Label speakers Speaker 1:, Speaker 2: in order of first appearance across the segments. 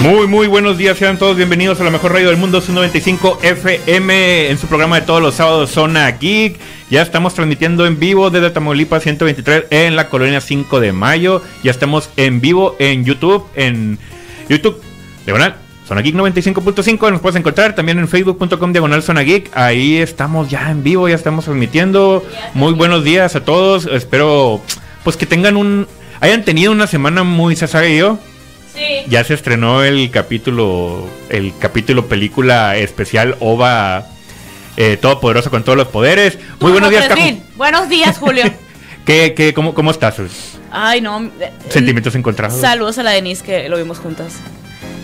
Speaker 1: Muy, muy buenos días, sean todos bienvenidos a la mejor radio del mundo, su 95 FM, en su programa de todos los sábados, Zona Geek. Ya estamos transmitiendo en vivo desde Tamaulipas 123 en la colonia 5 de mayo. Ya estamos en vivo en YouTube, en YouTube, diagonal, Zona Geek 95.5. Nos puedes encontrar también en facebook.com, diagonal Zona Geek. Ahí estamos ya en vivo, ya estamos transmitiendo. Muy buenos días a todos. Espero, pues que tengan un, hayan tenido una semana muy, Sasa y yo.
Speaker 2: Sí.
Speaker 1: Ya se estrenó el capítulo, el capítulo película especial OVA eh, Todopoderoso con todos los poderes. Muy
Speaker 2: Turno
Speaker 1: buenos días,
Speaker 2: 3000.
Speaker 1: Caju.
Speaker 2: Buenos días, Julio.
Speaker 1: ¿Qué, qué, cómo, ¿Cómo estás?
Speaker 2: Ay, no. eh,
Speaker 1: Sentimientos encontrados.
Speaker 2: Saludos a la Denise que lo vimos juntas.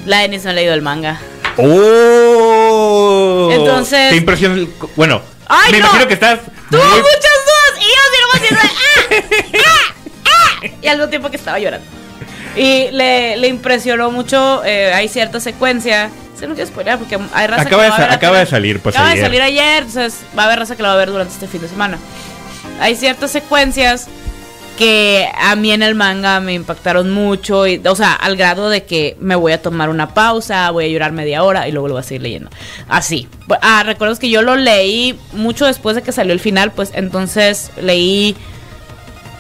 Speaker 2: La Denise no ha leído el manga.
Speaker 1: ¡Oh!
Speaker 2: Entonces-
Speaker 1: ¿Qué impresión? Bueno,
Speaker 2: ¡Ay,
Speaker 1: me
Speaker 2: no!
Speaker 1: imagino que estás.
Speaker 2: Tuvo
Speaker 1: muy-
Speaker 2: muchas dudas y yo sí nomás diciendo, ¡ah! ¡ah! ¡ah! Y al mismo tiempo que estaba llorando. Y le, le impresionó mucho. eh, hay cierta secuencia. Se no quiero spoilear porque hay
Speaker 1: Acaba
Speaker 2: raza
Speaker 1: de
Speaker 2: que lo va a
Speaker 1: sa-
Speaker 2: ver
Speaker 1: acaba
Speaker 2: apenas-
Speaker 1: de salir, pues,
Speaker 2: Acaba
Speaker 1: ayer.
Speaker 2: de salir ayer, entonces va a haber raza que lo va a ver durante este fin de semana. Hay ciertas secuencias que a mí en el manga me impactaron mucho, y, o sea, al grado de que me voy a tomar una pausa, voy a llorar media hora y luego lo voy a seguir leyendo. Así. Bu- Ah, recuerdo que yo lo leí mucho después de que salió el final, pues entonces leí,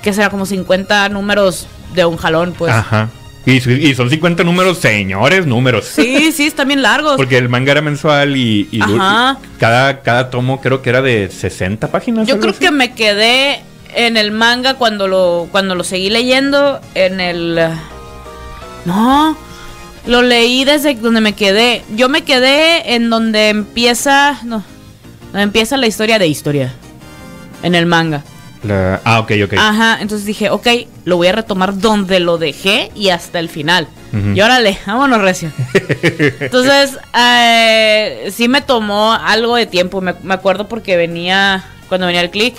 Speaker 2: que será como 50 números de un jalón, pues.
Speaker 1: Ajá. Y, su- y son 50 números, señores, números.
Speaker 2: Sí, sí, están bien largos.
Speaker 1: Porque el manga era mensual y, y du-
Speaker 2: Ajá.
Speaker 1: cada, cada tomo creo que era de 60 páginas.
Speaker 2: Yo
Speaker 1: algo
Speaker 2: creo
Speaker 1: así.
Speaker 2: que me quedé en el manga cuando lo cuando lo seguí leyendo en el no lo leí desde donde me quedé. Yo me quedé en donde empieza no donde empieza la historia de historia en el manga.
Speaker 1: La- ah, ok, ok.
Speaker 2: Ajá, entonces dije, ok, lo voy a retomar donde lo dejé y hasta el final.
Speaker 1: Ujú.
Speaker 2: Y órale, vámonos recio. Entonces, eh, sí me tomó algo de tiempo, me, me acuerdo porque venía, cuando venía el click,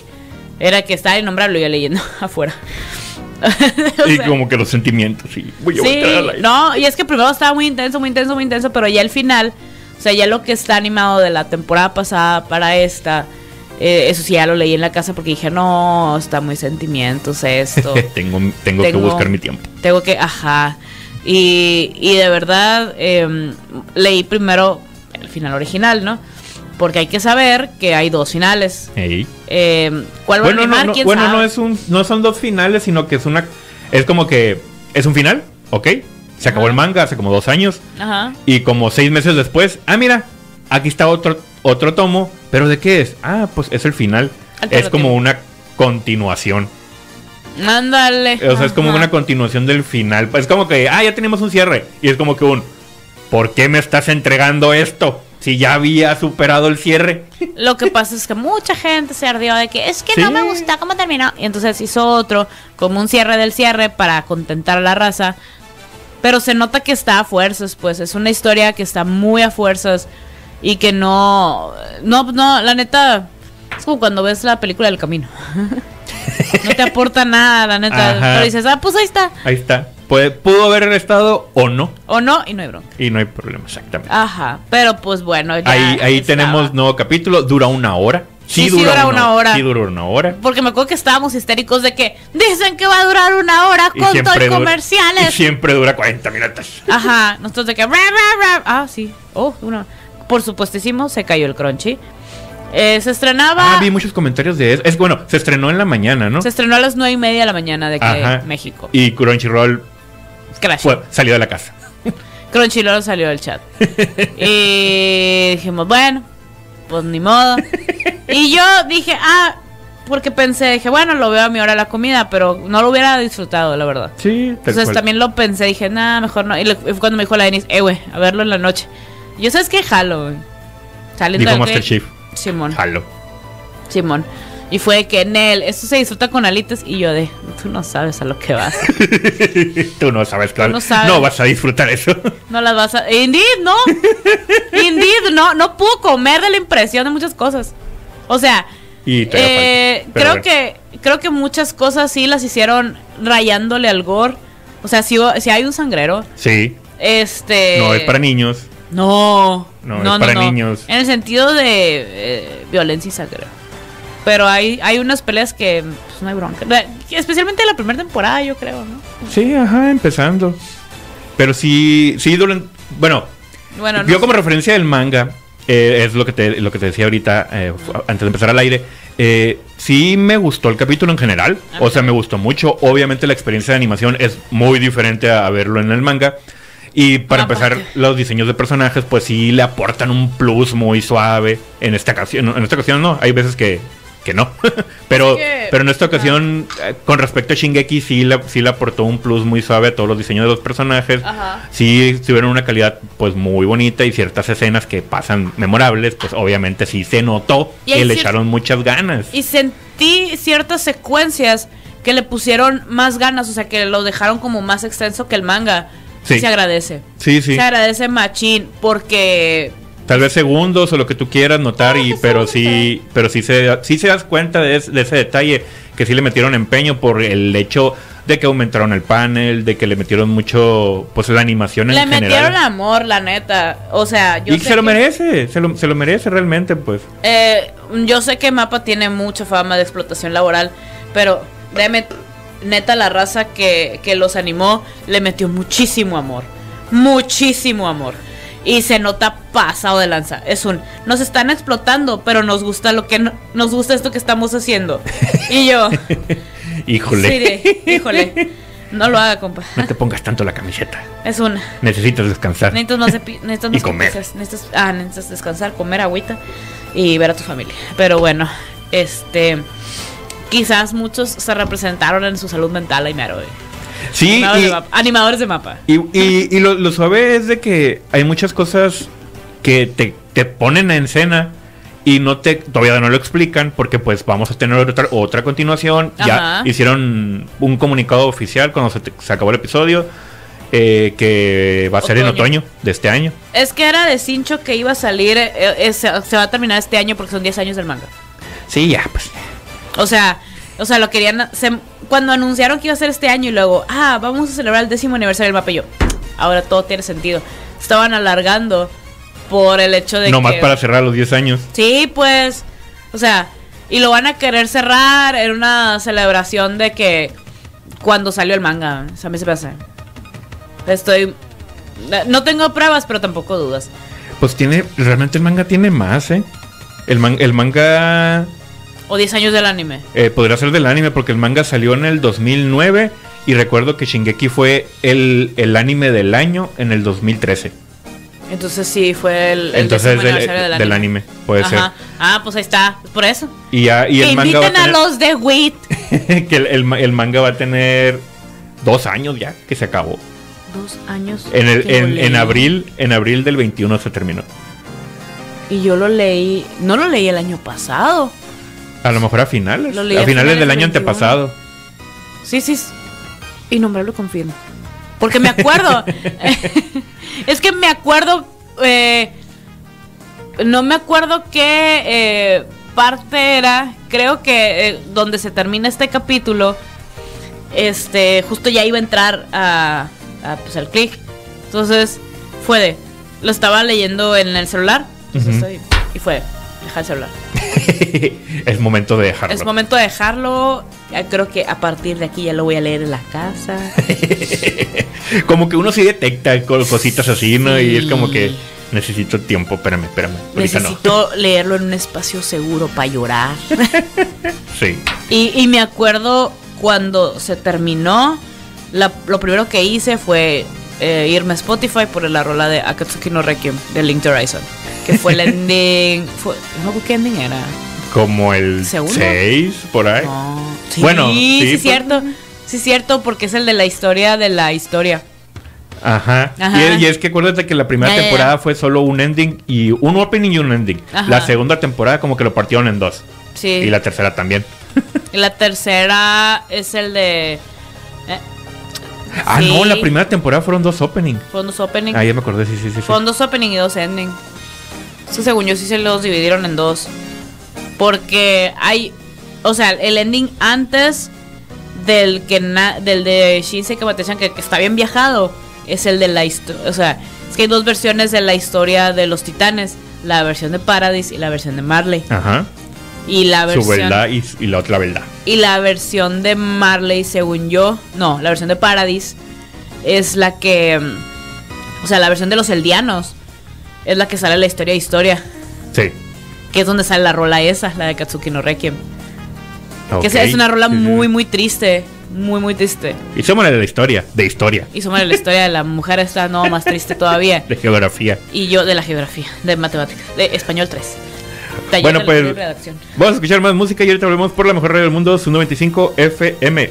Speaker 2: era que estaba innombrable y yo leyendo afuera. O
Speaker 1: y
Speaker 2: sea,
Speaker 1: como que los sentimientos, sí. Voy a
Speaker 2: sí,
Speaker 1: voltear al aire.
Speaker 2: no, y es que primero estaba muy intenso, muy intenso, muy intenso, pero ya el final, o sea, ya lo que está animado de la temporada pasada para esta, eh, eso sí ya lo leí en la casa porque dije, no, está muy sentimientos esto.
Speaker 1: tengo, tengo que
Speaker 2: Tengo-
Speaker 1: buscar mi tiempo.
Speaker 2: Tengo que, ajá. Y, y de verdad, em, leí primero el final original, ¿no? Porque hay que saber que hay dos finales.
Speaker 1: Ey.
Speaker 2: Em, ¿Cuál va
Speaker 1: Bueno,
Speaker 2: a
Speaker 1: no,
Speaker 2: animar?
Speaker 1: no,
Speaker 2: ¿Quién
Speaker 1: bueno
Speaker 2: sabe?
Speaker 1: no, es un, no son dos finales, sino que es una. Es como que. Es un final, ok. Se acabó
Speaker 2: Ajá.
Speaker 1: el manga hace como dos años.
Speaker 2: Ajá.
Speaker 1: Y como seis meses después, ah, mira, aquí está otro, otro tomo. ¿Pero de qué es? Ah, pues es el final. Es
Speaker 2: Alternativo.
Speaker 1: como una continuación.
Speaker 2: Ándale.
Speaker 1: O sea, es como
Speaker 2: ajá.
Speaker 1: una continuación del final. Es como que, ah, ya tenemos un cierre. Y es como que un, ¿por qué me estás entregando esto? Si ya había superado el cierre.
Speaker 2: Lo que pasa es que mucha gente se ardió de que es que no
Speaker 1: Sí.
Speaker 2: me gusta cómo terminó. Y entonces hizo otro, como un cierre del cierre para contentar a la raza. Pero se nota que está a fuerzas, pues es una historia que está muy a fuerzas y que no. No, no, la neta. Es como cuando ves la película del camino. no te aporta nada, la neta.
Speaker 1: Ajá.
Speaker 2: Pero dices, ah, pues ahí está.
Speaker 1: Ahí está. Puede- pudo haber estado o no.
Speaker 2: O no, y no hay bronca.
Speaker 1: Y no hay problema, exactamente.
Speaker 2: Ajá. Pero pues bueno, Ah, ya
Speaker 1: ahí ahí
Speaker 2: estaba.
Speaker 1: tenemos nuevo capítulo. Dura una hora.
Speaker 2: Sí, sí dura una hora.
Speaker 1: Sí, dura una hora.
Speaker 2: Porque me acuerdo que estábamos histéricos de que dicen que va a durar una hora
Speaker 1: Y
Speaker 2: con todo y
Speaker 1: dura- y
Speaker 2: comerciales.
Speaker 1: siempre dura 40 minutos.
Speaker 2: Ajá, nosotros de que. ra, ra, ra. Ah, sí. Oh, una. Por supuestísimo, se cayó el crunchy. Eh, se estrenaba.
Speaker 1: Ah, vi muchos comentarios de eso. Es bueno, se estrenó en la mañana, ¿no?
Speaker 2: Se estrenó a las nueve y media de la mañana de aquí de
Speaker 1: Ajá.
Speaker 2: México.
Speaker 1: Y Crunchyroll
Speaker 2: Crash.
Speaker 1: fue- salió de la casa.
Speaker 2: Crunchyroll salió del chat. y dijimos, bueno, pues ni modo. Y yo dije, ah, porque pensé, dije, bueno, lo veo a mi hora de la comida, pero no lo hubiera disfrutado, la verdad.
Speaker 1: Sí, tal
Speaker 2: Entonces
Speaker 1: cual.
Speaker 2: también lo pensé, dije, nada, mejor no. Y le- fue cuando me dijo la Denise, eh, güey, a verlo en la noche. Y Yo, ¿sabes qué? Jalo, güey. Saliendo
Speaker 1: Dijo
Speaker 2: del
Speaker 1: Master
Speaker 2: click,
Speaker 1: Chief.
Speaker 2: Simón,
Speaker 1: Jalo.
Speaker 2: Simón. Y fue de que en él, esto se disfruta con alitas. Y yo de, tú no sabes a lo que vas.
Speaker 1: Tú no sabes, claro.
Speaker 2: no sabes.
Speaker 1: No vas a disfrutar eso.
Speaker 2: No las vas a... Indeed, no. Indeed, no. No pudo comer de la impresión de muchas cosas. O sea,
Speaker 1: Y todavía
Speaker 2: eh,
Speaker 1: falta. Pero bueno.
Speaker 2: creo que creo que muchas cosas sí las hicieron rayándole al gore. O sea, si, hubo- si hay un sangrero,
Speaker 1: Sí,
Speaker 2: este...
Speaker 1: no es para niños.
Speaker 2: No,
Speaker 1: No, es para niños.
Speaker 2: En el sentido de eh, violencia y sangre. Pero hay, hay unas peleas que pues, no hay bronca. Re- Especialmente la primera temporada, yo creo, ¿no?
Speaker 1: Sí, ajá, empezando. Pero sí, sí, duran- Bueno,
Speaker 2: Bueno,
Speaker 1: yo
Speaker 2: no.
Speaker 1: como referencia del manga, eh, es lo que, te, lo que te decía ahorita, eh, fu- antes de empezar al aire, eh, sí me gustó el capítulo en general,
Speaker 2: A mí
Speaker 1: o sea, me gustó mucho, obviamente la experiencia de animación es muy diferente a verlo en el manga. Y para
Speaker 2: Ah,
Speaker 1: empezar,
Speaker 2: aparte.
Speaker 1: los diseños de personajes, pues sí le aportan un plus muy suave. En esta ocasión, en esta ocasión no, hay veces que, que no. pero,
Speaker 2: Es que-
Speaker 1: pero en esta ocasión, eh, con respecto a Shingeki, sí le, sí le aportó un plus muy suave a todos los diseños de los personajes
Speaker 2: Ajá.
Speaker 1: sí tuvieron una calidad pues muy bonita y ciertas escenas que pasan memorables, pues obviamente sí se notó
Speaker 2: Y hay
Speaker 1: que le
Speaker 2: cier-
Speaker 1: echaron muchas ganas.
Speaker 2: Y sentí ciertas secuencias que le pusieron más ganas, o sea, que lo dejaron como más extenso que el manga.
Speaker 1: Sí.
Speaker 2: Se agradece.
Speaker 1: Sí, sí.
Speaker 2: Se agradece machín porque
Speaker 1: Tal vez segundos o lo que tú quieras notar,
Speaker 2: Ah,
Speaker 1: y,
Speaker 2: qué
Speaker 1: pero
Speaker 2: suerte.
Speaker 1: sí, pero sí se, sí se das cuenta de, es- de ese detalle que sí le metieron empeño por el hecho de que aumentaron el panel, de que le metieron mucho, pues la animación en
Speaker 2: le
Speaker 1: general.
Speaker 2: metieron amor, la neta. O sea, yo
Speaker 1: y
Speaker 2: sé
Speaker 1: se lo
Speaker 2: que-
Speaker 1: merece, se lo, se lo merece realmente, pues.
Speaker 2: Eh, yo sé que Mapa tiene mucha fama de explotación laboral, pero déjame, neta, la raza que, que los animó le metió muchísimo amor. Muchísimo amor. Y se nota pasado de lanza. Es un, nos están explotando, pero nos gusta lo que no- nos gusta esto que estamos haciendo. Y yo,
Speaker 1: Híjole,
Speaker 2: sí, de- híjole, no lo haga, compa.
Speaker 1: no te pongas tanto la camiseta.
Speaker 2: Es un,
Speaker 1: Necesitas descansar.
Speaker 2: necesitas más, de pi- necesitas
Speaker 1: Y
Speaker 2: más
Speaker 1: comer.
Speaker 2: pupusas, necesitas, ah, necesitas descansar, comer agüita y ver a tu familia. Pero bueno, este. Quizás muchos se representaron en su salud mental, Aymaro. güey.
Speaker 1: Sí,
Speaker 2: animadores,
Speaker 1: y,
Speaker 2: de mapa, animadores de mapa.
Speaker 1: Y, y- y lo, lo suave es de que hay muchas cosas que te, te ponen en escena y no te todavía no lo explican porque pues vamos a tener otra, otra continuación. Ya
Speaker 2: Ajá.
Speaker 1: hicieron un comunicado oficial cuando se, te- se acabó el episodio eh, que va a ser en
Speaker 2: Otoño.
Speaker 1: otoño de este año.
Speaker 2: Es que era de cincho que iba a salir, eh, eh, se, se va a terminar este año porque son 10 años del manga.
Speaker 1: Sí, ya, pues.
Speaker 2: O sea, o sea, lo querían. se- cuando anunciaron que iba a ser este año y luego, ah, vamos a celebrar el décimo aniversario del mapa, y yo, ahora todo tiene sentido. Estaban alargando por el hecho de
Speaker 1: Nomás
Speaker 2: que.
Speaker 1: para cerrar los 10 años.
Speaker 2: Sí, pues. O sea, y lo van a querer cerrar en una celebración de que cuando salió el manga. O sea, a mí se pasa. Estoy. No tengo pruebas, pero tampoco dudas.
Speaker 1: Pues tiene, realmente el manga tiene más, ¿eh? El, man- el manga
Speaker 2: O 10 años del anime.
Speaker 1: Eh, podría ser del anime porque el manga salió en el 2009 y recuerdo que Shingeki fue el, el anime del año en el 2013.
Speaker 2: Entonces sí, fue el, el
Speaker 1: Entonces
Speaker 2: décimo
Speaker 1: del,
Speaker 2: aniversario
Speaker 1: del anime, puede
Speaker 2: Ajá. Ah, pues ahí está. Por eso.
Speaker 1: ser. Y, ya, y
Speaker 2: que
Speaker 1: el manga va a
Speaker 2: inviten a,
Speaker 1: tener,
Speaker 2: los de WIT.
Speaker 1: que el, el ma- el manga va a tener dos años ya que se acabó.
Speaker 2: Dos años.
Speaker 1: En, el,
Speaker 2: que
Speaker 1: en,
Speaker 2: lo
Speaker 1: en
Speaker 2: leí.
Speaker 1: abril en abril del 21 se terminó.
Speaker 2: Y yo lo leí. No lo leí el año pasado.
Speaker 1: A lo mejor a finales.
Speaker 2: Lo leí
Speaker 1: a
Speaker 2: a
Speaker 1: finales
Speaker 2: finales
Speaker 1: del
Speaker 2: del
Speaker 1: año
Speaker 2: 21.
Speaker 1: antepasado.
Speaker 2: Sí, sí. s- Innombrable confirma. Porque me acuerdo. es que me acuerdo. eh, no me acuerdo qué eh, parte era. Creo que eh, donde se termina este capítulo. Este. Justo ya iba a entrar a. a, pues al clic. Entonces. Fue de. Lo estaba leyendo en el celular. entonces
Speaker 1: Ujú.
Speaker 2: estoy- y fue. Deja el celular.
Speaker 1: es momento de dejarlo.
Speaker 2: Es momento de dejarlo. Ya creo que a partir de aquí ya lo voy a leer en la casa.
Speaker 1: Como que uno sí detecta co- cositas así, ¿no? Y es como
Speaker 2: Sí.
Speaker 1: que necesito tiempo, espérame, espérame. Ahorita no.
Speaker 2: Necesito leerlo en un espacio seguro para llorar.
Speaker 1: Sí.
Speaker 2: Y, y me acuerdo cuando se terminó, la- lo primero que hice fue eh, irme a Spotify por la rola de Akatsuki no Requiem de Linked Horizon. Que fue el ending. Fue, no, me acuerdo ¿qué ending era?
Speaker 1: Como el
Speaker 2: ¿Segundo?
Speaker 1: 6, por ahí.
Speaker 2: No. ¿Eh? Sí,
Speaker 1: Bueno,
Speaker 2: sí,
Speaker 1: sí,
Speaker 2: sí,
Speaker 1: pues.
Speaker 2: cierto. Sí, cierto, porque es el de la historia de la historia.
Speaker 1: Ajá.
Speaker 2: Ajá.
Speaker 1: Y, y es que acuérdate que la primera
Speaker 2: Ya, ya, ya.
Speaker 1: temporada fue solo un ending y un opening y un ending.
Speaker 2: Ajá.
Speaker 1: La segunda temporada como que lo partieron en dos.
Speaker 2: Sí.
Speaker 1: Y la tercera también.
Speaker 2: Y la tercera es el de. eh,
Speaker 1: Ah,
Speaker 2: sí,
Speaker 1: no, la primera temporada fueron dos openings.
Speaker 2: Fueron dos opening.
Speaker 1: Ah, ya me acordé, sí, sí, sí. sí.
Speaker 2: Fueron dos opening y dos ending. Es que según yo sí se los dividieron en dos. Porque hay. O sea, el ending antes del que na- del de Shinsei Kamatechan, que, que está bien viajado, es el de la historia. O sea, es que hay dos versiones de la historia de los titanes: la versión de Paradise y la versión de Marley.
Speaker 1: Ajá.
Speaker 2: Y la
Speaker 1: Su
Speaker 2: versión.
Speaker 1: verdad y, y la otra verdad.
Speaker 2: Y la versión de Marley, según yo, no, la versión de Paradis es la que mm, O sea, la versión de los eldianos es la que sale en la historia de historia,
Speaker 1: Sí.
Speaker 2: que es donde sale la rola esa, la de Katsuki no Requiem.
Speaker 1: Ok.
Speaker 2: Que esa es una rola
Speaker 1: Sí, sí, sí.
Speaker 2: muy, muy triste. Muy, muy triste.
Speaker 1: Y somos la de la historia, de historia,
Speaker 2: Y somos la historia de la mujer esta, no, más triste todavía.
Speaker 1: de geografía.
Speaker 2: Y yo de la geografía, de matemáticas, de español 3. Taller
Speaker 1: Bueno,
Speaker 2: de
Speaker 1: pues-
Speaker 2: lectura y redacción.
Speaker 1: Vamos a escuchar más música y ahorita volvemos por la mejor radio del mundo, su 95 FM.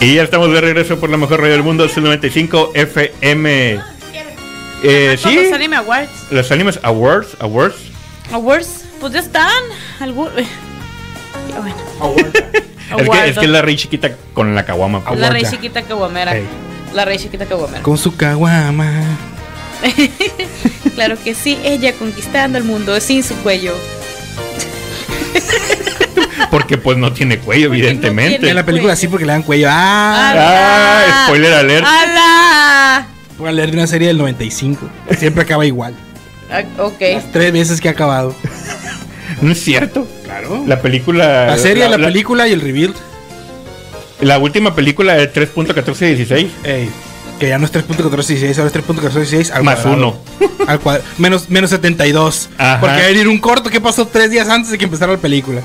Speaker 1: Y ya estamos de regreso por la mejor radio del mundo, su 95 FM. Eh,
Speaker 2: Con
Speaker 1: sí,
Speaker 2: los Anime Awards.
Speaker 1: los animes awards, awards.
Speaker 2: Awards, pues ya están. Algún... eh. Ya bueno.
Speaker 1: Es que, es
Speaker 2: Awardo.
Speaker 1: que es la rey chiquita con la caguama. pues.
Speaker 2: La rey
Speaker 3: Awarda.
Speaker 2: chiquita caguamera.
Speaker 1: Ey.
Speaker 2: La rey chiquita caguamera.
Speaker 3: Con su caguama.
Speaker 2: Claro que sí, ella conquistando el mundo sin su cuello.
Speaker 1: Porque pues no tiene cuello,
Speaker 2: Porque no
Speaker 1: evidentemente.
Speaker 2: tiene-
Speaker 3: En la película sí porque le dan cuello.
Speaker 1: Ah,
Speaker 3: Ah,
Speaker 2: ¡Ala!
Speaker 1: spoiler alert.
Speaker 2: ¡Ala!
Speaker 3: por leer de una serie del 95. Siempre acaba igual.
Speaker 2: Ah, ok.
Speaker 3: Las tres veces que ha acabado.
Speaker 1: No es cierto.
Speaker 3: Claro. La,
Speaker 1: La película.
Speaker 3: serie, la, película y el reveal.
Speaker 1: La última película de 3.1416.
Speaker 3: Ey, que ya no es 3.1416, ahora es 3.1416 al
Speaker 1: Más
Speaker 3: cuadrado.
Speaker 1: uno.
Speaker 3: Al cuadra- menos, menos 72.
Speaker 1: Ajá.
Speaker 3: Porque va a venir un corto que pasó tres días antes de que empezara la película.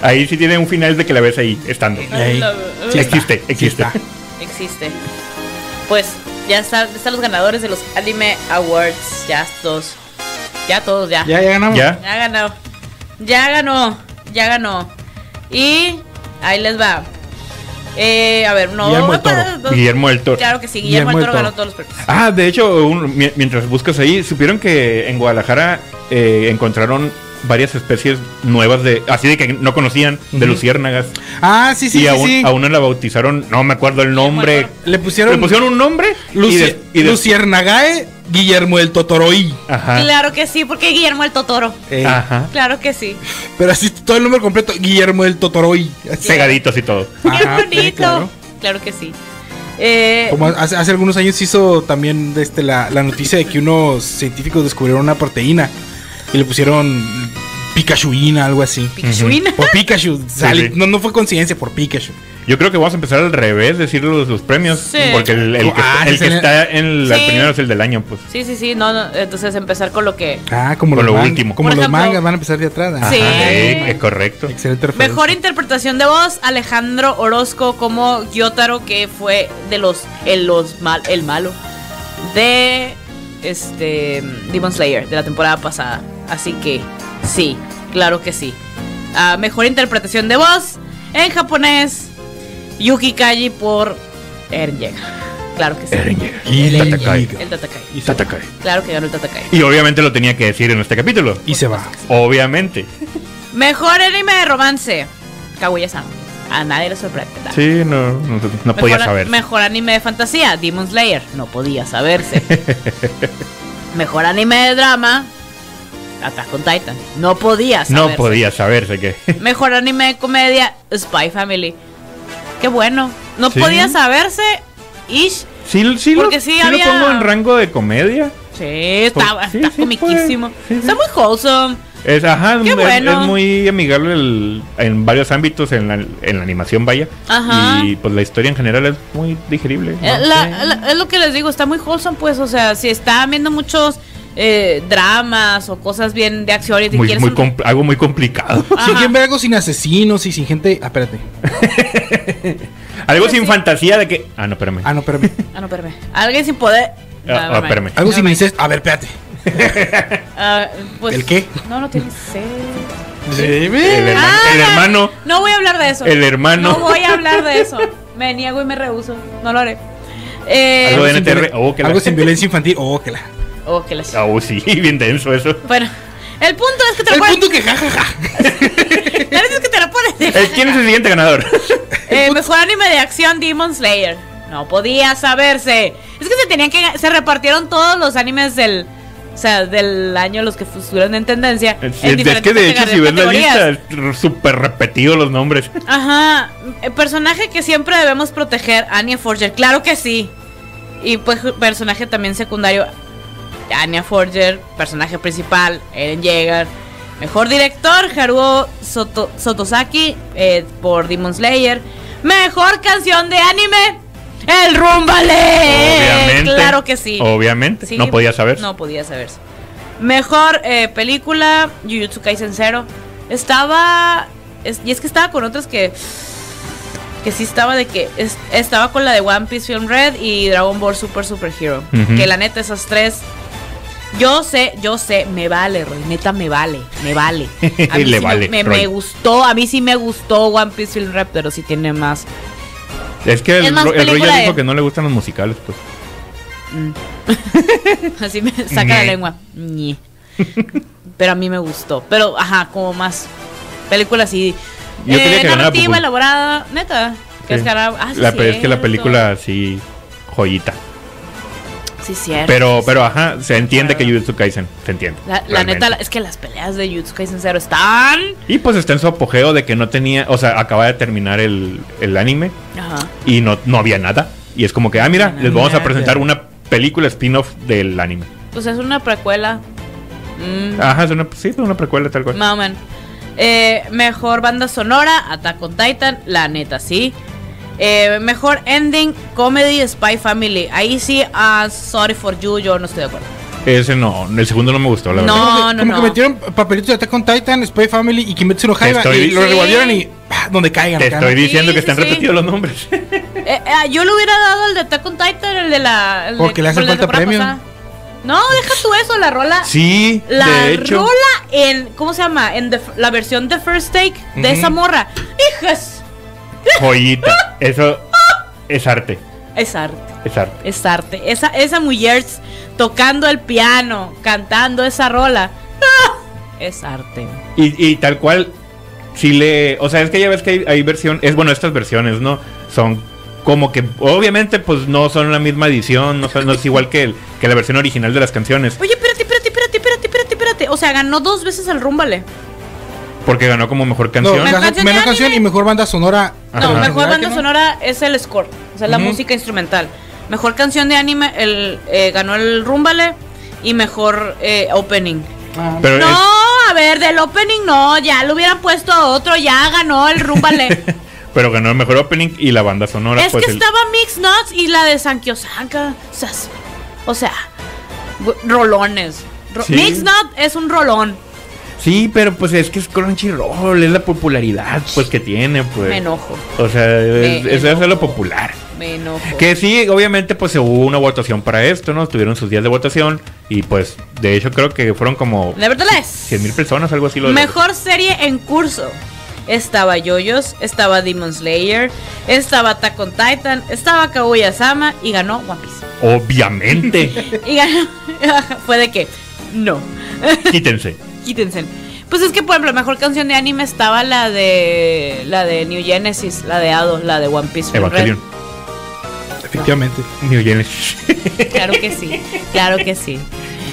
Speaker 1: Ahí sí tiene un final de que la ves ahí estando.
Speaker 3: Ey,
Speaker 2: love-
Speaker 3: sí
Speaker 1: Existe,
Speaker 3: está, sí
Speaker 1: existe.
Speaker 3: está.
Speaker 2: Existe. Pues ya está- están los ganadores de los Anime Awards. Ya todos. Ya todos, ya.
Speaker 3: Ya, ya ganamos.
Speaker 1: ¿Ya?
Speaker 2: Ya ganó. Ya ganó. Ya ganó. Y ahí les va. Eh, a ver, no.
Speaker 3: Guillermo del Toro.
Speaker 2: no-
Speaker 1: Guillermo del Toro.
Speaker 2: Claro que sí, Guillermo,
Speaker 3: Guillermo
Speaker 2: del
Speaker 3: del
Speaker 2: Toro ganó
Speaker 3: Toro.
Speaker 2: todos los premios.
Speaker 1: Ah, de hecho, un- mi- mientras buscas ahí, supieron que en Guadalajara eh, encontraron varias especies nuevas de. Así de que no conocían, de
Speaker 3: Ujú.
Speaker 1: luciérnagas.
Speaker 3: Ah, sí, sí,
Speaker 1: y
Speaker 3: sí.
Speaker 1: a, un-
Speaker 3: sí.
Speaker 1: a una la bautizaron, no me acuerdo el nombre.
Speaker 2: Guillermo
Speaker 3: Le
Speaker 1: Le
Speaker 3: pusieron,
Speaker 1: pusieron un nombre
Speaker 3: Luci-
Speaker 1: y, de- y de-
Speaker 3: Luciernagae Guillermo el Totoroí.
Speaker 1: Ajá.
Speaker 2: Claro que sí, porque Guillermo el Totoro.
Speaker 3: Ey,
Speaker 1: Ajá.
Speaker 2: Claro que sí.
Speaker 3: Pero así todo el nombre completo, Guillermo el Totoroí. Así.
Speaker 1: Pegaditos y todo.
Speaker 2: Qué
Speaker 3: Ajá,
Speaker 2: bonito.
Speaker 3: sí,
Speaker 2: claro.
Speaker 3: claro.
Speaker 2: que sí. Eh,
Speaker 3: Como hace, hace algunos años hizo también este, la, la noticia de que unos científicos descubrieron una proteína y le pusieron Pikachuina, algo así.
Speaker 2: Pichuina.
Speaker 3: Por Pikachu. sale-
Speaker 1: sí.
Speaker 3: No, no fue coincidencia, por Pikachu.
Speaker 1: Yo creo que vamos a empezar al revés, decir los, los premios.
Speaker 2: Sí.
Speaker 1: Porque el, el que,
Speaker 3: Ah,
Speaker 1: el
Speaker 3: sí,
Speaker 1: que
Speaker 3: sí.
Speaker 1: está en la
Speaker 2: Sí.
Speaker 1: primera es el del año, pues.
Speaker 2: Sí, sí, sí. No, no, entonces empezar con lo que.
Speaker 3: Ah, como
Speaker 1: Por
Speaker 3: los,
Speaker 1: lo
Speaker 3: man-
Speaker 1: último.
Speaker 3: como
Speaker 2: Por
Speaker 3: los
Speaker 2: ejemplo-
Speaker 3: mangas van a empezar de atrás. ah.
Speaker 1: Ajá,
Speaker 2: Sí.
Speaker 1: eh, es correcto.
Speaker 3: Excelente referencia.
Speaker 2: Mejor interpretación de voz, Alejandro Orozco como Gyotaro, que fue de los el, los mal, el malo de este Demon Slayer de la temporada pasada. Así que sí, claro que sí. Ah, mejor interpretación de voz en japonés, Yuki Kaji por Eren Yeager. Claro que sí.
Speaker 1: Eren Yeager.
Speaker 3: Y el
Speaker 2: Eren
Speaker 3: Tatakai.
Speaker 2: Yeager. El Tatakai.
Speaker 1: Y Satakai.
Speaker 2: Claro que ganó el Tatakai.
Speaker 1: Y obviamente lo tenía que decir en este capítulo.
Speaker 3: Y se va.
Speaker 1: Obviamente.
Speaker 2: Mejor anime de romance, Kaguya-san. A nadie le sorprende. ¿verdad?
Speaker 1: Sí, no, no, no podía
Speaker 2: mejor,
Speaker 1: saber.
Speaker 2: Mejor anime de fantasía, Demon Slayer. No podía saberse. mejor anime de drama, Attack on Titan. No podía saberse.
Speaker 1: No podía saberse que.
Speaker 2: Mejor anime de comedia, Spy Family. Qué bueno. No
Speaker 1: Sí.
Speaker 2: podía saberse. Ish.
Speaker 1: Sí, sí, lo,
Speaker 2: Porque sí
Speaker 1: sí lo
Speaker 2: había-
Speaker 1: pongo en rango de comedia.
Speaker 2: Sí, estaba,
Speaker 1: Pues, sí,
Speaker 2: está
Speaker 1: sí,
Speaker 2: comiquísimo.
Speaker 1: puede. Sí, sí.
Speaker 2: Está muy wholesome.
Speaker 1: Es, ajá,
Speaker 2: Qué
Speaker 1: es-
Speaker 2: bueno.
Speaker 1: es muy amigable el- en varios ámbitos, en la, en la animación, vaya.
Speaker 2: Ajá.
Speaker 1: Y pues la historia en general es muy digerible. ¿no?
Speaker 2: Eh, la-
Speaker 1: Sí.
Speaker 2: la- es lo que les digo, está muy wholesome, pues. O sea, si está viendo muchos eh, dramas o cosas bien de acción y te
Speaker 1: Muy-
Speaker 2: quieres
Speaker 1: muy
Speaker 2: un-
Speaker 1: compl- algo muy complicado.
Speaker 3: Si
Speaker 2: Ajá.
Speaker 3: quieren ver algo sin asesinos y sin gente. Ah, espérate.
Speaker 1: Algo
Speaker 2: Sí.
Speaker 1: sin fantasía de que. Ah, no, espérame.
Speaker 3: Ah, no, espérame.
Speaker 2: Ah, no, espérame. Alguien sin poder.
Speaker 1: Ah, ah,
Speaker 2: never mind.
Speaker 1: espérame.
Speaker 3: Algo
Speaker 2: Never
Speaker 3: sin
Speaker 2: mind.
Speaker 3: incesto. A ver, espérate.
Speaker 2: Ah, pues-
Speaker 3: ¿El qué?
Speaker 2: No, no tiene sed.
Speaker 1: El, herma-
Speaker 2: Ah,
Speaker 1: el hermano.
Speaker 2: No voy a hablar de eso.
Speaker 1: El hermano.
Speaker 2: No voy a hablar de eso. Me niego y me rehuso. No lo haré. Eh,
Speaker 1: Algo de
Speaker 3: sin
Speaker 1: NTR.
Speaker 3: violen-
Speaker 1: Oh, que la-
Speaker 3: algo sin violencia infantil. Oh, que la.
Speaker 2: Oh, que la ch-
Speaker 1: Oh, sí, bien denso eso.
Speaker 2: Bueno, el punto es que te lo
Speaker 3: El
Speaker 2: pones.
Speaker 3: punto que jajaja.
Speaker 2: La verdad es que te lo pones.
Speaker 1: Eh, ¿Quién es el siguiente ganador?
Speaker 2: Eh, mejor anime de acción Demon Slayer. No podía saberse. Es que se tenían que se repartieron todos los animes del o sea, del año los que estuvieron en tendencia. en
Speaker 1: Eh, Es, es
Speaker 2: diferentes
Speaker 1: que de hecho,
Speaker 2: categor-
Speaker 1: si ves la
Speaker 2: categorías.
Speaker 1: lista, es r- súper repetido los nombres.
Speaker 2: Ajá, eh, personaje que siempre debemos proteger, Anya Forger, claro que sí. Y pues personaje también secundario, Anya Forger, personaje principal, Eren Yeager. Mejor director, Haruo Soto- Sotosaki eh, por Demon Slayer. Mejor canción de anime, El Rumbale.
Speaker 1: Obviamente.
Speaker 2: Claro que sí.
Speaker 1: Obviamente.
Speaker 2: Sí, pues,
Speaker 1: no podía saber.
Speaker 2: No podía saberse. Mejor eh, película, Jujutsu Kaisen Zero. Estaba. es- y es que estaba con otras que. Que sí estaba de que. es- estaba con la de One Piece Film Red y Dragon Ball Super Super Hero.
Speaker 1: Ujú.
Speaker 2: Que la neta, esas tres. Yo sé, yo sé, me vale, Roy. Neta, me vale, me vale. A
Speaker 1: Le
Speaker 2: mí sí me-
Speaker 1: vale,
Speaker 2: Me, me
Speaker 1: Roy.
Speaker 2: gustó, a mí sí me gustó One Piece Film Red, pero sí tiene más.
Speaker 1: Es que el,
Speaker 2: Es más
Speaker 1: Ro- el Roy
Speaker 2: película
Speaker 1: ya
Speaker 2: de-
Speaker 1: dijo que no le gustan los musicales, pues.
Speaker 2: Así me saca la
Speaker 1: Ñe.
Speaker 2: lengua. Ñe. Pero a mí me gustó. Pero, ajá, como más película así.
Speaker 1: Yo
Speaker 2: eh,
Speaker 1: quería que ganara
Speaker 2: narrativa
Speaker 1: Pupú.
Speaker 2: elaborada, neta. Que es
Speaker 1: Sí.
Speaker 2: ganar- ah, sí,
Speaker 1: la, pe- es que la
Speaker 2: cierto.
Speaker 1: película sí joyita.
Speaker 2: Sí, cierto.
Speaker 1: Pero, pero ajá, se entiende que
Speaker 2: Claro.
Speaker 1: Jujutsu Kaisen, se entiende.
Speaker 2: La, la
Speaker 1: realmente.
Speaker 2: neta, la- es que las peleas de Jujutsu Kaisen Zero están.
Speaker 1: Y pues está en su apogeo de que no tenía, o sea, acaba de terminar el, el anime
Speaker 2: Ajá.
Speaker 1: y no, no había nada. Y es como que, ah, mira,
Speaker 2: No
Speaker 1: les vamos
Speaker 2: había
Speaker 1: a presentar
Speaker 3: nada.
Speaker 1: una película spin-off del anime.
Speaker 2: Pues es una precuela. Mm,
Speaker 1: Ajá, es una, sí, es una precuela tal cual.
Speaker 2: Más o menos. Eh, mejor banda sonora, Attack on Titan, la neta, sí. Eh, mejor ending, Comedy Spy Family. Ahí sí, ah, Sorry for You, yo no estoy de acuerdo.
Speaker 1: Ese no, el segundo no me gustó, la
Speaker 2: No,
Speaker 1: verdad.
Speaker 3: como que,
Speaker 2: no,
Speaker 3: como que
Speaker 2: no.
Speaker 3: metieron papelitos de Attack on Titan, Spy Family y Kimetsu no Yaiba
Speaker 1: Te estoy-
Speaker 3: y lo
Speaker 2: Sí.
Speaker 3: revolvieron y ¡pah! donde caigan.
Speaker 1: Te
Speaker 3: acá, ¿no?
Speaker 1: estoy diciendo
Speaker 2: Sí,
Speaker 1: que
Speaker 2: sí,
Speaker 1: están
Speaker 2: sí.
Speaker 1: repetidos los nombres.
Speaker 2: Eh, eh, yo le hubiera dado el de Attack on Titan, el de la. el de-
Speaker 3: Porque Oh, le hace
Speaker 2: el de la
Speaker 3: falta
Speaker 2: temporada
Speaker 3: premio.
Speaker 2: pasada. No, deja tú eso, la rola.
Speaker 1: sí,
Speaker 2: La
Speaker 1: de hecho.
Speaker 2: rola en. ¿Cómo se llama? En the- la versión de First Take de
Speaker 3: Ujú.
Speaker 2: esa morra. ¡Hijas!
Speaker 1: Joyita. Eso es arte.
Speaker 2: Es arte.
Speaker 1: Es arte.
Speaker 2: Es arte. Esa, esa mujer tocando el piano, cantando esa rola. ¡ah! Es arte.
Speaker 1: Y, y tal cual, si le. O sea, es que ya ves que hay, hay versión. Es bueno, estas versiones, ¿no? Son como que. Obviamente, pues no son la misma edición. No, son- no es igual que, el- que la versión original de las canciones.
Speaker 2: Oye, espérate, espérate, espérate, espérate, espérate, espérate. O sea, ganó dos veces el Rúmbale.
Speaker 1: Porque ganó como mejor
Speaker 3: No,
Speaker 1: canción.
Speaker 3: la-
Speaker 2: Mejor canción de
Speaker 3: menos canción
Speaker 2: anime.
Speaker 3: y mejor banda sonora.
Speaker 1: Ajá.
Speaker 2: No, mejor
Speaker 3: ¿En general
Speaker 2: banda
Speaker 3: que no?
Speaker 2: sonora es el score, o sea, la
Speaker 3: Ujú.
Speaker 2: música instrumental. Mejor canción de anime el, eh, ganó el Rúmbale y mejor eh, opening.
Speaker 3: Ah.
Speaker 1: pero
Speaker 2: no, a ver, del opening no, ya lo hubieran puesto a otro, ya ganó el Rúmbale.
Speaker 1: es- pero ganó el mejor opening y la banda sonora.
Speaker 2: es
Speaker 1: pues
Speaker 2: que
Speaker 1: el-
Speaker 2: estaba Mix Nuts y la de San Kiyosaka, o sea, s- o sea, gu- rolones. Ro-
Speaker 1: Sí.
Speaker 2: Mix Nuts es un rolón,
Speaker 1: Sí, pero pues es que es Crunchyroll. Es la popularidad pues que tiene, pues.
Speaker 2: me enojo,
Speaker 1: O sea, es,
Speaker 2: Me
Speaker 1: es- es lo
Speaker 2: enojo.
Speaker 1: popular.
Speaker 2: me enojo.
Speaker 1: Que sí, obviamente, pues hubo una votación para esto, ¿no? Tuvieron sus días de votación y pues, de hecho, creo que fueron como
Speaker 2: La verdad es
Speaker 1: 100 mil personas, algo así. Lo de la
Speaker 2: Mejor serie en curso. Estaba Yoyos, estaba Demon Slayer, estaba Attack on Titan, estaba Kaguya-sama y ganó One Piece.
Speaker 1: votación. Obviamente,
Speaker 2: Y ganó. Fue de que. No,
Speaker 1: quítense.
Speaker 2: quítense. Pues es que, por ejemplo, mejor canción de anime estaba la de. La de New Genesis, la de Ado, la de One Piece. Full Red.
Speaker 1: Evangelion.
Speaker 3: Efectivamente.
Speaker 1: New Genesis.
Speaker 2: Claro que sí, claro que sí.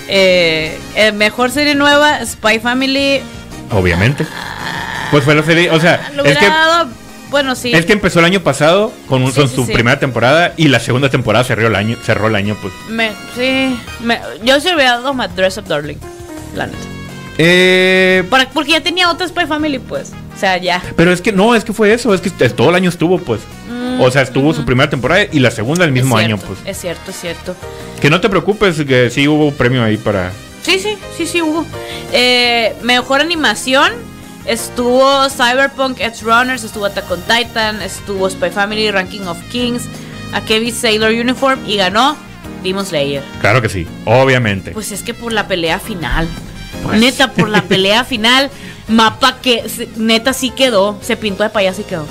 Speaker 2: Eh, eh, mejor serie nueva, Spy Family.
Speaker 1: Obviamente. Pues fue la serie, o sea,
Speaker 2: Lo
Speaker 1: es
Speaker 2: hubiera
Speaker 1: que,
Speaker 2: dado- Bueno, sí.
Speaker 1: es que empezó el año pasado con, un-
Speaker 2: Sí,
Speaker 1: con
Speaker 2: sí,
Speaker 1: su
Speaker 2: sí.
Speaker 1: primera temporada y la segunda temporada cerró el año, cerró el año pues.
Speaker 2: Me, sí, me- yo se hubiera dado My Dress Up Darling, la neta.
Speaker 1: Eh,
Speaker 2: Para- porque ya tenía otra Spy Family, pues. O sea, ya.
Speaker 1: pero es que no, es que fue eso, es que todo el año estuvo pues.
Speaker 2: Mm,
Speaker 1: O sea, estuvo su
Speaker 2: ujú.
Speaker 1: primera temporada y la segunda el mismo
Speaker 2: Es
Speaker 1: año
Speaker 2: cierto,
Speaker 1: pues.
Speaker 2: Es cierto, es cierto.
Speaker 1: Que no te preocupes, que sí hubo premio ahí para.
Speaker 2: Sí, sí, sí, sí hubo. Eh, mejor animación. Estuvo Cyberpunk, Edge Runners, estuvo Attack on Titan, estuvo Spy Family, Ranking of Kings, A Kevin Sailor Uniform y ganó Demon Slayer.
Speaker 1: Claro que sí, obviamente.
Speaker 2: Pues es que por la pelea final.
Speaker 1: Pues.
Speaker 2: Neta, por la pelea final. Mapa que se- neta sí quedó. Se pintó de payaso y quedó.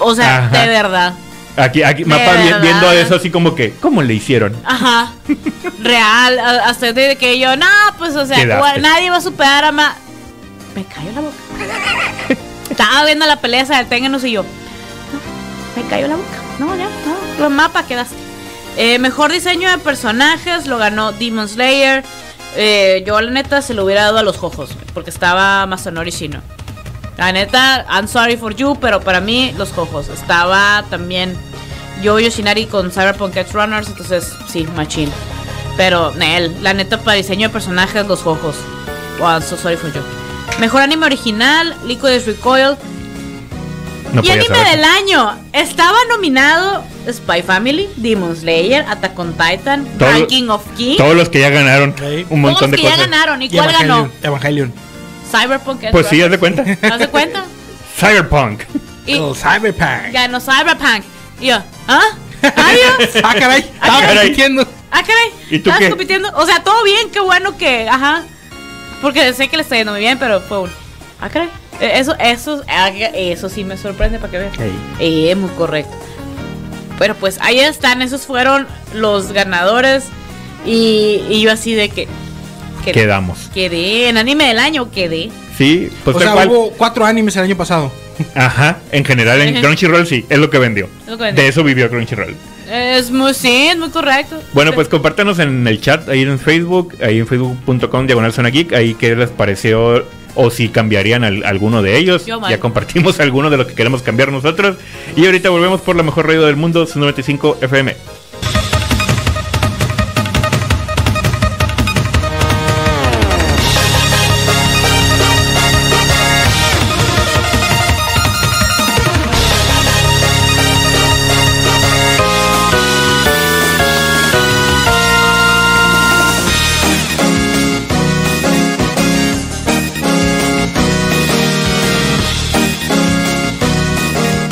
Speaker 2: O sea,
Speaker 1: Ajá.
Speaker 2: de verdad.
Speaker 1: Aquí, aquí, mapa vi-
Speaker 2: verdad.
Speaker 1: viendo eso así como que, ¿cómo le hicieron?
Speaker 2: Ajá. Real. a- Hasta de que yo, no, pues, o sea,
Speaker 1: Quedaste.
Speaker 2: gua- nadie va a superar a Ma. Me cayó la boca. Estaba viendo la pelea esa del Ténganos y yo. no, Me cayó la boca. No, ya, no. Los mapas quedaste. Eh, mejor diseño de personajes lo ganó Demon Slayer. Eh, yo, la neta, se lo hubiera dado a los Jojos. Porque estaba Masanori Shino. La neta, I'm sorry for you, pero para mí, los Jojos. Estaba también yo Yoshinari con Cyberpunk Edge Runners, entonces sí, machín. Pero, Nel, la neta, para diseño de personajes, los ojos. Wow, so sorry for you. Mejor anime original, Liquid Recoil.
Speaker 1: No
Speaker 2: y
Speaker 1: podía
Speaker 2: anime
Speaker 1: saber.
Speaker 2: del año. Estaba nominado Spy Family, Demon Slayer, Attack on Titan,
Speaker 1: Todo-
Speaker 2: Ranking of Kings.
Speaker 1: Todos los que ya ganaron
Speaker 3: Ahí.
Speaker 1: un montón de
Speaker 2: que ya
Speaker 1: cosas.
Speaker 2: ganaron. ¿Y
Speaker 3: Y
Speaker 2: cuál ganó?
Speaker 3: Evangelion, Evangelion.
Speaker 2: Cyberpunk Edge
Speaker 1: Pues sí, haz
Speaker 2: Runners.
Speaker 1: de cuenta.
Speaker 2: ¿Te das de cuenta?
Speaker 1: Cyberpunk.
Speaker 2: Y
Speaker 3: El Cyberpunk.
Speaker 2: ganó Cyberpunk. Y yo, ¿ah? ¿Adiós?
Speaker 3: Ah, caray. Estaba
Speaker 1: caray.
Speaker 3: compitiendo.
Speaker 2: Ah, caray.
Speaker 1: ¿Y tú
Speaker 2: ¿Estabas
Speaker 1: qué?
Speaker 2: compitiendo? O sea, todo bien, qué bueno que. Ajá. Porque sé que le está yendo muy bien, pero fue un. Ah, caray. Eh, Eso, eso, ah, eso sí me sorprende para que vean. Eh, muy correcto. Pero pues ahí están, esos fueron los ganadores. Y, y yo así de que. que-
Speaker 1: Quedamos.
Speaker 2: Quedé en anime del año, quedé.
Speaker 1: Sí, pues
Speaker 3: O
Speaker 1: tal
Speaker 3: sea,
Speaker 1: cual.
Speaker 3: hubo cuatro animes el año pasado.
Speaker 1: Ajá, en general en
Speaker 2: Ajá.
Speaker 1: Crunchyroll sí, es lo que vendió.
Speaker 2: Es lo que vendió.
Speaker 1: De eso vivió Crunchyroll.
Speaker 2: Es muy, sí, es muy correcto.
Speaker 1: Bueno, pues compártanos en el chat, ahí en Facebook, ahí en facebook.com, diagonal zona geek, ahí qué les pareció o si cambiarían al- alguno de ellos.
Speaker 2: Yo mal.
Speaker 1: ya compartimos alguno de los que queremos cambiar nosotros. Y ahorita volvemos por la mejor radio del mundo, 95 FM.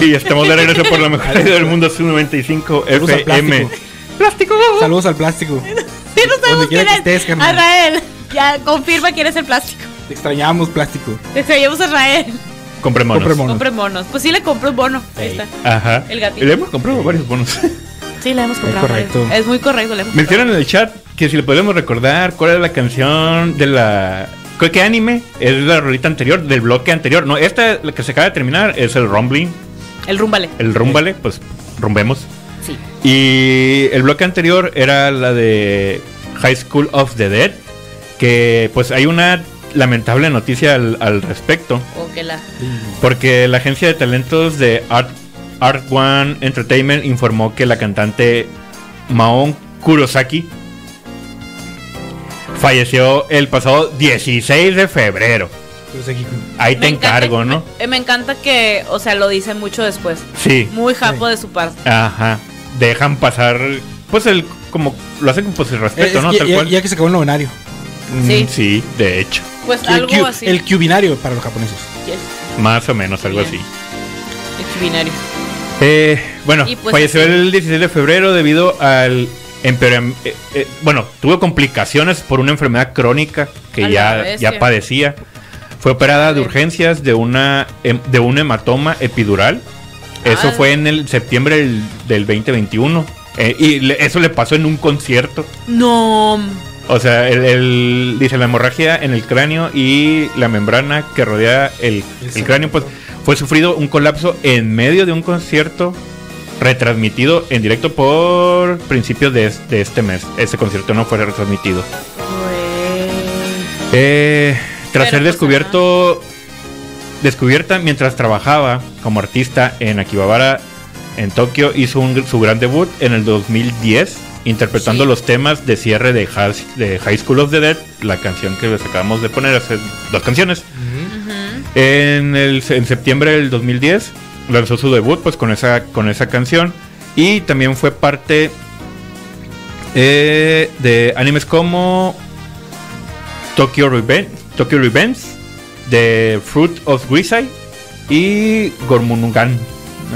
Speaker 1: Y estamos de regreso por la mejor radio del mundo, 95
Speaker 3: Saludos al
Speaker 1: FM.
Speaker 3: plástico. Saludos al plástico.
Speaker 2: Sí, no sabemos
Speaker 3: donde
Speaker 2: quién
Speaker 3: quiera
Speaker 2: es.
Speaker 3: que estés, carnal.
Speaker 2: Israel, ya confirma quién es el plástico.
Speaker 3: Te extrañamos, plástico.
Speaker 2: Te extrañamos a Israel.
Speaker 1: Compré monos.
Speaker 3: Compré monos.
Speaker 2: Compré monos. Pues sí le compré un bono. Ahí
Speaker 3: Ey.
Speaker 2: está.
Speaker 1: Ajá.
Speaker 2: El gatito.
Speaker 1: Le hemos comprado varios bonos.
Speaker 2: Sí, la hemos comprado.
Speaker 3: correcto.
Speaker 2: Es muy correcto, la hemos
Speaker 1: Me
Speaker 2: comprado.
Speaker 1: hicieron en el chat que si le podemos recordar cuál es la canción de la. ¿Qué qué anime? Es la rolita anterior, del bloque anterior. No, esta la que se acaba de terminar es el Rumbling,
Speaker 2: El rúmbale.
Speaker 1: el Rumbale, pues rumbemos.
Speaker 2: Sí.
Speaker 1: Y el bloque anterior era la de High School of the Dead, que pues hay una lamentable noticia al, al respecto,
Speaker 2: O que la.
Speaker 1: porque la agencia de talentos de Art, Art One Entertainment informó que la cantante Maon Kurosaki falleció el pasado 16 de febrero.
Speaker 3: Pues aquí-
Speaker 1: Ahí te
Speaker 2: Me encanta-
Speaker 1: encargo, ¿no?
Speaker 2: eh, Me encanta que, o sea, lo dicen mucho después.
Speaker 1: Sí.
Speaker 2: Muy japo de su parte.
Speaker 1: Ajá. Dejan pasar, pues el como lo hacen con pues el respeto,
Speaker 3: Es-
Speaker 1: ¿no?
Speaker 3: ya-
Speaker 1: Tal
Speaker 3: ya-
Speaker 1: cual.
Speaker 3: ya que se acabó el novenario.
Speaker 1: Mm,
Speaker 2: Sí.
Speaker 1: Sí. de hecho,
Speaker 2: Pues
Speaker 3: El,
Speaker 2: algo
Speaker 3: cu-
Speaker 2: así.
Speaker 3: el cubinario para los japoneses.
Speaker 2: El-
Speaker 1: más o menos algo
Speaker 2: Bien.
Speaker 1: así.
Speaker 2: el chivinario.
Speaker 1: Eh, bueno,
Speaker 2: Y pues
Speaker 1: falleció
Speaker 2: así.
Speaker 1: el 16 de febrero debido al empeoram- eh, eh, bueno, tuvo complicaciones por una enfermedad crónica
Speaker 2: A
Speaker 1: que
Speaker 2: la
Speaker 1: ya,
Speaker 2: bestia.
Speaker 1: ya padecía. Fue operada de
Speaker 2: Bien.
Speaker 1: urgencias de una em- de un hematoma epidural. Eso
Speaker 2: Ah.
Speaker 1: fue en el septiembre del, del 2021. Eh, y le- eso le pasó en un concierto.
Speaker 2: No.
Speaker 1: O sea, el, el- dice la hemorragia en el cráneo y la membrana que rodea el,
Speaker 3: El
Speaker 1: el cráneo, pues fue sufrido un colapso en medio de un concierto retransmitido en directo por principios de, es- de este mes. Este concierto no fue retransmitido.
Speaker 2: Güey.
Speaker 1: Eh, tras
Speaker 2: Pero,
Speaker 1: ser
Speaker 2: pues,
Speaker 1: descubierto, descubierta mientras trabajaba como artista en Akibabara, en Tokio, hizo un- su gran debut en el 2010, interpretando
Speaker 2: Sí.
Speaker 1: los temas de cierre de, Has- de High School of the Dead, la canción que les acabamos de poner hace dos canciones.
Speaker 2: Ujú.
Speaker 1: En, el, en septiembre del 2010 lanzó su debut pues con esa, con esa canción y también fue parte eh, de animes como Tokyo Revenge, Tokyo Revenge de Fruit of Grisai y Gormunugan.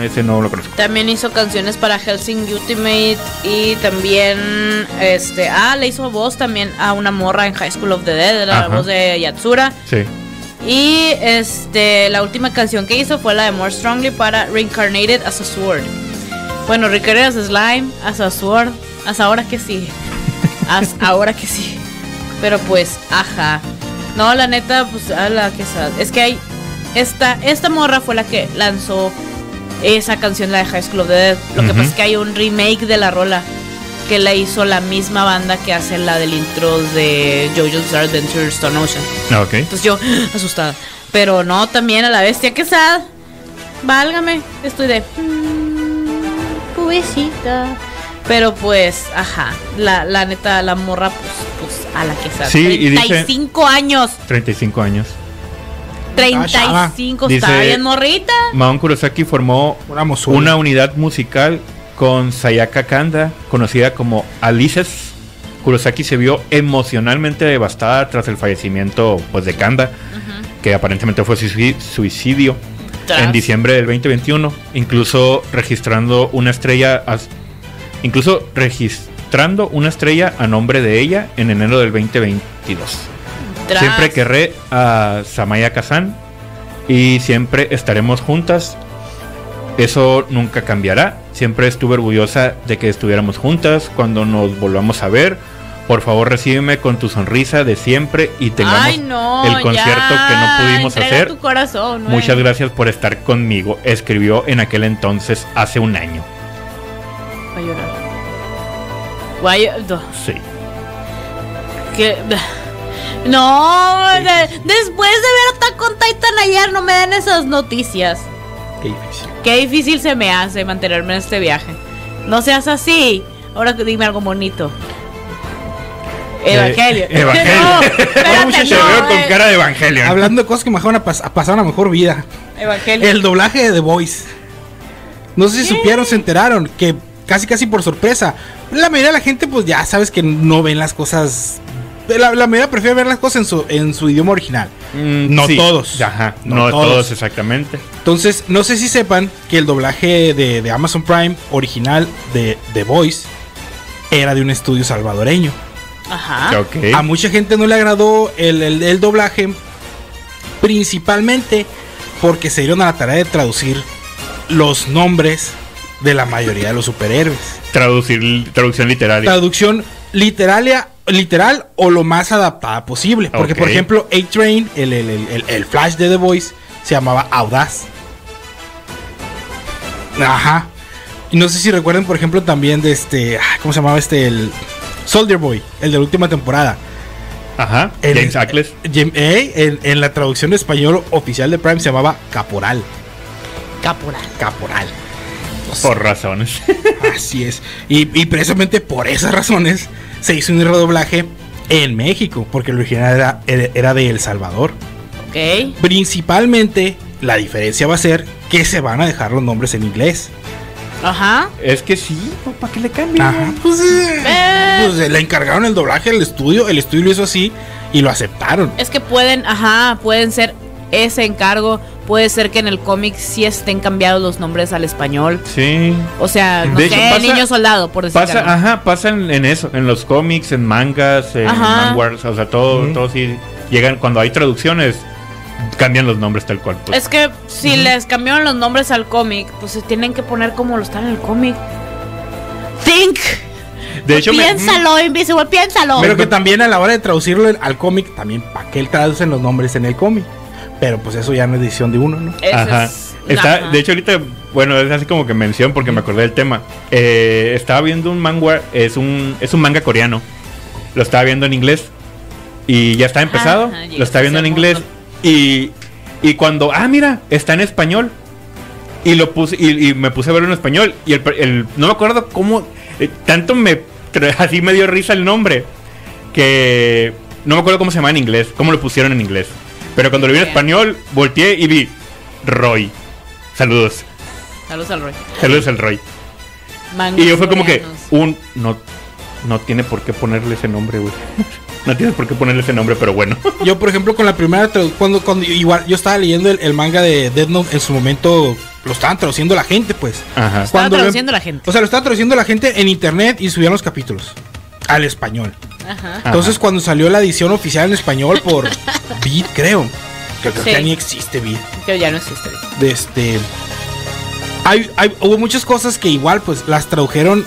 Speaker 1: Ese no lo conozco.
Speaker 2: También hizo canciones para Helsing Ultimate y también este ah le hizo voz también a una morra en High School of the Dead, era la
Speaker 1: Ajá.
Speaker 2: voz de Yatsura.
Speaker 1: Sí.
Speaker 2: Y este, la última canción que hizo fue la de More Strongly para Reincarnated as a Sword. Bueno, requerir Slime, as a Sword, as ahora que sigue. As ahora que sigue. Pero pues, ajá. No, la neta, pues, a la que sad. Es que hay. Esta, esta morra fue la que lanzó esa canción, la de High School of the Dead. Lo que
Speaker 1: Ujú.
Speaker 2: pasa es que hay un remake de la rola que la hizo la misma banda que hace la del intro de JoJo's Bizarre Adventure Stone Ocean.
Speaker 1: Ah, ok.
Speaker 2: Entonces yo, asustada. Pero no, también a la bestia que sad. Válgame, estoy de. mm, Pobrecita. Pero pues, ajá. La, la neta, la morra, pues, pues a la que sad.
Speaker 1: Sí, y dice-
Speaker 2: 35 años.
Speaker 1: 35 años.
Speaker 3: chava.
Speaker 2: 35,
Speaker 1: Ah, Dice-
Speaker 2: estaba bien morrita.
Speaker 1: Maon Kurosaki formó
Speaker 3: Una mozona.
Speaker 1: una unidad musical con Sayaka Kanda, conocida como Alices. Kurosaki se vio emocionalmente devastada tras el fallecimiento pues, de Kanda, que aparentemente fue suici- suicidio en diciembre del 2021, incluso registrando una estrella as- incluso registrando una estrella a nombre de ella en enero del 2022.
Speaker 2: Tras-
Speaker 1: Siempre querré a Samaya Kazan y siempre estaremos juntas. Eso nunca cambiará. Siempre estuve orgullosa de que estuviéramos juntas cuando nos volvamos a ver. Por favor, recíbeme con tu sonrisa de siempre y tengamos
Speaker 2: Ay, no,
Speaker 1: el concierto
Speaker 2: ya,
Speaker 1: que no pudimos
Speaker 2: entrega
Speaker 1: hacer.
Speaker 2: tu corazón, güey.
Speaker 1: Muchas gracias por estar conmigo, escribió en aquel entonces hace un año.
Speaker 2: Voy a llorar. Voy a llor- no,
Speaker 1: Sí.
Speaker 2: que- No, de- después de ver Attack on Titan ayer, no me den esas noticias.
Speaker 3: Qué difícil.
Speaker 2: Qué difícil se me hace mantenerme en este viaje. No seas así. Ahora que dime algo bonito. Evangelio.
Speaker 1: Eh, Evangelio.
Speaker 2: No,
Speaker 3: Uy,
Speaker 2: espérate,
Speaker 3: se
Speaker 2: no,
Speaker 1: veo
Speaker 2: eh,
Speaker 1: con cara de evangelio.
Speaker 3: Hablando de cosas que me dejaron a, pas- a pasar a mejor vida.
Speaker 2: Evangelio.
Speaker 3: El doblaje de The Voice. No sé si supieron, se enteraron, que casi casi por sorpresa. La mayoría de la gente, pues ya sabes que no ven las cosas. La, la mayoría prefiere ver las cosas en su, en su idioma original.
Speaker 1: Mm,
Speaker 3: No todos.
Speaker 1: Ajá.
Speaker 3: No
Speaker 1: No,
Speaker 3: todos.
Speaker 1: todos. exactamente.
Speaker 3: Entonces, no sé si sepan que el doblaje de, de Amazon Prime original de The Voice era de un estudio salvadoreño.
Speaker 2: Ajá.
Speaker 1: Ok.
Speaker 3: A mucha gente no le agradó el, el- el doblaje, principalmente porque se dieron a la tarea de traducir los nombres de la mayoría de los superhéroes.
Speaker 1: Traducir, traducción literaria.
Speaker 3: Traducción literalia, literal o lo más adaptada posible. Porque, por
Speaker 1: Ok.
Speaker 3: ejemplo, A-Train, el, el- el- el- el Flash de The Voice, se llamaba Audaz. Ajá. Y no sé si recuerden, por ejemplo, también de este. ah, ¿Cómo se llamaba este? El Soldier Boy, el de la última temporada.
Speaker 1: Ajá.
Speaker 3: El-
Speaker 1: James Ackles.
Speaker 3: Jim- eh, en, en la traducción de español oficial de Prime se llamaba Caporal.
Speaker 2: Caporal.
Speaker 3: Caporal.
Speaker 1: Por razones.
Speaker 3: Así es. Y, y precisamente por esas razones se hizo un redoblaje en México, porque el original era, era- era de El Salvador.
Speaker 2: Ok.
Speaker 3: Principalmente la diferencia va a ser que se van a dejar los nombres en inglés.
Speaker 2: Ajá.
Speaker 1: es que sí, ¿para qué le cambian?
Speaker 3: Ajá. Pues, eh,
Speaker 2: Eh.
Speaker 3: pues, eh, le encargaron el doblaje al estudio, el estudio lo hizo así y lo aceptaron.
Speaker 2: Es que pueden, ajá, pueden ser ese encargo. Puede ser que en el cómic sí estén cambiados los nombres al español.
Speaker 1: Sí.
Speaker 2: O sea, no
Speaker 1: De
Speaker 2: sé,
Speaker 1: hecho, pasa-
Speaker 2: niño soldado, por decir
Speaker 1: Pasa, ah,
Speaker 2: algo.
Speaker 1: ajá, pasa en, en eso, en los cómics, en mangas, en
Speaker 2: Ajá.
Speaker 1: manguards, o sea, todo,
Speaker 3: Ujú.
Speaker 1: todo sí llegan cuando hay traducciones cambian los nombres tal cual. pues.
Speaker 2: Es que si les cambiaron los nombres al cómic, pues se tienen que poner como lo están en el cómic. Think.
Speaker 1: de hecho, me- Mm.
Speaker 2: piénsalo, invisible, piénsalo.
Speaker 3: Pero que también a la hora de traducirlo al cómic, también para que él traducen los nombres en el cómic. Pero pues eso ya no es decisión de uno, ¿no?
Speaker 2: Eso
Speaker 1: Ajá.
Speaker 2: es-
Speaker 1: Está,
Speaker 2: ajá.
Speaker 1: De hecho, ahorita, bueno, es así como que mención porque me acordé del tema. Eh, estaba viendo un manga, es un, es un manga coreano. Lo estaba viendo en inglés y ya está empezado.
Speaker 2: Ajá, llegaste
Speaker 1: lo estaba viendo
Speaker 2: a
Speaker 1: en
Speaker 2: ese
Speaker 1: inglés
Speaker 2: punto.
Speaker 1: y, y cuando, ah, mira, está en español. Y lo puse y, y me puse a verlo en español y el, el- no me acuerdo cómo eh, tanto me tra- así me dio risa el nombre que no me acuerdo cómo se llama en inglés, cómo lo pusieron en inglés. Pero cuando lo vi en
Speaker 2: Bien.
Speaker 1: español, volteé y vi Roy. Saludos.
Speaker 2: Saludos al Roy.
Speaker 1: Saludos al Roy.
Speaker 2: Mangos
Speaker 1: Y yo fue como que uh,
Speaker 2: coreanos.
Speaker 1: un no no tiene por qué ponerle ese nombre, güey. No tiene por qué ponerle ese nombre, pero bueno.
Speaker 3: Yo, por ejemplo, con la primera tradu- cuando, cuando yo- igual yo estaba leyendo el, el manga de Death Note, en su momento lo estaban traduciendo la gente, pues.
Speaker 1: Ajá.
Speaker 2: Estaba
Speaker 3: Cuando lo-
Speaker 2: traduciendo la gente.
Speaker 3: O sea, lo estaba traduciendo la gente en internet y subían los capítulos al español.
Speaker 2: Ajá.
Speaker 3: Entonces, cuando salió la edición oficial en español por Beat, creo. Que creo que
Speaker 2: Sí.
Speaker 3: ya ni existe Beat.
Speaker 2: Que ya no existe.
Speaker 3: De este. hay, hay- hubo muchas cosas que igual pues las tradujeron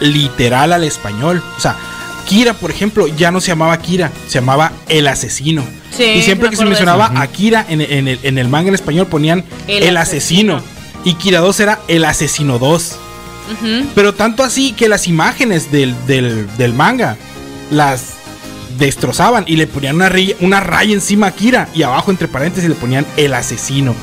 Speaker 3: literal al español. O sea, Kira, por ejemplo, ya no se llamaba Kira, se llamaba El Asesino.
Speaker 2: Sí,
Speaker 3: y siempre
Speaker 2: me
Speaker 3: que se
Speaker 2: acuerdo de
Speaker 3: mencionaba a Kira en, en el, en el manga en español ponían El,
Speaker 2: El
Speaker 3: asesino.
Speaker 2: Asesino.
Speaker 3: Y Kira 2 era El Asesino 2.
Speaker 2: Ujú.
Speaker 3: Pero tanto así que las imágenes del, del, del manga las destrozaban y le ponían una, ri- una raya encima a Kira y abajo entre paréntesis le ponían el asesino.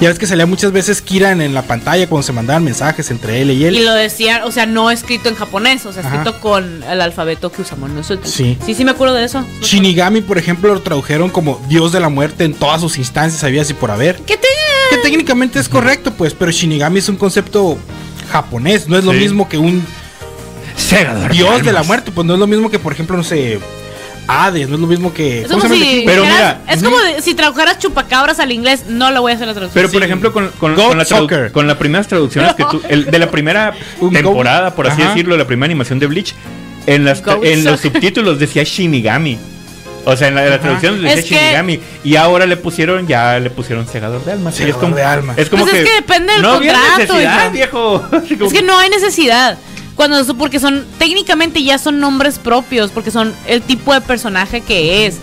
Speaker 3: Ya ves que salía muchas veces Kira en, en la pantalla cuando se mandaban mensajes entre él y él.
Speaker 2: Y lo decían, o sea, no escrito en japonés, o sea,
Speaker 3: Ajá.
Speaker 2: escrito con el alfabeto que usamos nosotros.
Speaker 3: Sí.
Speaker 2: Sí, sí, me acuerdo de eso.
Speaker 3: Shinigami, por ejemplo, lo tradujeron como Dios de la Muerte en todas sus instancias, había y por haber.
Speaker 2: ¿Qué te?
Speaker 3: Que técnicamente es correcto, pues, pero Shinigami es un concepto japonés, no es lo
Speaker 1: Sí.
Speaker 3: mismo que un
Speaker 1: Segador
Speaker 3: Dios de la
Speaker 1: almas.
Speaker 3: Muerte, pues no es lo mismo que, por ejemplo, no sé, Hades, no es lo mismo que...
Speaker 2: Es
Speaker 3: ¿cómo
Speaker 2: como
Speaker 3: se llama el
Speaker 2: si.
Speaker 3: equipo?
Speaker 1: Pero
Speaker 2: dijeras-
Speaker 1: mira,
Speaker 2: es
Speaker 1: ujú.
Speaker 2: como de- si tradujeras chupacabras al inglés, no lo voy a hacer la traducción.
Speaker 1: Pero por
Speaker 2: Sí.
Speaker 1: ejemplo, con, con,
Speaker 3: Goat
Speaker 1: con la tradu-
Speaker 3: Soccer.
Speaker 1: con las primeras traducciones que tú. el- de la primera
Speaker 3: Un
Speaker 1: temporada,
Speaker 3: goat.
Speaker 1: por así
Speaker 3: Ajá.
Speaker 1: decirlo, la primera animación de Bleach, en, las tra-
Speaker 2: Goat
Speaker 1: en los
Speaker 2: Soccer.
Speaker 1: subtítulos decía Shinigami. O sea, en la, en la
Speaker 3: Ajá.
Speaker 1: traducción decía
Speaker 2: Es que-
Speaker 1: Shinigami. Y ahora le pusieron, ya le pusieron Segador de Almas. Y
Speaker 3: Segador
Speaker 1: es como,
Speaker 3: de almas.
Speaker 1: Es como
Speaker 2: Pues
Speaker 1: que,
Speaker 2: es que depende del
Speaker 1: había
Speaker 2: contrato,
Speaker 1: necesidad,
Speaker 2: hija.
Speaker 1: viejo. Así como
Speaker 2: Es que no hay necesidad. Cuando eso, porque son, técnicamente ya son nombres propios, porque son el tipo de personaje que es.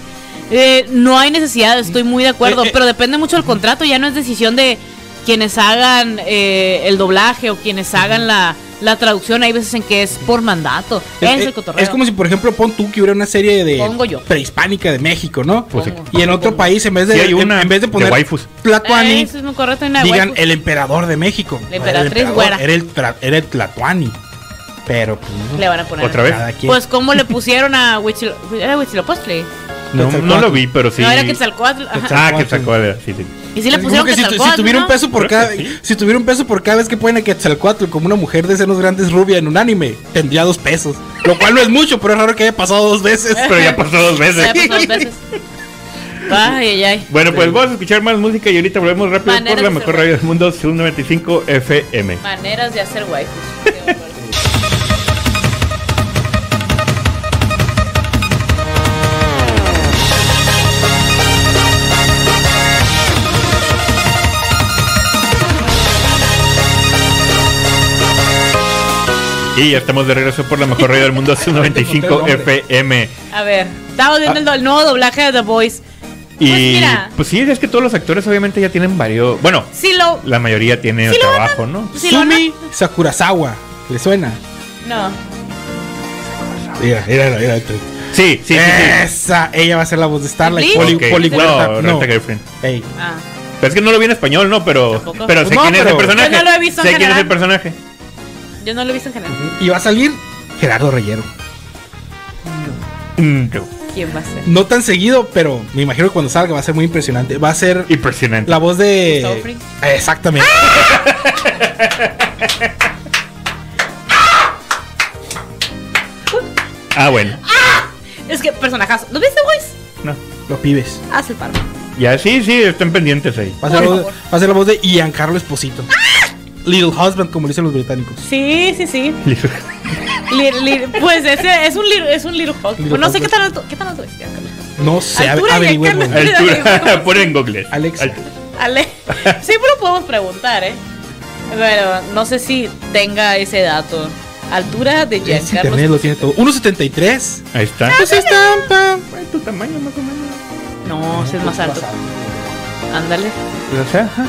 Speaker 2: Eh, no hay necesidad, estoy muy de acuerdo,
Speaker 3: Eh, eh.
Speaker 2: pero depende mucho del contrato, ya no es decisión de quienes hagan eh, el doblaje o quienes hagan la, la traducción, hay veces en que es por mandato.
Speaker 1: Eh,
Speaker 2: Ese es
Speaker 3: Es,
Speaker 2: el
Speaker 3: es-
Speaker 2: cotorreo.
Speaker 3: Eh, es como si, por ejemplo, pon tú que hubiera una serie de
Speaker 2: Pongo yo.
Speaker 3: prehispánica de México, ¿no?
Speaker 1: Pues
Speaker 2: Pongo.
Speaker 1: aquí.
Speaker 3: Y en otro país, en vez de,
Speaker 1: Sí, hay
Speaker 3: en-
Speaker 1: una
Speaker 3: en vez de
Speaker 1: de
Speaker 3: poner
Speaker 1: waifus.
Speaker 3: Tlatuani,
Speaker 2: Eh, eso es muy correcto, hay una pues,
Speaker 3: digan
Speaker 2: waifu.
Speaker 3: el emperador de México.
Speaker 2: La emperatriz
Speaker 3: Era el emperador,
Speaker 2: güera.
Speaker 3: Era el, tra- era el Tlatuani. Pero, pues, no.
Speaker 2: Le van a poner.
Speaker 1: Otra vez.
Speaker 3: Cada quien.
Speaker 2: Pues como le pusieron a Huichilo- ¿era Huitzilopochtli?
Speaker 1: No, no lo vi, pero sí.
Speaker 2: No, era Quetzalcóatl. ajá.
Speaker 1: Ah, que sacó sí, sí.
Speaker 2: Y sí le pusieron
Speaker 3: Es Pues, como que si, tu- si
Speaker 2: Quetzalcóatl,
Speaker 3: tuviera un
Speaker 2: ¿no?
Speaker 3: peso por
Speaker 1: Creo
Speaker 3: cada
Speaker 1: que sí.
Speaker 3: si tuviera un peso por cada vez que ponen a Quetzalcoatl como una mujer de senos grandes rubia en un anime tendría dos pesos lo cual no es mucho pero es raro que haya pasado dos veces
Speaker 1: Pero ya pasó dos veces.
Speaker 2: Ya pasó pues, dos veces. Ay, ay, ay.
Speaker 1: Bueno, pues vamos a escuchar más música y ahorita volvemos rápido
Speaker 2: Manera
Speaker 1: por la
Speaker 2: de
Speaker 1: mejor
Speaker 2: ser
Speaker 1: radio del mundo, 195 FM.
Speaker 2: Maneras de hacer waifus.
Speaker 1: Y ya estamos de regreso por la mejor radio del mundo, 195 FM.
Speaker 2: A ver, estamos viendo
Speaker 3: Ah.
Speaker 2: el, do- el nuevo doblaje de The Voice.
Speaker 1: Y
Speaker 2: Pues mira.
Speaker 1: pues sí, es que todos los actores obviamente ya tienen varios. Bueno,
Speaker 2: Si lo.
Speaker 1: la mayoría tiene
Speaker 2: Sí, lo van a-
Speaker 1: trabajo, ¿no?
Speaker 2: Si lo
Speaker 3: Sumi Sakurazawa le suena
Speaker 2: No.
Speaker 3: mira, mira, mira.
Speaker 1: Sí, sí, sí. sí.
Speaker 3: esa ella va a ser la voz de Starlight
Speaker 2: ¿Bleach?
Speaker 3: Eh, Poli,
Speaker 1: Ok,
Speaker 3: Poli
Speaker 1: no,
Speaker 3: Huerta, no.
Speaker 1: Renta Girlfriend.
Speaker 3: Ey.
Speaker 2: Ah.
Speaker 1: Pero es que no lo vi en español, ¿no? Pero,
Speaker 2: Tampoco.
Speaker 1: pero sé
Speaker 3: Pues No,
Speaker 1: quién es el
Speaker 3: pero-
Speaker 1: personaje.
Speaker 2: Yo no lo he visto en
Speaker 1: sé quién es el
Speaker 2: general.
Speaker 1: personaje.
Speaker 2: Yo no lo he visto en general.
Speaker 3: y va a salir Gerardo Reyero
Speaker 1: Mm, no.
Speaker 2: ¿Quién va a ser?
Speaker 3: no tan seguido pero me imagino que cuando salga va a ser muy impresionante va a ser
Speaker 1: Impresionante.
Speaker 3: la voz de Ah,
Speaker 2: Gustavo ¡Ah! Fring.
Speaker 3: exactamente
Speaker 1: Ah, bueno.
Speaker 2: Es que personajazo. ¿Lo viste, Voice?
Speaker 1: No.
Speaker 3: los pibes
Speaker 2: Haz el paro.
Speaker 1: Ya sí, sí, están pendientes ahí.
Speaker 3: Va a, ser
Speaker 2: Por
Speaker 3: la voz,
Speaker 2: favor. ¡Ah!
Speaker 3: va a ser la voz de Giancarlo Esposito. Little Husband, como dicen los británicos.
Speaker 2: Sí, sí, sí. Li- li- pues ese es un little, es un little Hulk. Pues,
Speaker 3: Little
Speaker 2: no sé
Speaker 3: Hulk.
Speaker 2: qué tan alto, qué tan alto es. ya, Carlos.
Speaker 3: No sé, a
Speaker 2: Altura,
Speaker 3: averigüemos.
Speaker 2: Giancarlo.
Speaker 1: Altura, pon en Google.
Speaker 3: Alexa.
Speaker 1: Altura.
Speaker 2: Ale, siempre lo podemos preguntar, ¿eh? Pero no sé si tenga ese dato. Altura de
Speaker 3: Es
Speaker 2: Giancarlo. Ah,
Speaker 3: internet lo tiene todo. 1.73.
Speaker 1: Ahí está.
Speaker 3: Pues está. pa.
Speaker 1: Ay, tu tamaño más o menos.
Speaker 2: No, ese es más alto. Ándale.
Speaker 3: Eh.
Speaker 1: Pues, o sea, ajá.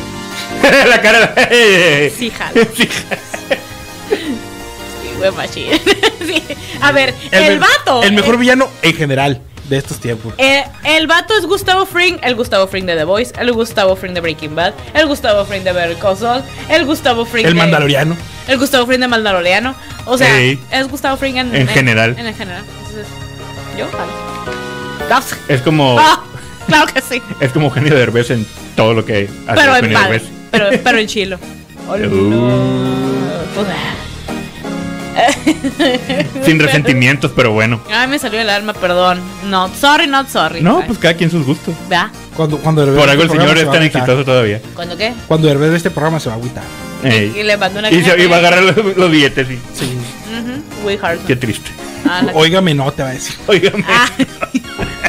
Speaker 1: la cara. de-
Speaker 2: Sí, jala.
Speaker 1: Sí, jala.
Speaker 2: Sí, güey, machín. Sí. A ver, el,
Speaker 3: me-
Speaker 2: vato.
Speaker 3: El mejor
Speaker 2: eh,
Speaker 3: villano en general de estos tiempos.
Speaker 2: eh, el vato es Gustavo Fring, el Gustavo Fring de The Voice, el Gustavo Fring de Breaking Bad, el Gustavo Fring de Better Call Saul, el Gustavo Fring
Speaker 3: El
Speaker 2: de-
Speaker 3: mandaloriano.
Speaker 2: El Gustavo Fring de Mandaloriano. O sea,
Speaker 1: Ey.
Speaker 2: es Gustavo Fring en,
Speaker 1: En general.
Speaker 2: En, general. Entonces, yo, jalo. That's-
Speaker 1: Es como.
Speaker 2: Ah, claro que sí.
Speaker 1: Es como Eugenio Derbez en todo lo que hace
Speaker 2: Pero en
Speaker 1: Eugenio
Speaker 2: padre.
Speaker 1: Derbez.
Speaker 2: Pero, pero en chilo. Hola.
Speaker 1: Uh.
Speaker 2: Pues, ah.
Speaker 1: Sin resentimientos, pero bueno.
Speaker 2: Ay, me salió el alma, perdón. No, sorry, not sorry.
Speaker 1: No,
Speaker 2: Ay,
Speaker 1: pues cada quien sus gustos.
Speaker 2: ¿Va?
Speaker 3: Cuando, cuando Herbert
Speaker 1: Por algo el
Speaker 3: este
Speaker 1: señor
Speaker 3: programa se
Speaker 1: es
Speaker 3: va a
Speaker 1: tan
Speaker 3: agüitar.
Speaker 1: exitoso todavía.
Speaker 2: ¿Cuando qué?
Speaker 3: Cuando Herbert ve este programa se va a agüitar.
Speaker 2: Y
Speaker 1: Ey.
Speaker 2: le mandó una
Speaker 1: Y, se,
Speaker 2: caja.
Speaker 1: y va a agarrar los, los billetes, sí.
Speaker 2: Ujú, We heart.
Speaker 1: Qué triste.
Speaker 2: Ah, la-
Speaker 3: Óigame, no te va a decir.
Speaker 1: Óigame.
Speaker 2: Ah.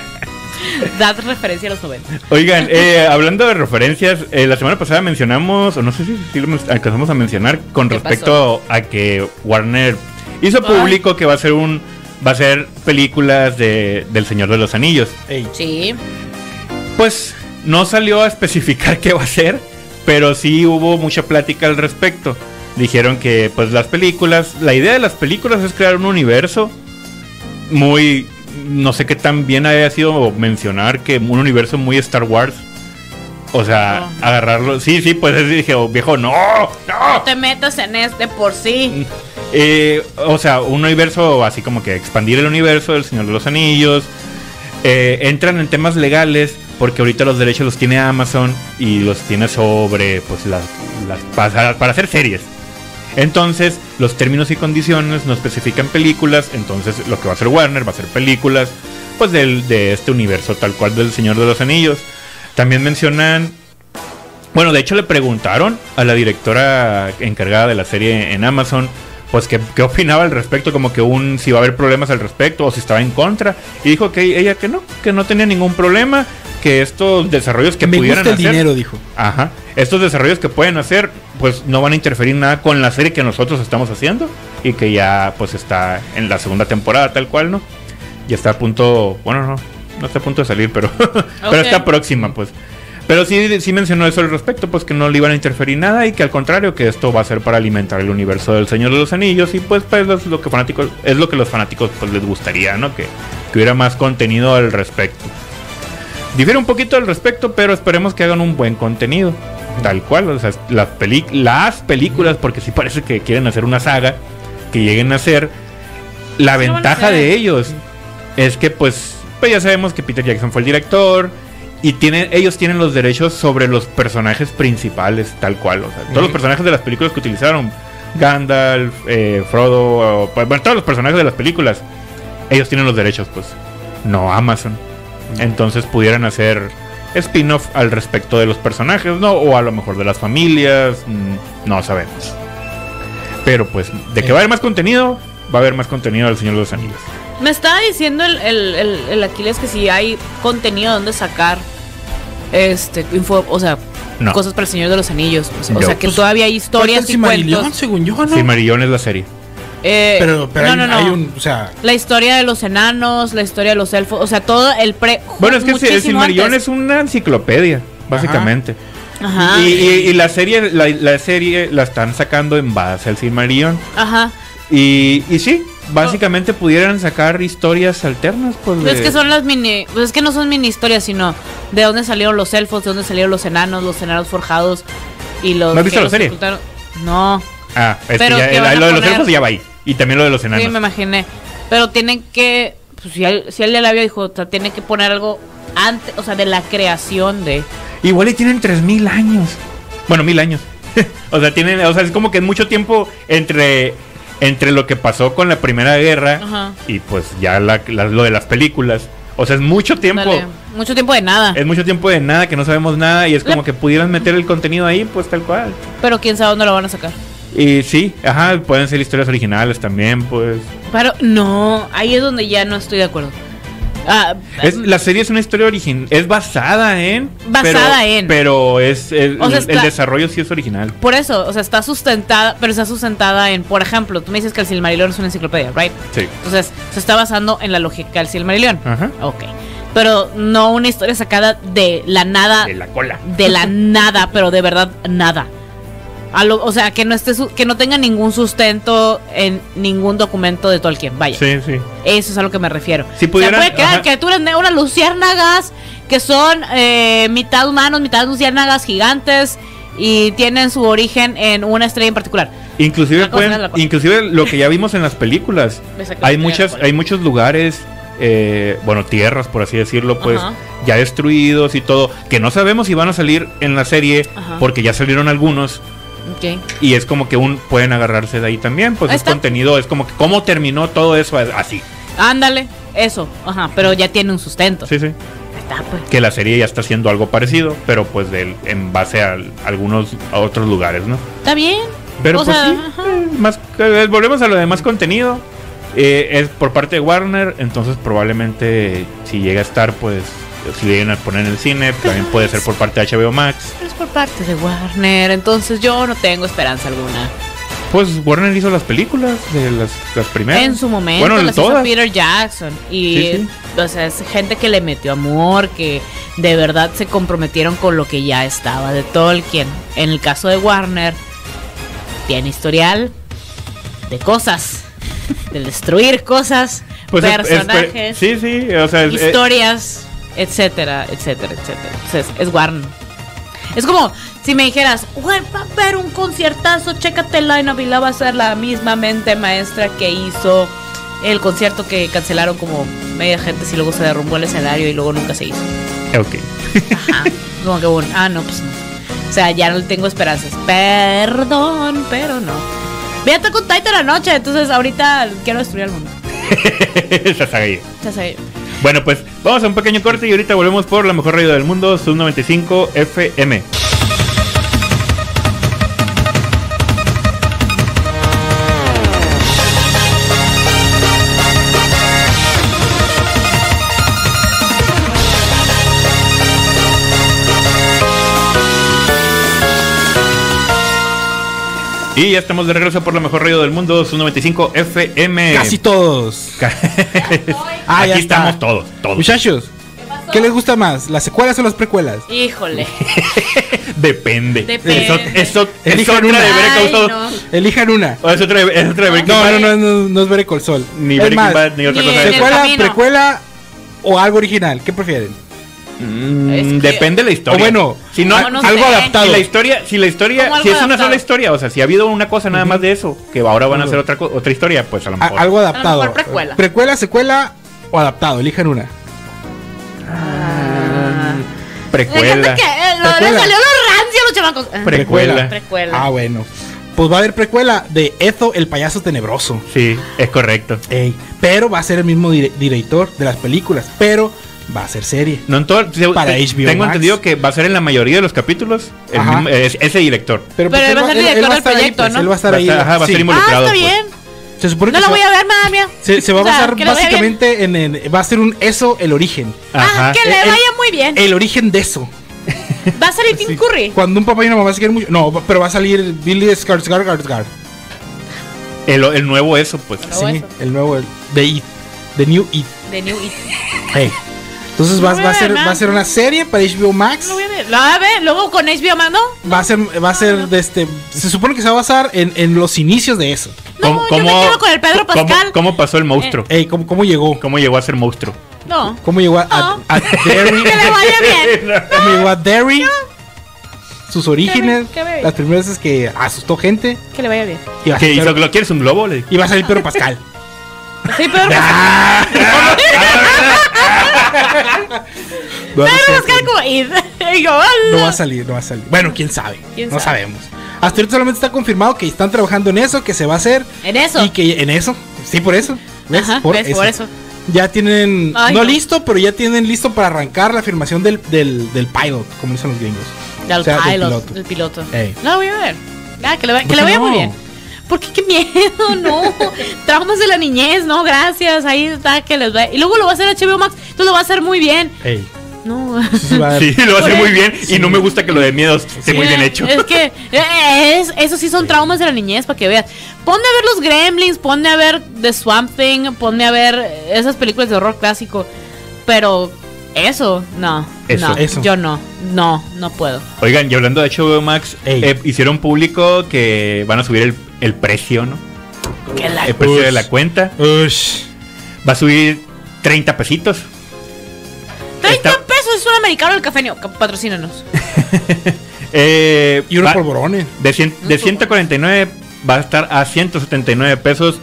Speaker 2: Dad referencia a los 90.
Speaker 1: Oigan, eh, hablando de referencias, eh, la semana pasada mencionamos, o no sé si, si lo men- alcanzamos a mencionar, con
Speaker 2: ¿Qué
Speaker 1: respecto a que Warner hizo público que va a ser un. Va a ser películas de, del Señor de los Anillos.
Speaker 3: Ey,
Speaker 2: Sí.
Speaker 1: Pues no salió a especificar qué va a ser, pero sí hubo mucha plática al respecto. Dijeron que pues las películas, la idea de las películas es crear un universo muy, no sé qué tan bien haya sido mencionar que un universo muy Star Wars. O sea,
Speaker 2: Ajá.
Speaker 1: agarrarlo. Sí, sí, pues así dije, oh, viejo, no, no.
Speaker 2: No te metas en este por sí.
Speaker 1: Eh, o sea, un universo así como que expandir el universo del Señor de los Anillos. Eh, entran en temas legales porque ahorita los derechos los tiene Amazon y los tiene sobre pues las, las para, para hacer series. Entonces, los términos y condiciones no especifican películas, entonces lo que va a hacer Warner va a ser películas pues del, de este universo tal cual del Señor de los Anillos. También mencionan bueno, de hecho le preguntaron a la directora encargada de la serie en Amazon, pues que- qué opinaba al respecto, como que un si va a haber problemas al respecto o si estaba en contra. Y dijo que ella que no, que no tenía ningún problema, que estos desarrollos que
Speaker 3: me gusta
Speaker 1: pudieran
Speaker 3: el
Speaker 1: hacer,
Speaker 3: dinero, dijo.
Speaker 1: ajá, estos desarrollos que pueden hacer, pues no van a interferir nada con la serie que nosotros estamos haciendo y que ya pues está en la segunda temporada tal cual, ¿no? Ya está a punto, bueno, no, no está a punto de salir, pero pero
Speaker 2: Ok.
Speaker 1: está próxima, pues. Pero sí, sí mencionó eso al respecto, pues que no le iban a interferir nada y que al contrario, que esto va a ser para alimentar el universo del Señor de los Anillos y pues, pues es lo que fanáticos, es lo que los fanáticos pues les gustaría, ¿no? Que, que hubiera más contenido al respecto. Difiere un poquito al respecto, pero esperemos que hagan un buen contenido. Tal cual, o sea, las, peli- las películas, porque sí parece que quieren hacer una saga, que lleguen a ser. La
Speaker 2: Sí lo van a
Speaker 1: ventaja
Speaker 2: hacer.
Speaker 1: de ellos es que pues, pues ya sabemos que Peter Jackson fue el director y tienen, ellos tienen los derechos sobre los personajes principales, tal cual. O sea, todos los
Speaker 3: Ujú.
Speaker 1: personajes de las películas que utilizaron, Gandalf, eh, Frodo, o- pues, bueno, todos los personajes de las películas, ellos tienen los derechos, pues, no Amazon. Entonces pudieran hacer spin-off al respecto de los personajes, ¿no? O a lo mejor de las familias, mm, no sabemos. Pero pues, de que va a haber más contenido, va a haber más contenido del Señor de los Anillos.
Speaker 2: Me estaba diciendo el, el- el- el Aquiles que si hay contenido donde sacar este info, o sea,
Speaker 1: No.
Speaker 2: cosas para el Señor de los Anillos. pues, o
Speaker 1: Yo,
Speaker 2: sea, que
Speaker 1: pues,
Speaker 2: todavía hay
Speaker 3: Falta
Speaker 2: historias
Speaker 3: el
Speaker 2: y
Speaker 3: Silmarillion,
Speaker 2: cuentos.
Speaker 3: según yo, ¿no?
Speaker 1: Silmarillion es la serie.
Speaker 2: Eh,
Speaker 3: pero pero
Speaker 2: no,
Speaker 3: hay,
Speaker 2: no, no.
Speaker 3: hay un, o sea,
Speaker 2: La historia de los enanos, la historia de los elfos, o sea, todo el pre.
Speaker 1: Bueno, es que el
Speaker 2: muchísimo
Speaker 1: Silmarillion
Speaker 2: antes.
Speaker 1: es una enciclopedia, básicamente.
Speaker 2: Ajá.
Speaker 1: Y, y- y la serie la, la serie la están sacando en base al Silmarillion.
Speaker 2: Ajá.
Speaker 1: Y, y sí, básicamente pudieran sacar historias alternas. Pues,
Speaker 2: Pues es
Speaker 1: de-
Speaker 2: que son las mini. Pues es que no son mini historias, sino de dónde salieron los elfos, de dónde salieron los enanos, los enanos forjados y los.
Speaker 1: ¿No has visto
Speaker 2: que
Speaker 1: la
Speaker 2: los
Speaker 1: serie?
Speaker 2: ocultaron. No,
Speaker 1: Ah, es que
Speaker 2: Pero
Speaker 1: ya-
Speaker 2: que van a
Speaker 1: lo de los
Speaker 2: poner-
Speaker 1: elfos ya va ahí. Y también lo de los enanos.
Speaker 2: sí, me imaginé. Pero tienen que. Pues si él, si él ya la vio, dijo, o sea, tiene que poner algo antes, o sea, de la creación de.
Speaker 1: Igual y tienen 3000 años. Bueno, mil años. o sea, tienen, o sea, es como que es mucho tiempo entre entre lo que pasó con la Primera Guerra
Speaker 2: Ajá.
Speaker 1: y pues ya la- la- lo de las películas. O sea, es mucho tiempo. Eh.
Speaker 2: Ándale, mucho tiempo de nada.
Speaker 1: Es mucho tiempo de nada que no sabemos nada y es como que pudieran meter el contenido ahí, pues tal cual.
Speaker 2: Pero quién sabe dónde lo van a sacar.
Speaker 1: Y sí, ajá, pueden ser historias originales también, pues.
Speaker 2: Pero no, ahí es donde ya no estoy de acuerdo. Ah,
Speaker 1: Es, la serie es una historia original, es basada en.
Speaker 2: Basada
Speaker 1: pero-
Speaker 2: en.
Speaker 1: Pero es. el-
Speaker 2: O sea,
Speaker 1: el
Speaker 2: está-
Speaker 1: desarrollo sí es original.
Speaker 2: Por eso, o sea, está sustentada, pero está sustentada en, por ejemplo, tú me dices que el Silmarillion es una enciclopedia, ¿right?
Speaker 1: Sí.
Speaker 2: Entonces, se está basando en la lógica del Silmarillion.
Speaker 1: Ajá.
Speaker 2: Ok. Pero no una historia sacada de la nada,
Speaker 1: Ah. De la cola.
Speaker 2: de la nada, pero de verdad nada. A lo- o sea, que no esté su- que no tenga ningún sustento en ningún documento de Tolkien, vaya.
Speaker 1: Sí, sí.
Speaker 2: Eso es a lo que me refiero.
Speaker 1: Si pudieran-
Speaker 2: Se puede crear
Speaker 1: ajá.
Speaker 2: criaturas negras, luciérnagas, que son eh, mitad humanos, mitad luciérnagas gigantes y tienen su origen en una estrella en particular.
Speaker 1: Inclusive,
Speaker 2: Una cosa
Speaker 1: pueden-
Speaker 2: es la cola.
Speaker 1: inclusive lo que ya vimos en las películas.
Speaker 2: Me sacó
Speaker 1: Hay
Speaker 2: la
Speaker 1: muchas,
Speaker 2: cola.
Speaker 1: hay muchos lugares, eh, bueno, tierras, por así decirlo, pues,
Speaker 2: Ajá.
Speaker 1: ya destruidos y todo, que no sabemos si van a salir en la serie,
Speaker 2: Ajá.
Speaker 1: porque ya salieron algunos,
Speaker 2: Ok.
Speaker 1: y es como que un pueden agarrarse de ahí también, pues
Speaker 2: Ahí
Speaker 1: es
Speaker 2: está.
Speaker 1: contenido, es como que cómo terminó todo eso así.
Speaker 2: Ándale, eso. Ajá, pero ya tiene un sustento.
Speaker 1: Sí, sí.
Speaker 2: Ahí está, pues.
Speaker 1: Que la serie ya está haciendo algo parecido, pero pues del, en base a algunos a otros lugares, ¿no?
Speaker 2: Está bien.
Speaker 1: Pero
Speaker 2: O
Speaker 1: pues
Speaker 2: sea,
Speaker 1: sí,
Speaker 2: ajá.
Speaker 1: eh, más, eh, volvemos a lo de más contenido. eh, es por parte de Warner, entonces probablemente si llega a estar, pues si vienen a poner en el cine, pues, también puede ser por parte de HBO Max.
Speaker 2: Pero es por parte de Warner, entonces yo no tengo esperanza alguna.
Speaker 1: Pues Warner hizo las películas de las, las primeras.
Speaker 2: En su momento
Speaker 1: Bueno,
Speaker 2: las hizo
Speaker 1: todas.
Speaker 2: Peter Jackson y
Speaker 1: Sí,
Speaker 2: o sea, es gente que le metió amor, que de verdad se comprometieron con lo que ya estaba de Tolkien. En el caso de Warner tiene historial de cosas, de destruir cosas,
Speaker 1: Pues es- es-
Speaker 2: personajes,
Speaker 1: sí, sí, o sea, es- eh,
Speaker 2: historias, etcétera, etcétera, etcétera. O sea, es, es Warner. Es como si me dijeras, güey, va a haber un conciertazo, chécate el line-up y la va a ser la misma mente maestra que hizo el concierto que cancelaron como media gente y luego se derrumbó el escenario y luego nunca se hizo.
Speaker 1: ok.
Speaker 2: Ajá. como que bueno, ah, no, pues no. O sea, ya no tengo esperanzas. Perdón, pero no. Voy a estar con Titan anoche, entonces ahorita quiero destruir el mundo.
Speaker 1: Esa saga ahí.
Speaker 2: Ya sé.
Speaker 1: Bueno, pues vamos a un pequeño corte y ahorita volvemos por la mejor radio del mundo, Sub 95 FM. Y ya estamos de regreso por la mejor radio del mundo, Sub 95 FM.
Speaker 3: Casi todos. Ah,
Speaker 1: Eh, Aquí
Speaker 3: ya está.
Speaker 1: estamos todos, todos.
Speaker 3: Muchachos, ¿qué les gusta más? ¿Las secuelas o las precuelas?
Speaker 2: Híjole.
Speaker 1: Depende.
Speaker 2: Depende.
Speaker 1: Eso, eso, es
Speaker 3: Elijan
Speaker 1: otra de
Speaker 3: una.
Speaker 1: haber
Speaker 2: Ay,
Speaker 1: causado-
Speaker 2: no.
Speaker 3: Elijan una.
Speaker 1: o Es otra de, es otra de Breaking
Speaker 3: No,
Speaker 1: Bad,
Speaker 3: no, no, no, no es Veracol Sol.
Speaker 1: eh, Ni
Speaker 3: Es
Speaker 1: Breaking
Speaker 3: más,
Speaker 1: Bad, ni otra
Speaker 2: ni
Speaker 1: cosa. de
Speaker 2: en el
Speaker 1: esas.
Speaker 3: ¿Secuela,
Speaker 2: camino.
Speaker 3: precuela o algo original? ¿Qué prefieren?
Speaker 1: Mm,
Speaker 2: Es que-
Speaker 1: Depende de la historia.
Speaker 3: O bueno,
Speaker 1: si no,
Speaker 2: no, no
Speaker 1: algo
Speaker 2: sé.
Speaker 1: adaptado. Si la historia, si la historia,
Speaker 2: Como algo
Speaker 1: si es una
Speaker 2: adaptado.
Speaker 1: sola historia, o sea, si ha habido una cosa nada más de eso, que ahora van a
Speaker 3: Claro.
Speaker 1: hacer otra co- otra historia, pues a lo
Speaker 3: A-
Speaker 1: mejor.
Speaker 3: algo adaptado.
Speaker 2: mejor precuela.
Speaker 3: secuela o adaptado. Elijan una.
Speaker 1: Precuela.
Speaker 2: Fíjate que eh, lo- le
Speaker 3: Precuela.
Speaker 2: salió lo rancio a los chamacos. Ah,
Speaker 1: Precuela.
Speaker 2: Precuela.
Speaker 3: Ah, bueno. Pues va a haber precuela de Ezo, el payaso tenebroso.
Speaker 1: Sí, es correcto.
Speaker 3: Ey, pero va a ser el mismo dire- director de las películas. Pero va a ser serie.
Speaker 1: No en todo, se-
Speaker 3: Para
Speaker 1: te-
Speaker 3: HBO
Speaker 1: tengo
Speaker 3: Max.
Speaker 1: entendido que va a ser en la mayoría de los capítulos el
Speaker 3: Ajá.
Speaker 1: mismo- es- ese director.
Speaker 2: Pero
Speaker 3: pues,
Speaker 2: él va a ser director del
Speaker 3: estar ahí,
Speaker 2: proyecto,
Speaker 3: pues,
Speaker 2: ¿no?
Speaker 3: Él va a estar
Speaker 1: Va a
Speaker 3: ahí.
Speaker 1: estar- ajá, va a
Speaker 3: sí.
Speaker 1: ser
Speaker 2: Ah,
Speaker 1: involucrado,
Speaker 2: está
Speaker 1: pues.
Speaker 2: bien.
Speaker 3: Se supone
Speaker 2: No
Speaker 3: que
Speaker 2: la
Speaker 3: se va-
Speaker 2: voy a ver, nada mía.
Speaker 3: Se, se va a
Speaker 2: O sea,
Speaker 3: basar
Speaker 2: que le vaya
Speaker 3: básicamente en, en- Va a ser un eso el origen.
Speaker 2: Ah, que le
Speaker 3: El-
Speaker 2: vaya muy bien.
Speaker 3: El origen de eso.
Speaker 2: Va a salir Tim Curry.
Speaker 3: Cuando un papá y una mamá se quieren mucho. No, pero va a salir Billy Skarsgård. Skarsgård.
Speaker 1: El, el nuevo eso, pues.
Speaker 2: Nuevo
Speaker 3: Sí,
Speaker 2: Oh, eso.
Speaker 3: el nuevo. el- de It. The New It.
Speaker 2: De New It.
Speaker 3: Hey. Entonces va,
Speaker 2: No
Speaker 3: va a
Speaker 2: veo
Speaker 3: ser,
Speaker 2: nada.
Speaker 3: va a ser una serie para HBO Max.
Speaker 2: Lo voy a ver. Lo voy a ver. Luego con HBO Mando.
Speaker 3: Va a ser, va a
Speaker 2: Ah.
Speaker 3: ser de este. Se supone que se va a basar en, en los inicios de eso.
Speaker 2: No, yo me quedo con el Pedro
Speaker 1: cómo-
Speaker 2: Pascal. Eh,
Speaker 1: ¿Cómo, pasó el monstruo?
Speaker 3: Ey, ¿cómo, cómo llegó?
Speaker 1: ¿Cómo llegó a ser monstruo?
Speaker 2: No.
Speaker 3: ¿Cómo llegó a, a-
Speaker 2: No.
Speaker 3: a Derry?
Speaker 2: Que le vaya bien.
Speaker 3: ¿Cómo llegó a Derry? Sus orígenes,
Speaker 2: qué bello.
Speaker 3: las primeras veces que asustó gente.
Speaker 2: Que le vaya bien.
Speaker 3: Y va a,
Speaker 1: ¿Qué
Speaker 3: ser-
Speaker 1: hizo? ¿Lo quieres un globo? Le dije.
Speaker 3: y va a salir Pedro Pascal.
Speaker 2: Sí, Pedro Pascal.
Speaker 3: No, no sé,
Speaker 2: Pedro Pascal como Id. Y yo, ah,
Speaker 3: no va
Speaker 2: no.
Speaker 3: a salir, no va a salir. Bueno, quién sabe.
Speaker 2: ¿Quién
Speaker 3: no
Speaker 2: sabe?
Speaker 3: sabemos. Hasta ahorita solamente está confirmado que están trabajando en eso, que se va a hacer.
Speaker 2: En eso.
Speaker 3: Y que en eso. Sí, por eso. ¿Ves?
Speaker 2: Ajá,
Speaker 3: por,
Speaker 2: ves,
Speaker 3: eso.
Speaker 2: por eso.
Speaker 3: Ya tienen.
Speaker 2: Ay,
Speaker 3: no,
Speaker 2: no.
Speaker 3: listo, pero ya tienen listo para arrancar la afirmación del, del, del pilot, como dicen los gringos.
Speaker 2: Del
Speaker 3: O sea, del
Speaker 2: pilot.
Speaker 3: piloto.
Speaker 2: Del piloto.
Speaker 3: Ey.
Speaker 2: No, voy a ver. Ah, que le, va- que
Speaker 3: ¿Por
Speaker 2: le
Speaker 3: qué
Speaker 2: vaya muy
Speaker 3: no?
Speaker 2: bien. Porque qué miedo, no. Traumas de la niñez, no, gracias. Ahí está, que les va. Y luego lo va a hacer HBO Max. Tú lo vas a hacer muy bien.
Speaker 3: Ey.
Speaker 2: No.
Speaker 3: Sí, va a-
Speaker 1: Sí, lo hace
Speaker 2: Por
Speaker 1: muy
Speaker 2: él.
Speaker 1: bien y no me gusta que lo de miedos esté muy bien
Speaker 2: Eh,
Speaker 1: hecho.
Speaker 2: Es que eh, es, esos sí son traumas de la niñez, para que veas. Ponme a ver los Gremlins, ponme a ver The Swamp Thing, ponme a ver esas películas de horror clásico. Pero eso, no.
Speaker 1: Eso.
Speaker 2: no,
Speaker 3: Eso.
Speaker 2: Yo no. No, no puedo.
Speaker 1: Oigan, y hablando de HBO Max,
Speaker 3: Ey.
Speaker 1: eh, hicieron público que van a subir el, el precio, ¿no?
Speaker 2: Que la-
Speaker 1: El precio
Speaker 3: Ush.
Speaker 1: de la cuenta.
Speaker 3: Ush.
Speaker 1: Va a subir 30 pesitos.
Speaker 2: 30
Speaker 1: Está-
Speaker 2: pesos es un americano el café, Neo, ca- patrocínanos.
Speaker 1: Eh,
Speaker 3: Y unos
Speaker 1: va-
Speaker 3: polvorones.
Speaker 1: de, cien- de 149 va a estar a 179 pesos.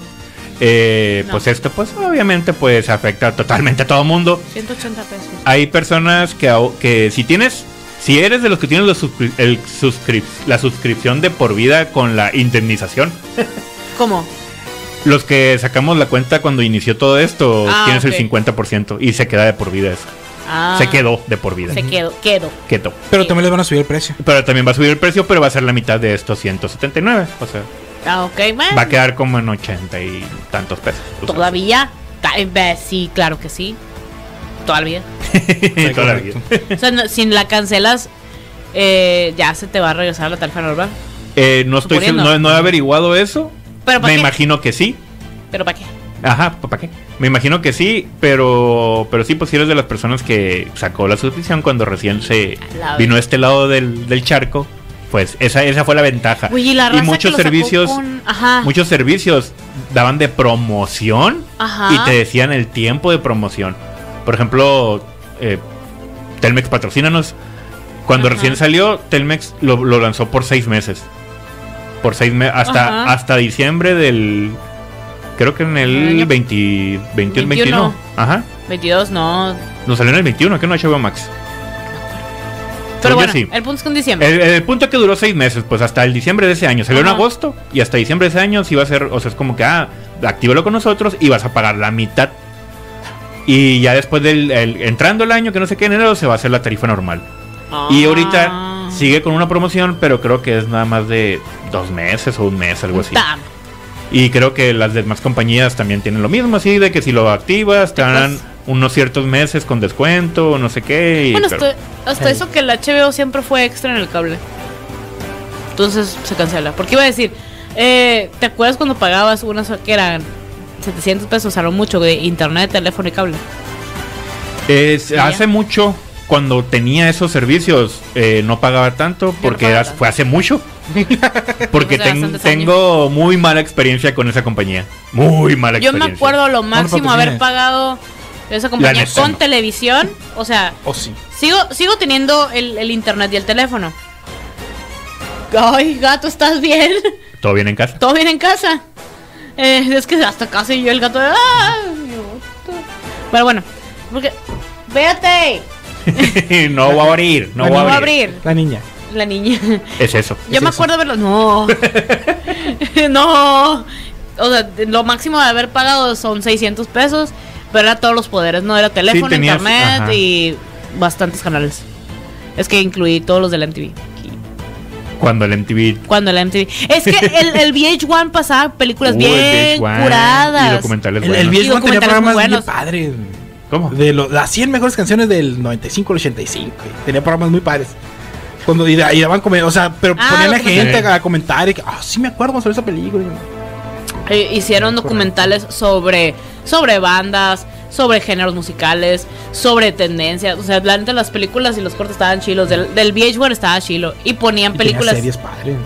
Speaker 1: Eh,
Speaker 2: No.
Speaker 1: Pues esto, pues obviamente, pues afecta totalmente a todo mundo.
Speaker 2: 180 pesos.
Speaker 1: hay personas que, au- que si tienes, si eres de los que tienes los suscri- el suscrip- la suscripción de por vida con la indemnización,
Speaker 2: ¿Cómo?
Speaker 1: los que sacamos la cuenta cuando inició todo esto,
Speaker 2: Ah,
Speaker 1: tienes
Speaker 2: ok.
Speaker 1: el 50% y se queda de por vida eso.
Speaker 2: Ah,
Speaker 1: Se quedó de por vida.
Speaker 2: Se quedó, quedó.
Speaker 1: Quedó.
Speaker 3: Pero también les van a subir el precio.
Speaker 1: Pero también va a subir el precio, pero va a ser la mitad de estos 179. O sea,
Speaker 2: Ah, ok, man.
Speaker 1: va a quedar como en 80 y tantos pesos. O sea,
Speaker 2: Todavía. Ta- eh, Sí, claro que sí. Todavía.
Speaker 1: Toda la vida.
Speaker 3: correcto.
Speaker 2: O sea, no- si la cancelas, eh, ya se te va a regresar la tarifa normal.
Speaker 1: Eh, no estoy
Speaker 2: Suponiendo.
Speaker 1: no, no he averiguado eso.
Speaker 2: Pero ¿para
Speaker 1: Me
Speaker 2: qué?
Speaker 1: imagino que sí.
Speaker 2: ¿Pero para qué?
Speaker 1: Ajá, ¿para qué? Me imagino que sí, pero pero sí, pues si eres de las personas que sacó la suscripción cuando recién se
Speaker 2: La
Speaker 1: vino a este lado del, del charco, pues esa, esa fue la ventaja.
Speaker 2: Oye, y la raza
Speaker 1: muchos
Speaker 2: que lo sacó
Speaker 1: servicios,
Speaker 2: con- Ajá.
Speaker 1: muchos servicios daban de promoción
Speaker 2: Ajá.
Speaker 1: y te decían el tiempo de promoción. Por ejemplo, eh, Telmex patrocínanos. Cuando
Speaker 2: Ajá.
Speaker 1: recién salió, Telmex lo, lo lanzó por seis meses. Por seis meses. Hasta,
Speaker 2: Ajá.
Speaker 1: hasta diciembre del. Creo que en el
Speaker 2: Año-
Speaker 1: 20, 21,
Speaker 2: 21.
Speaker 1: 21. Ajá.
Speaker 2: 22, no.
Speaker 1: Nos salió en el 21, que no HBO Max. Pues
Speaker 2: Pero
Speaker 1: yo
Speaker 2: bueno,
Speaker 1: sí.
Speaker 2: el punto es que en diciembre.
Speaker 1: El, el punto que duró seis meses, pues hasta el diciembre de ese año. Salió en
Speaker 2: Ajá.
Speaker 1: agosto y hasta diciembre de ese año sí va a ser, o sea, es como que, ah, actívalo con nosotros y vas a pagar la mitad. Y ya después del, el- entrando el año, que no sé qué, en enero se va a hacer la tarifa normal. Eh, Y ahorita
Speaker 2: Ah.
Speaker 1: sigue con una promoción, pero creo que es nada más de dos meses o un mes, algo así.
Speaker 2: Ta-
Speaker 1: Y creo que las demás compañías también tienen lo mismo, así de que si lo activas, te
Speaker 2: Pues-
Speaker 1: dan unos ciertos meses con descuento, no sé qué. y-
Speaker 2: Bueno,
Speaker 1: pero-
Speaker 2: estoy- hasta
Speaker 1: Sí.
Speaker 2: eso que el HBO siempre fue extra en el cable. Entonces se cancela. Porque iba a decir, eh, ¿te acuerdas cuando pagabas unas que eran 700 pesos a lo mucho de internet, teléfono y cable?
Speaker 1: Es-
Speaker 2: Ya.
Speaker 1: hace mucho, cuando tenía esos servicios, eh, no pagaba tanto porque
Speaker 2: pagaba
Speaker 1: as-
Speaker 2: tanto.
Speaker 1: fue hace mucho. porque
Speaker 2: Hace
Speaker 1: ten-
Speaker 2: bastantes
Speaker 1: tengo muy mala experiencia con esa compañía. Muy mala
Speaker 2: Yo
Speaker 1: experiencia.
Speaker 2: me acuerdo lo máximo haber
Speaker 3: patrocines.
Speaker 2: pagado esa compañía
Speaker 1: Netflix,
Speaker 2: con
Speaker 1: ¿no?
Speaker 2: televisión. O sea,
Speaker 3: Oh, sí.
Speaker 2: sigo, sigo teniendo el, el internet y el teléfono. Ay, gato, ¿estás bien?
Speaker 1: Todo bien en casa.
Speaker 2: ¿Todo bien en casa? Eh, es que hasta casi yo el gato de... ¡Ah! Pero bueno, porque... ¡Véate!
Speaker 1: no va a abrir, no
Speaker 2: No
Speaker 1: va
Speaker 2: va
Speaker 1: a
Speaker 2: a
Speaker 1: abrir.
Speaker 2: abrir
Speaker 3: La niña.
Speaker 2: la niña.
Speaker 1: Es eso.
Speaker 2: Yo me
Speaker 3: eso?
Speaker 2: acuerdo verlo... No. no. O sea, lo máximo de haber pagado son 600 pesos, pero era todos los poderes, ¿no? Era teléfono,
Speaker 1: tenías-
Speaker 2: internet
Speaker 1: ajá.
Speaker 2: y bastantes canales. Es que incluí todos los de la MTV.
Speaker 1: Cuando el MTV.
Speaker 2: Cuando la MTV... Es que el, el VH1 pasaba películas
Speaker 1: Uh, el
Speaker 2: bien
Speaker 1: VH1 Y
Speaker 2: curadas.
Speaker 1: documentales.
Speaker 3: El, el
Speaker 1: buenos.
Speaker 2: bien-
Speaker 3: viejo tenía
Speaker 2: documentales
Speaker 3: programas
Speaker 2: muy
Speaker 3: muy
Speaker 2: buenos.
Speaker 3: padres.
Speaker 1: ¿Cómo?
Speaker 3: De lo- las 100 mejores canciones del 95 al 85. güey. Tenía programas muy padres. Cuando y, da- y daban comer, o sea, pero
Speaker 2: Ah,
Speaker 3: ponían a
Speaker 2: documentales.
Speaker 3: gente
Speaker 1: Sí.
Speaker 3: a, a comentar y que, ah, sí me acuerdo sobre esa película.
Speaker 2: Eh, hicieron documentales sobre, sobre bandas, sobre géneros musicales, sobre tendencias. O sea, la neta, las películas y los cortes estaban chilos. Del, del VH1 estaba chilo. Y ponían
Speaker 3: Y
Speaker 2: películas
Speaker 3: tenía series padres.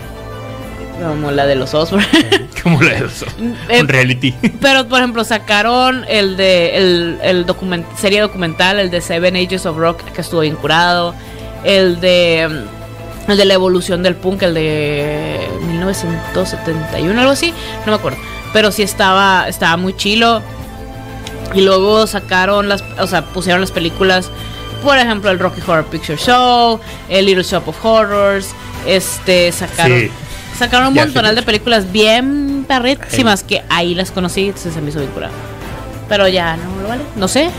Speaker 2: como la de los Osborne.
Speaker 1: ¿Cómo la de eso?
Speaker 2: Eh,
Speaker 1: Un reality.
Speaker 2: Pero, por ejemplo, sacaron el de el, el document- serie documental, el de Seven Ages of Rock, que estuvo bien curado. El de, mm, el de la evolución del punk, el de 1971, algo así. No me acuerdo. Pero sí estaba, estaba muy chilo. Y luego sacaron las, o sea, pusieron las películas, por ejemplo, el Rocky Horror Picture Show, el Little Shop of Horrors, este, sacaron,
Speaker 1: Sí.
Speaker 2: sacaron un
Speaker 1: Ya
Speaker 2: montonal
Speaker 1: sé.
Speaker 2: de películas bien perrísimas que ahí las conocí, entonces se me hizo bien curado. Pero ya no lo vale, no sé,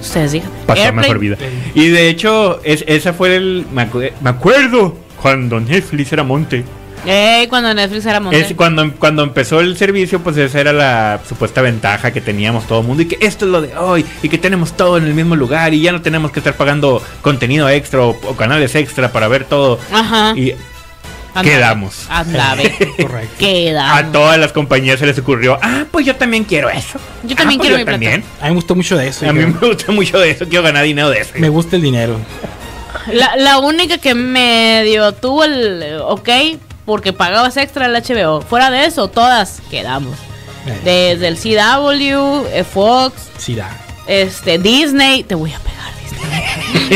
Speaker 2: ustedes digan.
Speaker 1: pasó
Speaker 2: Airplane,
Speaker 1: mejor vida. Y de hecho, es- esa fue el. Me, acu- me acuerdo cuando Netflix era monte.
Speaker 2: Ey, cuando Netflix era monte.
Speaker 1: Es cuando, cuando empezó el servicio, pues esa era la supuesta ventaja que teníamos todo el mundo. Y que esto es lo de hoy. Y que tenemos todo en el mismo lugar. Y ya no tenemos que estar pagando contenido extra o, o canales extra para ver todo.
Speaker 2: Ajá.
Speaker 1: Y
Speaker 2: Ándale,
Speaker 1: quedamos.
Speaker 2: Ah, ándale,
Speaker 3: Correcto.
Speaker 2: quedamos.
Speaker 1: a todas las compañías se les ocurrió. Ah, pues yo también quiero eso.
Speaker 2: Yo también
Speaker 1: Ah, pues
Speaker 2: quiero mi plata".
Speaker 1: también.
Speaker 3: A mí me gustó mucho de eso.
Speaker 1: A mí
Speaker 3: yo.
Speaker 1: me gusta mucho de eso. Quiero ganar dinero de eso.
Speaker 3: Me gusta el dinero.
Speaker 2: La, la única que medio tuvo el ok, porque pagabas extra el HBO. Fuera de eso, todas quedamos.
Speaker 3: Eh,
Speaker 2: Desde el CW, eh, Fox,
Speaker 3: sí da.
Speaker 2: este, Disney. Te voy a pegar,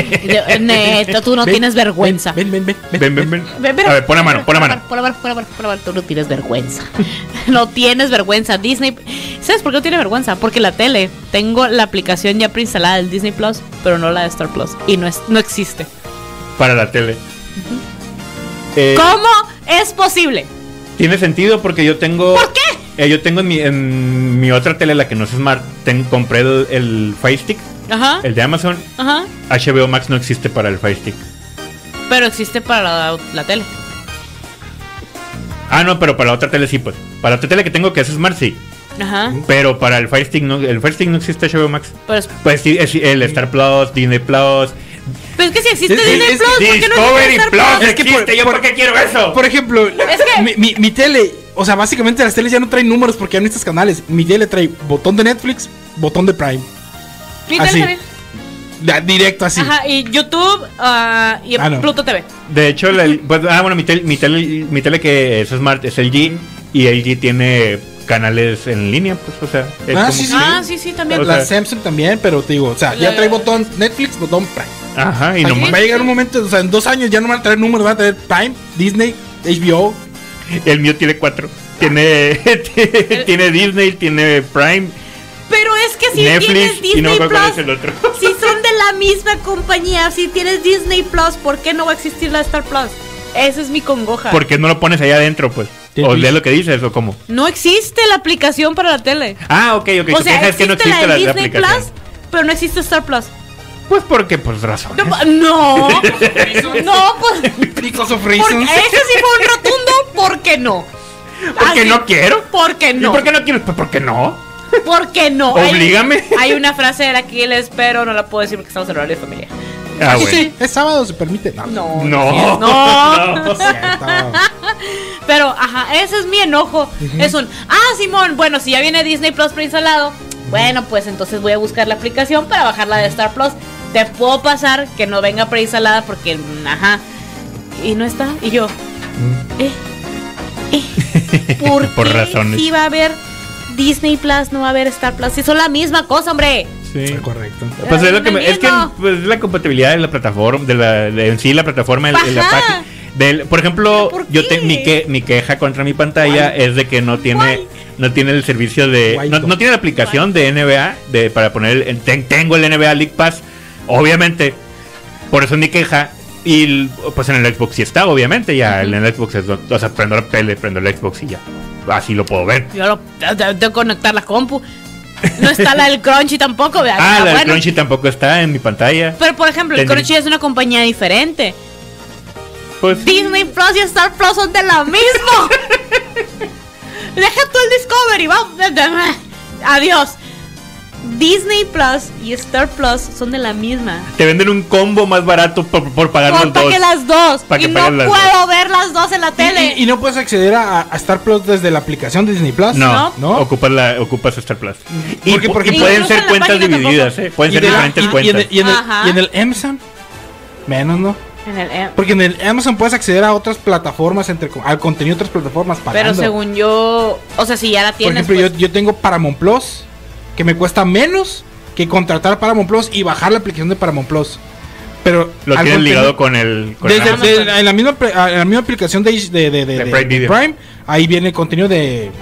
Speaker 2: Disney. Neto, tú no
Speaker 3: Ven,
Speaker 2: tienes vergüenza.
Speaker 3: Ven, ven, ven. ven,
Speaker 1: Ven, ven, ven. A ver, pon la mano, pon la mano.
Speaker 2: Pon la mano, pon la mano, pon la mano. Tú no tienes vergüenza. no tienes vergüenza. Disney. ¿Sabes por qué no tiene vergüenza? Porque la tele. Tengo la aplicación ya preinstalada del Disney Plus, pero no la de Star Plus. Y no, es, no existe.
Speaker 1: Para la tele. Eh,
Speaker 2: ¿Cómo es posible?
Speaker 1: Tiene sentido porque yo tengo.
Speaker 2: ¿Por qué?
Speaker 1: Eh, yo tengo en mi, en mi otra tele, la que no es Smart, ten- compré el, el Fire Stick,
Speaker 2: Ajá.
Speaker 1: el de Amazon.
Speaker 2: Ajá.
Speaker 1: HBO Max no existe para el Fire Stick.
Speaker 2: Pero existe para la, la tele.
Speaker 1: Ah, no, pero para la otra tele sí, pues. Para la otra tele que tengo que es Smart, sí.
Speaker 2: Ajá.
Speaker 1: Pero para el Fire Stick no, el Fire Stick no existe HBO Max.
Speaker 2: Pero, es-
Speaker 1: Pues sí, es- el Star Plus, Disney Plus,
Speaker 2: pero es que si existe
Speaker 3: Es- es-
Speaker 2: Disney
Speaker 3: es-
Speaker 2: Plus, ¿por qué no
Speaker 1: Discovery
Speaker 2: existe Star
Speaker 1: Plus.
Speaker 3: Es que
Speaker 1: existe,
Speaker 3: por-
Speaker 1: ¿yo por, qué quiero eso?
Speaker 3: Por ejemplo, la-
Speaker 2: que-
Speaker 3: mi, mi- mi tele, o sea, básicamente las teles ya no traen números porque ya no necesitas canales. Mi tele trae botón de Netflix, botón de Prime.
Speaker 1: Ah,
Speaker 2: Ni tele
Speaker 3: Así.
Speaker 2: también.
Speaker 3: Ya, directo así.
Speaker 2: Ajá, y YouTube ah, y
Speaker 3: Ah, no.
Speaker 2: Pluto TV.
Speaker 1: De hecho, la- el- pues, ah, bueno, mi tele, mi, tele, mi tele que es Smart es LG y LG tiene canales en línea, pues, o sea. es
Speaker 3: Ah,
Speaker 1: como-
Speaker 3: sí, sí.
Speaker 2: Ah, sí, sí, también.
Speaker 1: O
Speaker 3: la
Speaker 1: sea-
Speaker 3: Samsung también, pero te digo, o sea, ya
Speaker 2: La-
Speaker 3: trae botón Netflix, botón Prime.
Speaker 1: Ajá, y
Speaker 3: Aquí
Speaker 1: no
Speaker 3: va a
Speaker 1: mames.
Speaker 3: llegar un momento, o sea, en dos años ya no van a traer números, van a traer Prime, Disney, HBO.
Speaker 1: El mío tiene cuatro. Tiene, tiene Disney, tiene Prime,
Speaker 2: Pero es que si
Speaker 1: Netflix
Speaker 2: Ah, tienes
Speaker 1: y no me
Speaker 2: Disney
Speaker 1: acuerdo cuál es el
Speaker 2: Plus,
Speaker 1: otro.
Speaker 2: si son de la misma compañía, si tienes Disney Plus, ¿por qué no va a existir la Star Plus? Esa es mi congoja.
Speaker 1: ¿Por qué no lo pones allá adentro, pues? O
Speaker 3: Netflix.
Speaker 1: de lo que dices, o cómo.
Speaker 2: No existe la aplicación para la tele.
Speaker 1: Ah, ok, ok.
Speaker 2: o
Speaker 1: su
Speaker 2: sea,
Speaker 1: queja es
Speaker 2: existe,
Speaker 1: que no
Speaker 2: la
Speaker 1: existe la,
Speaker 2: de
Speaker 1: la
Speaker 2: Disney
Speaker 1: aplicación.
Speaker 2: Plus, pero no existe Star Plus.
Speaker 1: Pues porque, pues razón.
Speaker 2: No, no, no, pues,
Speaker 3: Because of
Speaker 2: porque ese sí fue un rotundo, ¿por qué no?
Speaker 1: Porque
Speaker 2: Así,
Speaker 1: no quiero.
Speaker 2: ¿Por qué
Speaker 1: ¿Y
Speaker 2: no?
Speaker 1: por qué no quiero? Pues porque no.
Speaker 2: ¿Por qué no?
Speaker 1: Oblígame.
Speaker 2: Hay, hay una frase de Aquiles, pero no la puedo decir porque estamos en horario de familia.
Speaker 1: Ah,
Speaker 3: Sí,
Speaker 1: bueno.
Speaker 3: sí, es sábado, se permite. No, no.
Speaker 1: No.
Speaker 2: No. No.
Speaker 1: No.
Speaker 3: es cierto.
Speaker 2: Pero, ajá, ese es mi enojo. Es un, ah, Simón, bueno, si ya viene Disney Plus preinstalado, bueno, pues entonces voy a buscar la aplicación para bajarla de Star Plus. Te puedo pasar que no venga preinstalada porque, mm, ajá, y no está. Y yo, eh, eh, ¿por,
Speaker 1: Por
Speaker 2: qué
Speaker 1: razones.
Speaker 2: si va a haber Disney Plus, no va a haber Star Plus? Si son la misma cosa, hombre.
Speaker 1: Sí.
Speaker 3: Correcto.
Speaker 1: Pues es lo que
Speaker 2: No
Speaker 1: me- es que
Speaker 2: entiendo.
Speaker 1: pues, es la compatibilidad de la plataforma, de la de en sí la plataforma, el- el- la
Speaker 2: Ajá.
Speaker 1: página. Del, por ejemplo,
Speaker 2: ¿Pero por
Speaker 1: yo te-
Speaker 2: qué?
Speaker 1: mi que mi queja contra mi pantalla es de que no tiene
Speaker 2: Guay.
Speaker 1: no tiene el servicio de
Speaker 3: Guay,
Speaker 1: no,
Speaker 3: no.
Speaker 1: no tiene la aplicación de NBA de para poner el, ten- tengo el NBA League Pass, obviamente. Por eso es mi queja y el- pues en el Xbox sí está, obviamente, ya en el Xbox es do- o sea, prendo la tele, prendo el Xbox y ya. Así lo puedo ver.
Speaker 2: Yo lo tengo que conectar la compu. No está la del Crunchy tampoco, ¿verdad?
Speaker 1: Ah,
Speaker 2: Ah,
Speaker 1: la del
Speaker 2: bueno.
Speaker 1: Crunchy tampoco está en mi pantalla.
Speaker 2: Pero por ejemplo, el
Speaker 1: Tendría-
Speaker 2: Crunchy es una compañía diferente.
Speaker 1: Pues
Speaker 2: Disney Plus y Star Plus son de la misma. Deja tú el Discovery, vamos. Adiós. Disney Plus y Star Plus son de la misma.
Speaker 1: Te venden un combo más barato por, por pagar
Speaker 2: Por
Speaker 1: los
Speaker 2: pa'
Speaker 1: dos.
Speaker 2: que las dos.
Speaker 1: Pa' que
Speaker 2: y no
Speaker 1: paguen
Speaker 2: puedo
Speaker 1: las
Speaker 2: ver las dos en la
Speaker 3: Y,
Speaker 2: tele.
Speaker 3: y- y no puedes acceder a, a Star Plus desde la aplicación de Disney Plus.
Speaker 1: No,
Speaker 3: ¿No?
Speaker 1: Ocupas, la, ocupas Star Plus. Y,
Speaker 3: Porque,
Speaker 1: pu-
Speaker 3: por
Speaker 1: y
Speaker 3: ejemplo-
Speaker 1: pueden
Speaker 2: Incluso en
Speaker 1: ser
Speaker 2: la
Speaker 1: cuentas
Speaker 2: página
Speaker 1: divididas,
Speaker 2: tampoco.
Speaker 1: ¿eh? Pueden
Speaker 3: Y
Speaker 1: ser
Speaker 3: de la-
Speaker 1: diferentes
Speaker 3: y- y en
Speaker 1: cuentas.
Speaker 3: el- y en el-
Speaker 2: Ajá.
Speaker 3: y en el Amazon, menos, ¿no?
Speaker 2: En el- eh,
Speaker 3: Porque en el Amazon puedes acceder a otras plataformas, entre co- al contenido de otras plataformas pagando.
Speaker 2: Pero según yo, o sea, si ya la
Speaker 3: Por
Speaker 2: tienes.
Speaker 3: ejemplo, yo,
Speaker 2: pues,
Speaker 3: yo tengo Paramount Plus, que me cuesta menos que contratar Paramount Plus y bajar la aplicación de Paramount Plus. Pero
Speaker 1: Lo
Speaker 3: al
Speaker 1: tienen
Speaker 3: contenido-
Speaker 1: ligado con el. Con el
Speaker 3: desde-
Speaker 1: Amazon.
Speaker 3: desde- en, la misma, pre- en la misma aplicación de, de- de- de-
Speaker 1: De
Speaker 3: de
Speaker 1: Prime Video.
Speaker 3: Prime, ahí viene el contenido de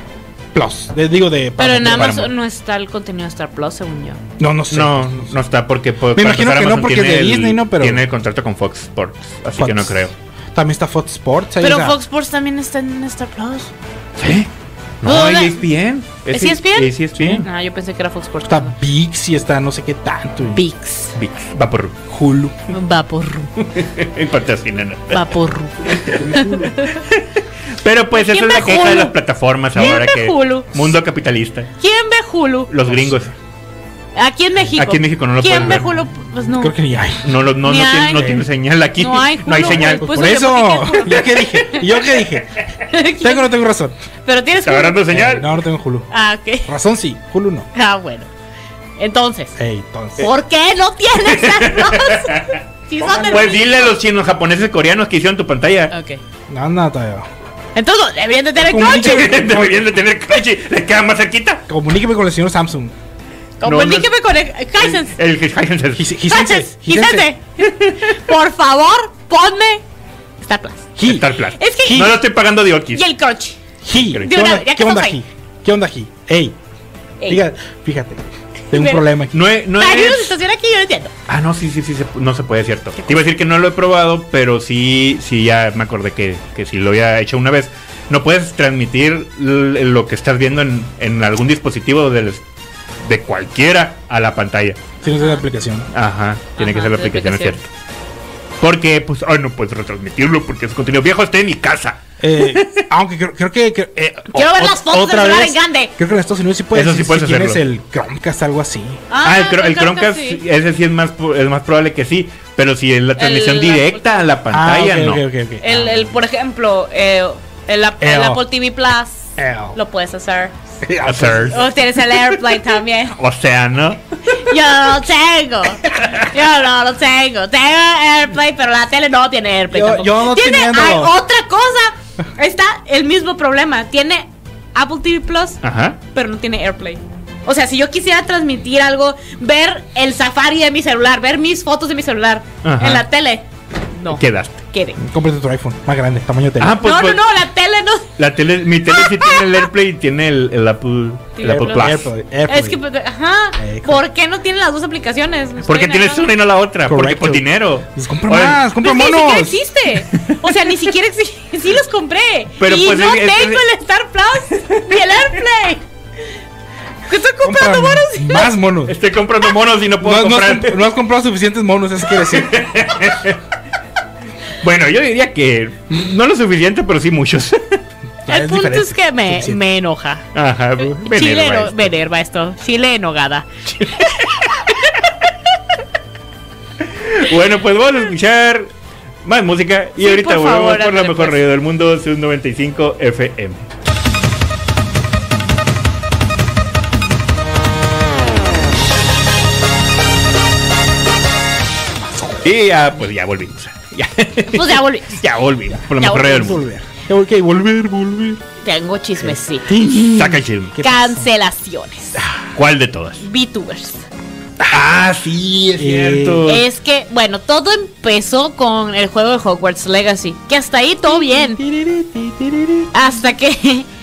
Speaker 3: Plus, de- digo de
Speaker 2: pero en
Speaker 3: Paramount Plus.
Speaker 2: Amazon no está el contenido de Star Plus, según yo.
Speaker 3: No, no sé.
Speaker 1: no, no está porque. Me
Speaker 3: imagino que no, porque es de Disney, ¿no? Pero-
Speaker 1: Tiene el contrato con Fox Sports, así que no
Speaker 3: Fox.
Speaker 1: creo.
Speaker 3: También está Fox Sports. ahí,
Speaker 2: Pero
Speaker 3: o sea,
Speaker 2: Fox Sports también está en Star Plus.
Speaker 1: ¿Sí?
Speaker 2: No,
Speaker 1: No,
Speaker 2: la-
Speaker 1: es ESPN.
Speaker 2: ¿Es E ESPN?
Speaker 1: Es E ESPN.
Speaker 2: Ah, yo pensé que era Fox Sports.
Speaker 3: Está VIX y está no sé qué tanto. y
Speaker 2: Pix.
Speaker 1: Vix, Va por.
Speaker 3: Hulu.
Speaker 2: Vaporru.
Speaker 1: patrocinan.
Speaker 2: Vaporru.
Speaker 1: Pero pues esa es
Speaker 2: ¿Quién
Speaker 1: la
Speaker 2: ve
Speaker 1: queja de
Speaker 2: Hulu?
Speaker 1: las plataformas
Speaker 2: ¿Quién
Speaker 1: ahora
Speaker 2: ve
Speaker 1: que.
Speaker 2: Hulu?
Speaker 1: Mundo capitalista.
Speaker 2: ¿Quién ve Hulu?
Speaker 3: Pues,
Speaker 1: Los gringos.
Speaker 2: Aquí en México.
Speaker 1: Aquí en México no lo
Speaker 2: ¿Quién
Speaker 1: pueden
Speaker 2: ve
Speaker 1: ver.
Speaker 2: Hulu? Pues no.
Speaker 3: Creo que ni hay.
Speaker 1: No, lo- no, no,
Speaker 2: Ni
Speaker 1: tiene,
Speaker 2: hay.
Speaker 1: no tiene señal aquí.
Speaker 2: No hay Hulu,
Speaker 1: señal.
Speaker 2: güey. Pues,
Speaker 3: Pues por
Speaker 2: oye,
Speaker 3: eso,
Speaker 2: ¿por qué Hulu?
Speaker 3: yo qué dije, yo qué dije. Tengo o no tengo razón.
Speaker 2: Pero tienes
Speaker 1: Está agarrando
Speaker 2: Pues,
Speaker 3: Eh,
Speaker 1: señal.
Speaker 3: no, no tengo Hulu.
Speaker 2: Ah, ok.
Speaker 3: Razón sí, Hulu no.
Speaker 2: Ah, bueno. Entonces,
Speaker 3: Ey,
Speaker 1: Eh.
Speaker 3: entonces.
Speaker 2: ¿por qué no tienes Star Plus? Si son del
Speaker 1: Pues dile a los chinos, japoneses, coreanos que hicieron tu pantalla.
Speaker 2: Ok.
Speaker 3: No, no, todavía.
Speaker 2: Entonces, deberían de tener
Speaker 3: Como
Speaker 2: Crunchy.
Speaker 1: Deberían de tener Crunchy. ¿Les queda más cerquita?
Speaker 3: Comuníqueme con el señor Samsung.
Speaker 1: No, no.
Speaker 2: Como dígame con el- Hisense.
Speaker 1: El Hisense.
Speaker 3: His-
Speaker 2: Hisense.
Speaker 3: Hisense. Hisense.
Speaker 2: Hisense. Por favor, ponme Star Plus.
Speaker 3: Hi.
Speaker 1: Star Plus.
Speaker 2: Es que-
Speaker 1: No lo estoy pagando de Okis.
Speaker 2: Y el Crunchy.
Speaker 3: Hi.
Speaker 1: De
Speaker 2: una
Speaker 3: ¿Qué onda,
Speaker 2: vez, ya
Speaker 3: ¿Qué
Speaker 2: que
Speaker 3: onda
Speaker 2: estamos
Speaker 3: Hi? ¿Qué onda Hi? Ey,
Speaker 2: Ey.
Speaker 3: diga, fíjate. Tengo un
Speaker 2: Pero-
Speaker 3: problema aquí.
Speaker 1: No es, no
Speaker 2: Ay,
Speaker 1: es-
Speaker 2: nos estaciona aquí, yo no entiendo.
Speaker 1: Ah, no, sí, sí, sí, se- no se puede, cierto. Te iba a decir que no lo he probado, pero sí, sí, ya me acordé que, que sí lo había hecho una vez. No puedes transmitir l- lo que estás viendo en, en algún dispositivo del- de cualquiera a la pantalla.
Speaker 3: Si no es la aplicación.
Speaker 1: Ajá, tiene
Speaker 2: Ajá,
Speaker 1: que ser la
Speaker 2: tiene
Speaker 1: aplicación, es
Speaker 2: aplicación.
Speaker 1: cierto. Porque, pues, ay, no puedes retransmitirlo porque es contenido viejo, está en mi casa.
Speaker 3: Eh, aunque creo, creo que. que- eh,
Speaker 2: Quiero
Speaker 3: o-
Speaker 2: ver
Speaker 3: o-
Speaker 2: las fotos del
Speaker 3: otra
Speaker 2: celular
Speaker 3: vez,
Speaker 2: en grande.
Speaker 3: Creo que en Estados Unidos sí puedes
Speaker 1: Eso sí puedes
Speaker 3: si tienes
Speaker 1: hacerlo.
Speaker 3: el Chromecast, algo así.
Speaker 1: Ah, el, cro- el
Speaker 2: creo que
Speaker 1: Chromecast,
Speaker 2: sí.
Speaker 1: ese sí es más, pu- es más probable que sí, pero si es la transmisión
Speaker 2: la-
Speaker 1: directa a la pantalla,
Speaker 3: ah, ok,
Speaker 1: no.
Speaker 3: ok, ok, ok.
Speaker 2: El, el, por ejemplo, eh, el, Ap- el
Speaker 3: El.
Speaker 2: Apple TV Plus
Speaker 3: El.
Speaker 2: lo puedes hacer.
Speaker 1: O sea,
Speaker 2: O tienes el AirPlay también.
Speaker 1: O sea, ¿no?
Speaker 2: Yo no lo tengo. Yo no lo tengo. Tengo AirPlay, pero la tele no tiene AirPlay.
Speaker 3: Yo-
Speaker 2: tampoco.
Speaker 3: yo no
Speaker 2: tiene
Speaker 3: teniendo-
Speaker 2: hay otra cosa. Está el mismo problema. Tiene Apple TV Plus,
Speaker 1: Ajá.
Speaker 2: pero no tiene AirPlay. O sea, si yo quisiera transmitir algo, ver el Safari de mi celular, ver mis fotos de mi celular
Speaker 1: Ajá.
Speaker 2: en la tele, no.
Speaker 1: Quedaste.
Speaker 2: Quede.
Speaker 3: Cómprate tu iPhone más grande, tamaño tele.
Speaker 1: Ah, pues,
Speaker 2: no,
Speaker 1: pues,
Speaker 2: no, no, la tele no.
Speaker 1: La tele, mi tele sí tiene el AirPlay y tiene el, el Apple, el Apple Plus.
Speaker 3: AirPlay, AirPlay.
Speaker 2: Es que, pues, ajá.
Speaker 3: Eh,
Speaker 2: ¿Por qué no tiene las dos aplicaciones? Me
Speaker 1: Porque
Speaker 2: estoy
Speaker 1: tienes
Speaker 2: negando.
Speaker 1: una y no la otra. Porque
Speaker 3: Correcto.
Speaker 1: por dinero.
Speaker 3: Pues compra
Speaker 1: Oye,
Speaker 3: más, compra
Speaker 2: Pues ni siquiera
Speaker 3: monos.
Speaker 2: existe. O sea, ni siquiera existe. Sí los compré.
Speaker 1: Pero
Speaker 2: y
Speaker 1: pues
Speaker 2: no
Speaker 1: es- es-
Speaker 2: tengo el Star Plus ni el AirPlay. ¿Qué estoy comprando
Speaker 3: Compra
Speaker 2: monos? y no-
Speaker 3: Más monos.
Speaker 1: Estoy comprando monos y no
Speaker 3: No,
Speaker 1: puedo
Speaker 3: no has
Speaker 1: comprar.
Speaker 3: comp- no has comprado suficientes monos, eso quiere decir.
Speaker 1: Bueno, yo diría que no lo suficiente, pero sí muchos.
Speaker 2: El
Speaker 3: Es
Speaker 2: punto
Speaker 3: diferente.
Speaker 2: es que me,
Speaker 3: Suficiente.
Speaker 2: me enoja.
Speaker 1: Ajá. veneno,
Speaker 2: Chile
Speaker 1: va
Speaker 2: no-
Speaker 1: esto.
Speaker 2: me enerva esto. Chile enogada.
Speaker 1: Bueno, pues vamos a escuchar más música y
Speaker 2: Sí,
Speaker 1: ahorita
Speaker 2: por
Speaker 1: volvemos
Speaker 2: favor,
Speaker 1: por la
Speaker 2: ándale,
Speaker 1: mejor
Speaker 2: pues.
Speaker 1: radio del mundo, 95 FM. Y ya, pues ya volvimos. Ya,
Speaker 2: Pues ya volví.
Speaker 1: ya volvimos por la
Speaker 2: Ya
Speaker 1: mejor radio del mundo.
Speaker 3: Volver. Ok, volver, volver.
Speaker 2: Tengo chismecito.
Speaker 1: Saca el chisme.
Speaker 3: ¿Qué pasó?
Speaker 2: Cancelaciones.
Speaker 1: Ah. ¿Cuál de todas?
Speaker 2: VTubers.
Speaker 1: Ah, sí,
Speaker 3: Eh,
Speaker 1: es cierto.
Speaker 2: Es que, bueno, todo empezó con el juego de Hogwarts Legacy. Que hasta ahí todo bien. Hasta que.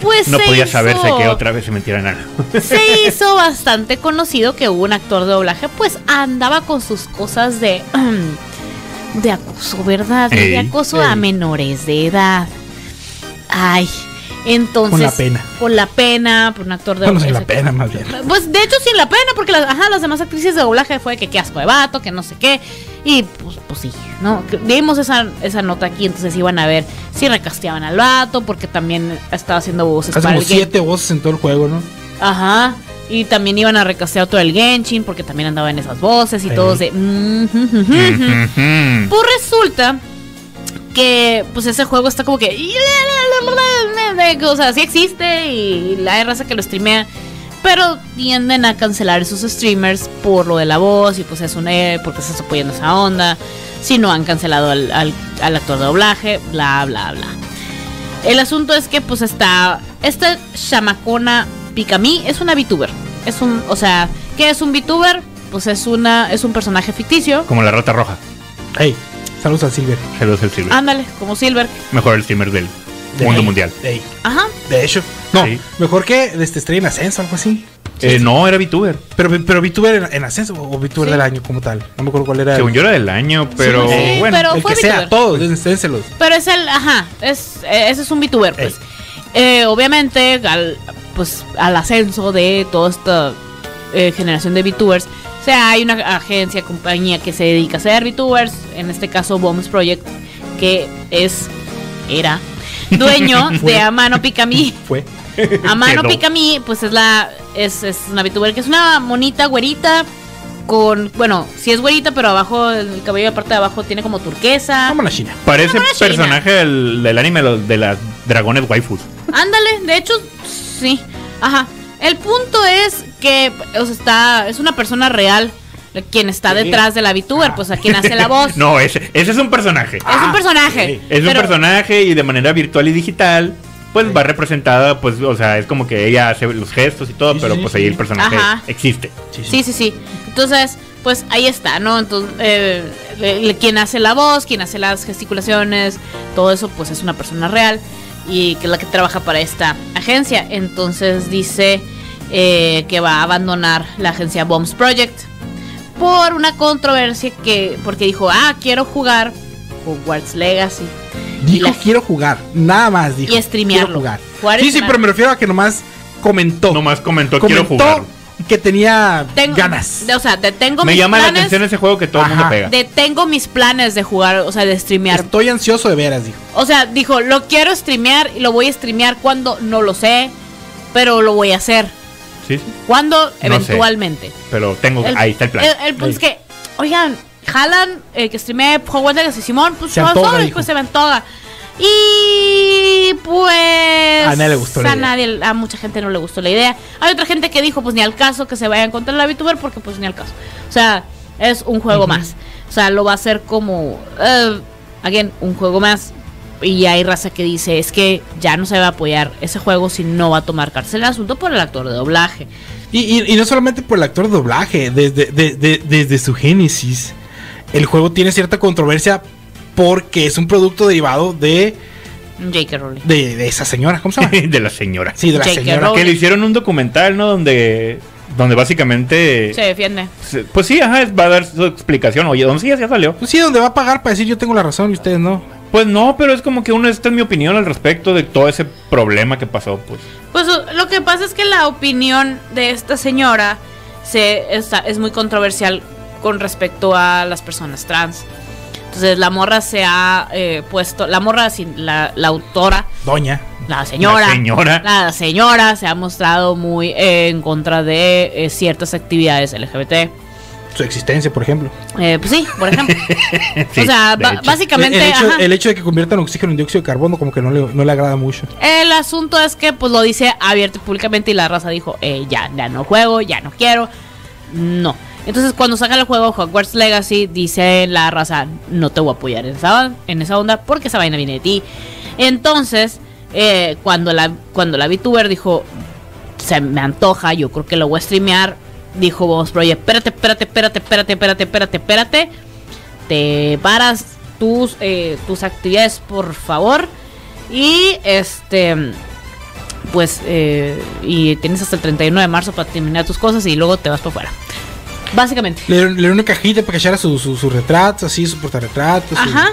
Speaker 2: Pues
Speaker 1: no
Speaker 2: se
Speaker 1: podía
Speaker 2: hizo-
Speaker 1: saberse que otra vez se metiera en algo.
Speaker 2: se hizo bastante conocido que un actor de doblaje pues andaba con sus cosas de de acoso, ¿verdad?
Speaker 1: Ey,
Speaker 2: de acoso a
Speaker 3: ey.
Speaker 2: menores de edad. Ay, entonces
Speaker 3: Con la pena.
Speaker 2: Con la pena, por un actor de
Speaker 3: Bueno, sin la
Speaker 2: ese-
Speaker 3: pena, más bien.
Speaker 2: Pues de hecho sin la pena porque las, ajá, las demás actrices de doblaje fue que qué asco de vato, que no sé qué. Y pues, pues sí, ¿no? Dimos esa, esa nota aquí, entonces iban a ver si recasteaban al vato, porque también estaba haciendo voces
Speaker 3: Hace
Speaker 2: para
Speaker 3: como
Speaker 2: el game.
Speaker 3: siete voces en todo el juego, ¿no?
Speaker 2: Ajá. Y también iban a recastear todo el Genshin porque también andaba en esas voces y
Speaker 3: Sí.
Speaker 2: todos de. mm, mm, mm, mm, mm.
Speaker 1: Ujú.
Speaker 2: pues resulta que pues ese juego está como que. O sea, sí existe y la hay raza que lo streamea. Pero tienden a cancelar esos streamers por lo de la voz y pues es un E, porque se está apoyando esa onda. Si no han cancelado al, al- al actor de doblaje, bla, bla, bla. El asunto es que pues está esta chamacona Picamí es una VTuber. Es un, o sea, ¿qué es un VTuber? Pues es una es un personaje ficticio.
Speaker 1: Como la rata roja.
Speaker 3: Hey, saludos al Silver.
Speaker 1: Saludos al Silver.
Speaker 2: Ándale, como Silver.
Speaker 1: Mejor el streamer del mundo
Speaker 3: Ey,
Speaker 1: mundial.
Speaker 3: ey,
Speaker 2: Ajá.
Speaker 3: de hecho, no,
Speaker 1: Sí.
Speaker 3: mejor que este, estrella en ascenso, algo así.
Speaker 1: Eh, no, era VTuber.
Speaker 3: Pero, pero VTuber en, en ascenso o VTuber
Speaker 2: Sí.
Speaker 3: del año como tal. No me acuerdo cuál era.
Speaker 1: Según yo era del año, pero
Speaker 2: Sí, sí,
Speaker 1: bueno.
Speaker 2: pero
Speaker 3: el
Speaker 2: fue
Speaker 3: que sea,
Speaker 2: VTuber.
Speaker 3: todos, dénselos.
Speaker 2: Pero es el, ajá, es, eh, ese es un VTuber, pues.
Speaker 3: Ey.
Speaker 2: Eh, obviamente, al, pues, al ascenso de toda esta eh, generación de VTubers, o sea, hay una agencia, compañía que se dedica a hacer VTubers, en este caso Bombs Project, que es, era, dueño de Amano Picami.
Speaker 3: Fue.
Speaker 2: Amano
Speaker 1: Quedó.
Speaker 2: Picami, pues es la, es, es una VTuber que es una monita güerita con, bueno, sí es güerita, pero abajo, el cabello de la parte de abajo tiene como turquesa.
Speaker 3: Vamos a la China.
Speaker 1: Parece
Speaker 2: Una buena china.
Speaker 1: personaje del, del anime lo- de las dragones waifus.
Speaker 2: Ándale, de hecho, sí. Ajá. El punto es que o sea, está, es una persona real la- quien está
Speaker 3: Sí.
Speaker 2: detrás de la VTuber, pues a quien hace la voz.
Speaker 1: no, ese, ese es un personaje.
Speaker 2: Es un
Speaker 3: Ah,
Speaker 2: personaje.
Speaker 3: sí.
Speaker 1: es un
Speaker 2: pero-
Speaker 1: personaje y de manera virtual y digital, pues va representada, pues, o sea, es como que ella hace los gestos y todo,
Speaker 3: Sí,
Speaker 1: pero
Speaker 3: sí,
Speaker 1: pues
Speaker 3: sí.
Speaker 1: ahí el personaje
Speaker 2: Ajá.
Speaker 1: existe.
Speaker 2: Sí, sí, sí. Entonces, pues ahí está, ¿no? Entonces, eh, le- le- quien hace la voz, quien hace las gesticulaciones, todo eso, pues es una persona real y que es la que trabaja para esta agencia. Entonces dice eh, que va a abandonar la agencia Bombs Project por una controversia que, porque dijo, ah, quiero jugar Hogwarts Legacy.
Speaker 3: Dijo,
Speaker 2: Y la-
Speaker 3: quiero jugar. Nada más dijo.
Speaker 2: Y streamearlo.
Speaker 3: Quiero jugar.
Speaker 2: Jugar y
Speaker 3: Sí, sí,
Speaker 2: streamear.
Speaker 3: pero me refiero a que nomás comentó.
Speaker 1: Nomás Oh, comentó,
Speaker 3: comentó
Speaker 1: quiero jugar.
Speaker 3: que tenía
Speaker 2: Tengo,
Speaker 3: ganas.
Speaker 2: de- o sea, detengo
Speaker 1: Me
Speaker 2: mis
Speaker 1: llama la
Speaker 2: planes.
Speaker 1: atención ese juego que todo el mundo
Speaker 3: Ajá.
Speaker 1: pega.
Speaker 2: Detengo mis planes de jugar, o sea, de streamear.
Speaker 3: Estoy ansioso de veras, dijo.
Speaker 2: O sea, dijo, lo quiero streamear y lo voy a streamear cuando no lo sé, pero lo voy a hacer.
Speaker 1: Sí, sí,
Speaker 2: Cuando
Speaker 1: sé.
Speaker 2: eventualmente.
Speaker 1: pero tengo. ahí está el plan.
Speaker 2: El, el punto es que, oigan, jalan, eh, que streamee Hogwarts Legacy Simón, pues
Speaker 3: Se
Speaker 2: yo
Speaker 3: antoja,
Speaker 2: soy,
Speaker 3: dijo.
Speaker 2: pues se me antoja. Y pues.
Speaker 3: A nadie le gustó la
Speaker 2: a
Speaker 3: idea.
Speaker 2: nadie- a mucha gente no le gustó la idea. Hay otra gente que dijo, pues ni al caso que se vayan contra la VTuber, porque pues ni al caso. O sea, es un juego más. O sea, lo va a hacer como. eh, again, un juego más. Y hay raza que dice, es que ya no se va a apoyar ese juego si no va a tomar cárcel el asunto por el actor de doblaje.
Speaker 3: Y, y- y no solamente por el actor de doblaje, desde, de- de- desde su génesis, el juego tiene cierta controversia porque es un producto derivado de,
Speaker 2: J.K. Rowling.
Speaker 3: de, de esa señora, ¿cómo se llama?
Speaker 1: de la señora.
Speaker 3: Sí, de la
Speaker 2: J.K.
Speaker 3: señora.
Speaker 1: Que le hicieron un documental, ¿no? Donde. Donde básicamente.
Speaker 2: Se defiende.
Speaker 1: se- Pues sí, ajá, va a dar su explicación. Oye, don sí, ya salió.
Speaker 3: Pues sí, donde va a pagar para decir yo tengo la razón y ustedes no.
Speaker 1: Pues no, pero es como que uno, esta es mi opinión al respecto de todo ese problema que pasó, pues.
Speaker 2: Pues uh, lo que pasa es que la opinión de esta señora se, está, es muy controversial con respecto a las personas trans. Entonces la morra se ha eh, puesto, la morra, sin- la, la autora,
Speaker 3: Doña.
Speaker 2: la señora,
Speaker 1: La señora.
Speaker 2: la señora se ha mostrado muy eh, en contra de eh, ciertas actividades LGBT.
Speaker 3: Su existencia, por ejemplo.
Speaker 2: Eh, pues sí, por ejemplo.
Speaker 1: Sí,
Speaker 2: o sea,
Speaker 1: de
Speaker 2: ba-
Speaker 1: hecho.
Speaker 3: El,
Speaker 2: básicamente...
Speaker 3: el hecho,
Speaker 2: ajá.
Speaker 3: el hecho de que conviertan oxígeno en dióxido de carbono como que no le, no le agrada mucho.
Speaker 2: El asunto es que pues lo dice abierto y públicamente y la raza dijo, eh, ya, ya no juego, ya no quiero. No. Entonces cuando saca el juego Hogwarts Legacy dice la raza, no te voy a apoyar en esa, en esa onda porque esa vaina viene de ti. Entonces, eh, cuando, la, cuando la VTuber dijo, se me antoja, yo creo que lo voy a streamear, dijo vos, Project, espérate, espérate, espérate, espérate, espérate, espérate, espérate. Te paras tus, eh, tus actividades, por favor. Y este. Pues. eh, y tienes hasta el 31 de marzo para terminar tus cosas y luego te vas para afuera. Básicamente.
Speaker 3: Le dieron, le dieron una cajita para que echara sus su, sus retratos, así, su portarretratos, su-
Speaker 2: Ajá.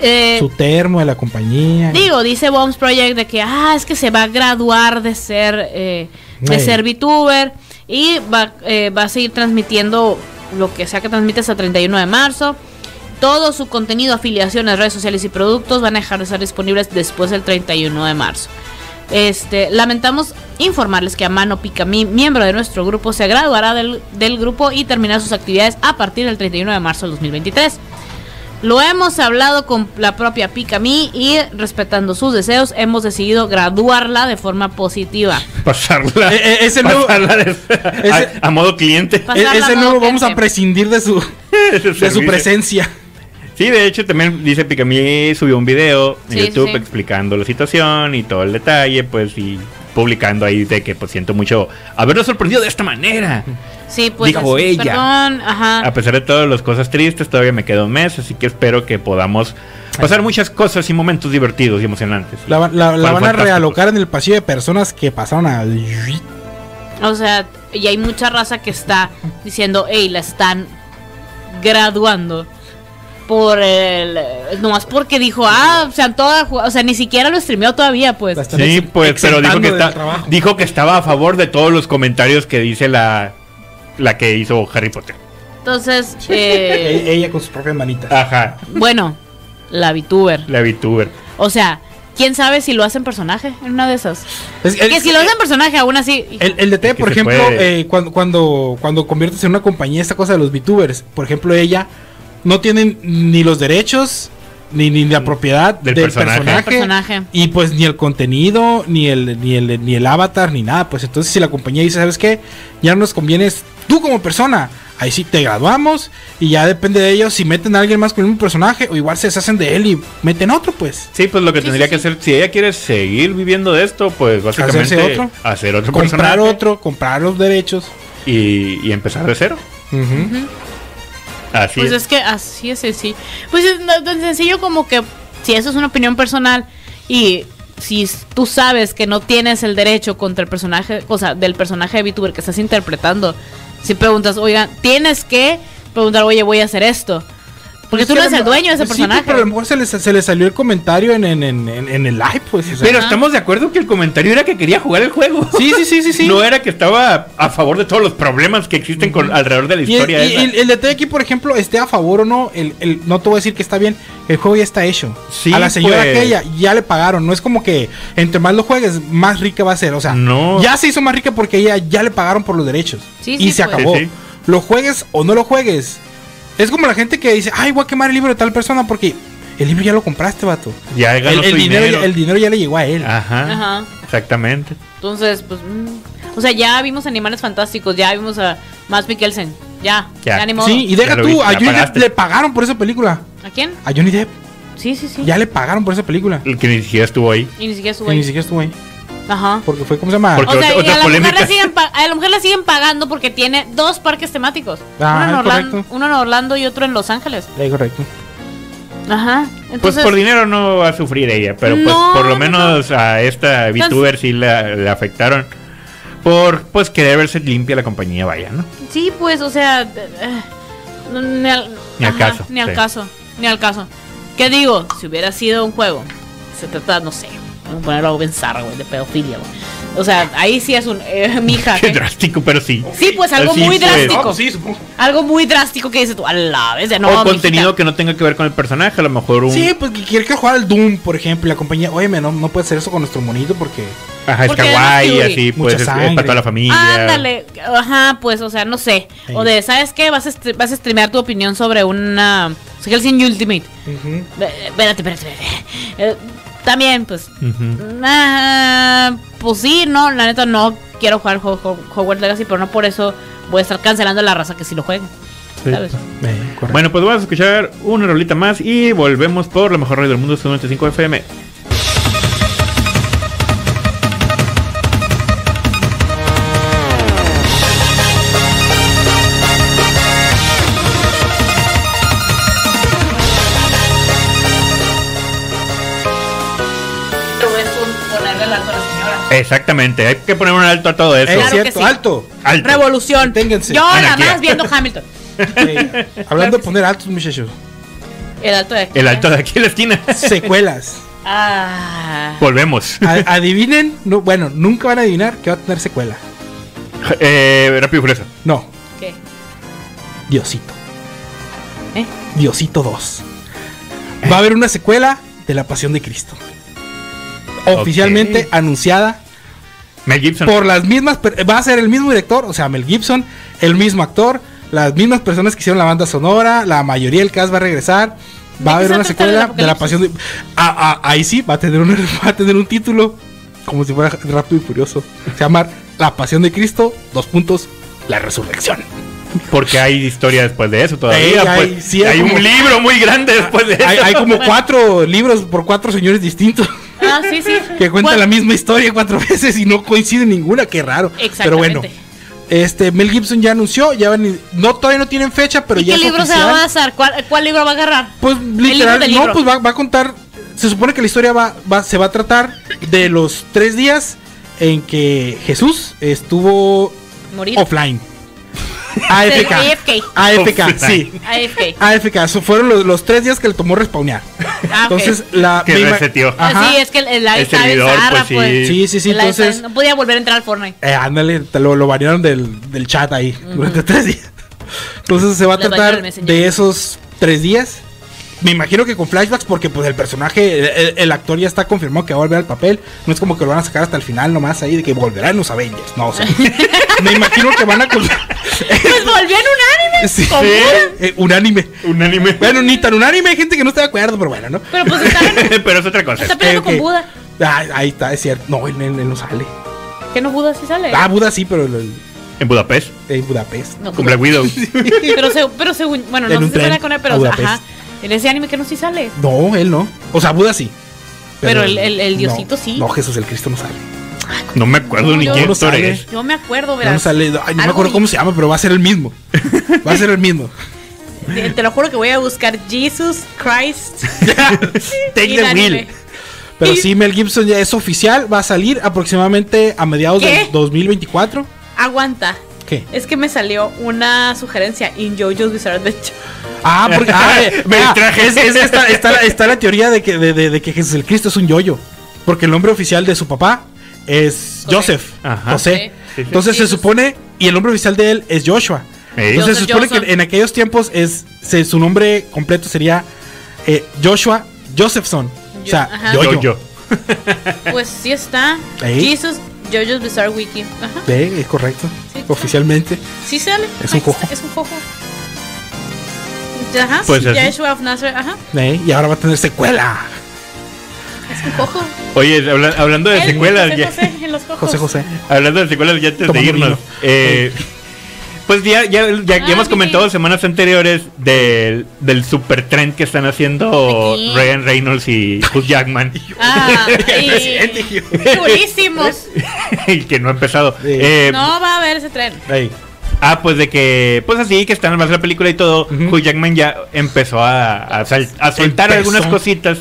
Speaker 2: Eh,
Speaker 3: su termo de la compañía.
Speaker 2: Digo, dice Bombs Project de que, ah, es que se va a graduar de ser, eh, de
Speaker 3: Ay.
Speaker 2: ser VTuber y va, eh, va a seguir transmitiendo lo que sea que transmite hasta el 31 de marzo. Todo su contenido, afiliaciones, redes sociales y productos van a dejar de estar disponibles después del 31 de marzo. Este, lamentamos informarles que Amano Picamí, miembro de nuestro grupo, se graduará del, del grupo y terminará sus actividades a partir del 31 de marzo del 2023. Lo hemos hablado con la propia Picamí y respetando sus deseos hemos decidido graduarla de forma positiva.
Speaker 1: Pasarla.
Speaker 3: Eh, eh, es el nuevo-
Speaker 1: pasarla de- a-
Speaker 3: es el-
Speaker 1: a, modo cliente.
Speaker 2: Pa-
Speaker 3: E-
Speaker 2: pasarla
Speaker 3: ese
Speaker 2: a
Speaker 3: nuevo
Speaker 2: modo
Speaker 3: vamos a
Speaker 2: gente.
Speaker 3: prescindir de su, de su
Speaker 1: servicio.
Speaker 3: presencia.
Speaker 1: Sí, de hecho también dice Picamí subió un video en
Speaker 2: Sí, sí,
Speaker 1: YouTube
Speaker 2: sí.
Speaker 1: explicando la situación y todo el detalle, pues y publicando ahí de que pues siento mucho haberlo sorprendido de esta manera.
Speaker 2: Sí, pues.
Speaker 1: Dijo
Speaker 2: es-
Speaker 1: ella.
Speaker 2: Perdón,
Speaker 1: A
Speaker 2: ajá.
Speaker 1: pesar de todas las cosas tristes, todavía me queda un mes, así que espero que podamos pasar muchas cosas y momentos divertidos y emocionantes.
Speaker 3: La, va- la- la
Speaker 1: Fueron
Speaker 3: van a
Speaker 1: fantásticos.
Speaker 3: realocar en el pasillo de personas que pasaron a...
Speaker 2: O sea, y hay mucha raza que está diciendo, hey, la están graduando por el. Nomás porque dijo, ah, o sea, toda, o sea, ni siquiera lo streameó todavía, pues.
Speaker 3: La están
Speaker 1: Sí,
Speaker 3: ex-
Speaker 1: pues, pero dijo que,
Speaker 3: exentando del
Speaker 1: está-
Speaker 3: trabajo.
Speaker 1: dijo que estaba a favor de todos los comentarios que dice la, la que hizo Harry Potter.
Speaker 2: Entonces, eh,
Speaker 3: E- Ella con sus propias manitas.
Speaker 1: Ajá,
Speaker 2: bueno, la VTuber.
Speaker 1: la VTuber.
Speaker 2: O sea, quién sabe si lo hacen personaje en una de esas.
Speaker 3: Es- el,
Speaker 2: que si lo hacen personaje, aún así.
Speaker 3: el- el detalle,
Speaker 1: Es que
Speaker 3: por
Speaker 1: se
Speaker 3: ejemplo,
Speaker 1: puede.
Speaker 3: eh, cuando, cuando, cuando conviertes en una compañía esta cosa de los VTubers, por ejemplo, ella no tiene ni los derechos, ni, ni la propiedad
Speaker 1: Mm. Del
Speaker 3: del,
Speaker 1: personaje.
Speaker 3: personaje,
Speaker 2: Personaje.
Speaker 3: Y pues ni el contenido, ni el, ni, el, ni el avatar, ni nada. Pues entonces si la compañía dice, ¿sabes qué? Ya no nos convienes tú como persona. Ahí sí te graduamos y ya depende de ellos si meten a alguien más con un personaje o igual se deshacen de él y meten otro, pues.
Speaker 1: Sí, pues lo que
Speaker 2: Sí,
Speaker 1: tendría
Speaker 2: sí,
Speaker 1: que
Speaker 2: sí.
Speaker 1: hacer, si ella quiere seguir viviendo de esto, pues básicamente
Speaker 3: Hacerse otro.
Speaker 1: hacer otro
Speaker 3: comprar
Speaker 1: personaje
Speaker 3: otro, comprar los derechos.
Speaker 1: Y, y empezar de cero.
Speaker 3: Ujú.
Speaker 1: Así
Speaker 2: Pues
Speaker 1: es.
Speaker 2: es que así es sencillo. Pues es no- tan sencillo como que si eso es una opinión personal y si s- tú sabes que no tienes el derecho contra el personaje, o sea, del personaje de VTuber que estás interpretando, si preguntas, oigan, tienes que preguntar, oye, voy a hacer esto. Porque
Speaker 3: Es
Speaker 2: tú
Speaker 3: Pues que
Speaker 2: no
Speaker 3: a
Speaker 2: eres
Speaker 3: lo-
Speaker 2: el dueño de ese
Speaker 3: sí,
Speaker 2: personaje.
Speaker 3: pero a lo mejor se le se les salió el comentario en, en- en- en- en el live, pues. o sea.
Speaker 1: Pero estamos de acuerdo que el comentario era que quería jugar el juego.
Speaker 3: sí, sí, sí, sí, sí.
Speaker 1: No era que estaba a favor de todos los problemas que existen con, alrededor de la
Speaker 3: Y, el,
Speaker 1: historia.
Speaker 3: y
Speaker 1: esa.
Speaker 3: el- el detalle aquí, por ejemplo, esté a favor o no, el, el- no te voy a decir que está bien, el juego ya está hecho.
Speaker 1: Sí,
Speaker 3: a la señora
Speaker 1: pues.
Speaker 3: aquella ya le pagaron, no es como que entre más lo juegues, más rica va a ser, o sea,
Speaker 1: No.
Speaker 3: ya se hizo más rica porque ella ya le pagaron por los derechos.
Speaker 2: Sí,
Speaker 3: y
Speaker 2: sí,
Speaker 3: se
Speaker 2: pues.
Speaker 3: acabó.
Speaker 1: Sí, sí.
Speaker 3: Lo juegues o no lo juegues. Es como la gente que dice, ay, voy a quemar el libro de tal persona porque el libro ya lo compraste, vato.
Speaker 1: ya ganó
Speaker 3: El, el
Speaker 1: su
Speaker 3: dinero,
Speaker 1: dinero. Ah.
Speaker 3: ya- el dinero ya le llegó a él.
Speaker 1: Ajá,
Speaker 3: ¿Ah?
Speaker 2: Ajá.
Speaker 1: Exactamente.
Speaker 2: Entonces, pues. mm, O sea, ya vimos animales fantásticos, ya vimos a Max Mikkelsen. Ya,
Speaker 1: Ya.
Speaker 2: ya, ni modo.
Speaker 3: Sí, y deja
Speaker 1: Ya lo
Speaker 3: tú,
Speaker 1: viste,
Speaker 3: a
Speaker 1: ya
Speaker 3: Johnny Depp
Speaker 1: pagaste.
Speaker 3: le pagaron por esa película.
Speaker 2: ¿A quién?
Speaker 3: A Johnny Depp
Speaker 2: Sí, sí, sí.
Speaker 3: ya le pagaron por esa película.
Speaker 1: El que ni siquiera estuvo ahí.
Speaker 2: Y ni siquiera
Speaker 3: Que
Speaker 2: su
Speaker 3: ni
Speaker 2: güey.
Speaker 3: siquiera estuvo ahí.
Speaker 2: Ajá.
Speaker 3: Porque fue, ¿cómo se llama?
Speaker 1: Porque
Speaker 2: O sea,
Speaker 1: otra-
Speaker 2: y
Speaker 1: otra
Speaker 2: a, la mujer
Speaker 1: polémica.
Speaker 2: le siguen pa- a la mujer le siguen pagando porque tiene dos parques temáticos.
Speaker 3: Ah,
Speaker 2: uno, en Orlando,
Speaker 3: correcto.
Speaker 2: uno en Orlando y otro en Los Ángeles.
Speaker 3: Sí, correcto.
Speaker 2: Ajá.
Speaker 1: Pues
Speaker 2: Entonces,
Speaker 1: por dinero no va a sufrir ella, pero pues
Speaker 2: No,
Speaker 1: por
Speaker 2: no,
Speaker 1: lo
Speaker 2: no.
Speaker 1: menos a esta
Speaker 2: Entonces-
Speaker 1: VTuber sí la, le afectaron. Por pues querer verse limpia la compañía, vaya, ¿no?
Speaker 2: sí, pues, o sea, eh, ni al,
Speaker 1: Ni al
Speaker 2: ajá,
Speaker 1: caso,
Speaker 2: Ni al
Speaker 1: sí.
Speaker 2: caso. Ni al caso. ¿Qué digo? Si hubiera sido un juego, se trata, no sé, vamos a ponerlo en zarra, güey, de pedofilia, güey. O sea, ahí sí es un eh, mija.
Speaker 1: Qué
Speaker 2: ¿qué?
Speaker 1: drástico, pero sí.
Speaker 2: Sí, pues algo
Speaker 1: Sí,
Speaker 2: muy
Speaker 1: pues.
Speaker 2: drástico.
Speaker 3: supongo.
Speaker 2: Algo muy drástico que dices tú, a la vez de no.
Speaker 1: o contenido que no tenga que ver con el personaje, a lo mejor un
Speaker 3: Sí, pues que quiere que jugar al Doom, por ejemplo, y la compañía. Oye, no, no puede hacer eso con nuestro monito porque.
Speaker 1: ajá, es
Speaker 2: Porque
Speaker 1: kawaii,
Speaker 2: además,
Speaker 1: así,
Speaker 3: Mucha
Speaker 1: pues es, es para
Speaker 3: sangre.
Speaker 1: toda la familia.
Speaker 2: Ándale, ajá, pues, o sea, no sé.
Speaker 3: Sí.
Speaker 2: O de, ¿sabes qué? Vas a, estre- vas a streamear tu opinión sobre una. Hellsing Ultimate. Eh, Espérate, espérate, espérate. Eh, también, pues.
Speaker 1: Ujú.
Speaker 2: ah, pues sí, no, la neta no quiero jugar Ho- Ho- Hogwarts Legacy, pero no por eso voy a estar cancelando a la raza que sí lo juegue. ¿Sabes?
Speaker 3: Eh, correcto.
Speaker 1: Bueno, pues vamos a escuchar una rolita más y volvemos por la mejor radio del mundo, 95 FM.
Speaker 2: es un ponerle la señora.
Speaker 1: Exactamente, hay que poner un alto a todo eso.
Speaker 3: es
Speaker 2: Claro que
Speaker 3: cierto,
Speaker 2: sí.
Speaker 3: alto.
Speaker 1: Alto.
Speaker 2: Revolución.
Speaker 3: Manténganse.
Speaker 2: Yo nada
Speaker 1: Anarquía.
Speaker 2: más viendo Hamilton.
Speaker 3: Eh, hablando de poner altos, muchachos.
Speaker 2: El alto de.
Speaker 1: El alto de aquí en la esquina.
Speaker 3: Secuelas.
Speaker 2: Ah.
Speaker 1: Volvemos.
Speaker 3: A- adivinen, no, bueno, nunca van a adivinar que va a tener secuela.
Speaker 1: Eh, rápido y furioso.
Speaker 3: No,
Speaker 2: ¿Qué?
Speaker 3: Diosito.
Speaker 2: ¿Eh?
Speaker 3: Diosito 2. Va a haber una secuela de La Pasión de Cristo. Oficialmente
Speaker 1: Ok.
Speaker 3: anunciada
Speaker 1: Mel Gibson.
Speaker 3: por las mismas per- va a ser el mismo director, o sea, Mel Gibson, el mismo actor, las mismas personas que hicieron la banda sonora, la mayoría del cast va a regresar.
Speaker 2: ¿De qué
Speaker 3: Va a haber
Speaker 2: se
Speaker 3: una
Speaker 2: trata el
Speaker 3: secuela de la
Speaker 2: Apocalipsis?
Speaker 3: pasión de Ah, ah, ahí sí va a tener un va a tener un título como si fuera rápido y furioso. Se llama La Pasión de Cristo, dos puntos, La Resurrección.
Speaker 1: Porque hay historia después de eso todavía.
Speaker 3: Sí, hay-
Speaker 1: pues.
Speaker 3: sí, hay
Speaker 1: hay
Speaker 3: como-
Speaker 1: un libro muy grande después de eso.
Speaker 3: Hay, hay como cuatro libros por cuatro señores distintos
Speaker 2: Ah, sí, sí.
Speaker 3: que cuentan
Speaker 2: Bueno,
Speaker 3: la misma historia cuatro veces y no coincide ninguna, qué raro. Pero bueno,
Speaker 2: Exactamente.
Speaker 3: este Mel Gibson ya anunció, ya van- no todavía no tienen fecha, pero
Speaker 2: ¿Y
Speaker 3: ya
Speaker 2: qué
Speaker 3: es
Speaker 2: libro se va
Speaker 3: oficial.
Speaker 2: a basar? ¿Cuál, cuál libro va a agarrar?
Speaker 3: Pues
Speaker 2: libro
Speaker 3: literal,
Speaker 2: del
Speaker 3: no,
Speaker 2: libro.
Speaker 3: pues va, va a contar. Se supone que la historia va, va- se va a tratar de los tres días en que Jesús estuvo
Speaker 2: Morir.
Speaker 3: offline. AFK.
Speaker 2: AFK.
Speaker 3: AFK, sí.
Speaker 1: Offline.
Speaker 2: AFK.
Speaker 3: AFK, eso fueron los, los tres días que le tomó respawnear.
Speaker 2: Ah, ok. Ah,
Speaker 3: Entonces, la.
Speaker 1: Que
Speaker 3: me ima-
Speaker 1: reseteó.
Speaker 3: Ajá.
Speaker 2: Sí, es que el, el,
Speaker 1: El
Speaker 2: estaba bien
Speaker 1: servidor,
Speaker 2: zarra,
Speaker 1: pues, sí.
Speaker 3: Sí, sí, sí,
Speaker 2: El live estaba-
Speaker 3: entonces-
Speaker 2: No podía volver a entrar al Fortnite.
Speaker 3: Eh, ándale, te lo, lo banearon del, del chat ahí durante tres días. Entonces se va a
Speaker 2: Lo banearon
Speaker 3: tratar
Speaker 2: del Messenger.
Speaker 3: de esos tres días. Me imagino que con flashbacks, porque pues el personaje, el, el- el actor ya está confirmado que va a volver al papel. No es como que lo van a sacar hasta el final nomás ahí de que volverá en los Avengers. No, o sea, me imagino que van a. col-
Speaker 2: Pues volvió en un anime.
Speaker 3: Sí,
Speaker 2: ¿Cómo?
Speaker 3: eh, un anime.
Speaker 1: Un anime.
Speaker 3: Bueno, ni tan un anime, hay gente que no está de acuerdo, pero bueno, ¿no?
Speaker 2: Pero pues está,
Speaker 1: Pero es otra cosa.
Speaker 2: está peleando
Speaker 3: Eh, ok.
Speaker 2: con Buda.
Speaker 3: Ah, ahí está, es cierto. No, él, él- él no sale.
Speaker 2: Que no Buda sí sale.
Speaker 3: Ah, Buda sí, pero el-
Speaker 1: En Budapest.
Speaker 3: en Budapest.
Speaker 2: No,
Speaker 1: Con Black Widow.
Speaker 2: pero, seg- pero según. Bueno,
Speaker 3: En
Speaker 2: no
Speaker 3: un
Speaker 2: sé si sale
Speaker 3: tren
Speaker 2: con él,
Speaker 3: a
Speaker 2: pero.
Speaker 3: Budapest.
Speaker 2: Ajá. En ese anime que no sí sale.
Speaker 3: No, él no. O sea, Buda sí.
Speaker 2: Pero el- el- el diosito
Speaker 3: no,
Speaker 2: sí.
Speaker 3: No, Jesús el Cristo no sale.
Speaker 1: No me acuerdo ni
Speaker 2: No,
Speaker 1: quién
Speaker 3: no
Speaker 1: actor
Speaker 3: sale.
Speaker 1: es.
Speaker 2: Yo me acuerdo,
Speaker 3: Ah, No,
Speaker 2: ¿verdad?
Speaker 3: no sale. Ay, no me
Speaker 2: Algo
Speaker 3: acuerdo
Speaker 2: y-
Speaker 3: cómo se llama, pero va a ser el mismo. Va a ser el mismo.
Speaker 2: Te, te lo juro que voy a buscar Jesus Christ.
Speaker 1: Take
Speaker 2: in
Speaker 1: the
Speaker 2: anime.
Speaker 1: wheel.
Speaker 3: Pero
Speaker 2: Y-
Speaker 3: sí, Mel Gibson ya es oficial. Va a salir aproximadamente a mediados
Speaker 2: ¿Qué?
Speaker 3: del 2024.
Speaker 2: Aguanta.
Speaker 3: ¿Qué?
Speaker 2: Es que me salió una sugerencia en JoJo's Bizarre Adventure.
Speaker 3: Ah, porque. ah,
Speaker 1: Me
Speaker 3: ah,
Speaker 1: distraje.
Speaker 3: es- es esta- está, la- está la teoría de que, de, de- de que Jesús el Cristo es un yoyo. Porque el nombre oficial de su papá es
Speaker 2: José.
Speaker 3: Joseph.
Speaker 1: Ajá.
Speaker 3: José.
Speaker 1: Sí.
Speaker 3: Entonces se
Speaker 2: Jesus.
Speaker 3: supone. Y el nombre oficial de él es Joshua.
Speaker 1: Ey.
Speaker 3: Entonces se
Speaker 2: Joseph
Speaker 3: supone
Speaker 2: Johnson.
Speaker 3: que en aquellos tiempos es, se- su nombre completo sería eh, Joshua Josephson. O sea,
Speaker 2: Yo- ajá.
Speaker 1: Yo,
Speaker 3: yoyo.
Speaker 1: yo.
Speaker 2: Pues sí está.
Speaker 3: Ahí.
Speaker 2: Jesus Jojo's Bizarre Wiki. Ajá.
Speaker 3: Ve, es correcto.
Speaker 2: Sí, claro.
Speaker 3: Oficialmente.
Speaker 2: Sí sale.
Speaker 3: Es un
Speaker 2: Ahí está,
Speaker 3: jojo.
Speaker 2: Es un jojo. Ajá.
Speaker 1: Pues
Speaker 2: sí,
Speaker 1: así.
Speaker 2: Yahshua of Nazareth. Ajá.
Speaker 3: Ve, Y ahora va a tener secuela.
Speaker 2: Es un jojo.
Speaker 1: Oye, habla- hablando de
Speaker 2: Él,
Speaker 1: secuelas,
Speaker 2: José,
Speaker 1: ya-
Speaker 2: José, en los jojos.
Speaker 3: José José.
Speaker 1: hablando de secuelas, ya antes de
Speaker 3: Tomando
Speaker 1: irnos.
Speaker 3: vino.
Speaker 1: eh, pues ya, ya, ya- ya
Speaker 2: Ah,
Speaker 1: hemos
Speaker 2: sí.
Speaker 1: comentado semanas anteriores del, del super trend que están haciendo
Speaker 2: Aquí.
Speaker 1: Ryan Reynolds y Hugh Jackman.
Speaker 2: Ah, y... Durísimos.
Speaker 1: y que no ha empezado.
Speaker 3: Sí.
Speaker 1: Eh,
Speaker 2: No va a haber ese tren.
Speaker 3: Ey.
Speaker 1: Ah, pues de que, pues así, que está en la película y todo,
Speaker 3: Ujú.
Speaker 1: Hugh Jackman ya empezó a, a, sal- a soltar
Speaker 3: Empezó.
Speaker 1: algunas cositas.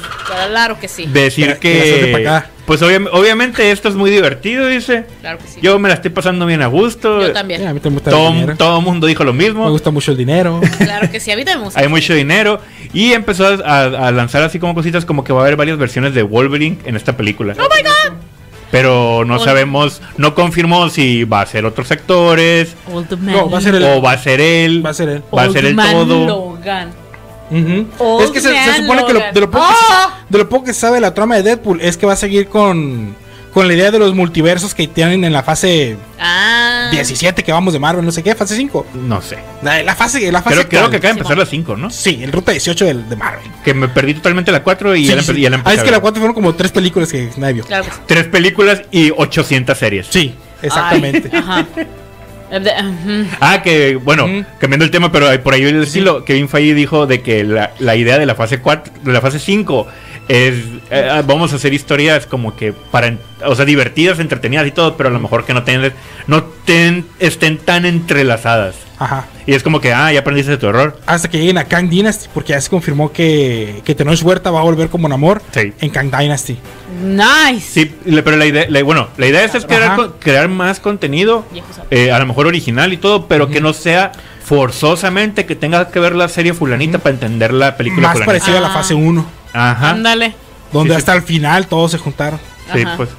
Speaker 2: Claro que sí.
Speaker 1: Decir
Speaker 3: Que- que la suelte
Speaker 1: que,
Speaker 3: pa' acá.
Speaker 1: pues obvia- obviamente esto es muy divertido, dice.
Speaker 2: Claro que sí.
Speaker 1: Yo me la estoy pasando bien a gusto.
Speaker 2: Yo
Speaker 3: Eh, a
Speaker 2: también.
Speaker 3: mí también me gusta el
Speaker 1: Todo,
Speaker 3: dinero.
Speaker 1: todo mundo dijo lo
Speaker 3: Me
Speaker 1: mismo.
Speaker 3: gusta mucho el dinero.
Speaker 2: Claro que sí. A mí también me gusta.
Speaker 1: Hay mucho dinero. Y empezó a, a- a lanzar así como cositas como que va a haber varias versiones de Wolverine en esta película.
Speaker 2: Oh my god.
Speaker 1: Pero no
Speaker 2: Oh.
Speaker 1: sabemos, no confirmó si va a ser otros actores
Speaker 3: No, va a ser el-
Speaker 1: o va a ser él.
Speaker 3: Va a ser él.
Speaker 1: Va a ser el todo.
Speaker 2: Logan.
Speaker 3: Ujú.
Speaker 2: Old
Speaker 3: Es que se, se
Speaker 2: Man
Speaker 3: supone que lo,
Speaker 2: Logan.
Speaker 3: de, lo poco que,
Speaker 2: ¡Ah!
Speaker 3: de lo poco que se sabe de la trama de Deadpool es que va a seguir con, con la idea de los multiversos que tienen en la fase
Speaker 2: Ah.
Speaker 3: 17 que vamos de Marvel, no sé qué, fase 5.
Speaker 1: No sé.
Speaker 3: La, la fase, la fase
Speaker 1: Creo, creo que
Speaker 3: actual.
Speaker 1: acaba de empezar las 5, ¿no?
Speaker 3: Sí, el ruta 18 del, de Marvel.
Speaker 1: Que me perdí totalmente la 4 y
Speaker 3: Sí,
Speaker 1: ya la,
Speaker 3: sí,
Speaker 1: empe-
Speaker 3: sí.
Speaker 1: ya la empecé
Speaker 3: Ah, es
Speaker 1: a
Speaker 3: que la
Speaker 1: ver.
Speaker 3: 4 fueron como tres películas que nadie vio.
Speaker 2: Claro que sí.
Speaker 1: Tres películas y 800 series.
Speaker 3: Sí, exactamente.
Speaker 2: Ay, ajá. El de- ujú.
Speaker 1: Ah, que bueno,
Speaker 3: Ujú.
Speaker 1: cambiando el tema, pero ahí- por ahí el estilo, Kevin Feige dijo de que la, la idea de la fase 4, de la fase 5 es eh, ah, vamos a hacer historias como que para en- o sea, divertidas, entretenidas y todo, pero a lo mejor que no tengan no ten- estén tan entrelazadas.
Speaker 3: Ajá.
Speaker 1: Y es como que, ah, ya aprendiste de tu error.
Speaker 3: Hasta que lleguen a Kang Dynasty, porque ya se confirmó que, que Tenoch Huerta va a volver como Namor
Speaker 1: Sí.
Speaker 3: en Kang Dynasty.
Speaker 2: Nice.
Speaker 1: Sí, le- pero la idea, la- bueno, la idea es, es crear,
Speaker 3: Ajá.
Speaker 1: co- crear más contenido,
Speaker 2: Viejo sapo.
Speaker 1: eh, a lo mejor original y todo, pero que no sea forzosamente que tengas que ver la serie fulanita para entender la película
Speaker 3: Más
Speaker 1: fulanita.
Speaker 3: parecido a la
Speaker 2: Ah.
Speaker 3: fase 1,
Speaker 1: Ajá.
Speaker 2: Ándale.
Speaker 3: donde
Speaker 1: Sí, sí.
Speaker 3: hasta el final todos se juntaron.
Speaker 1: Sí,
Speaker 2: Ajá.
Speaker 1: pues.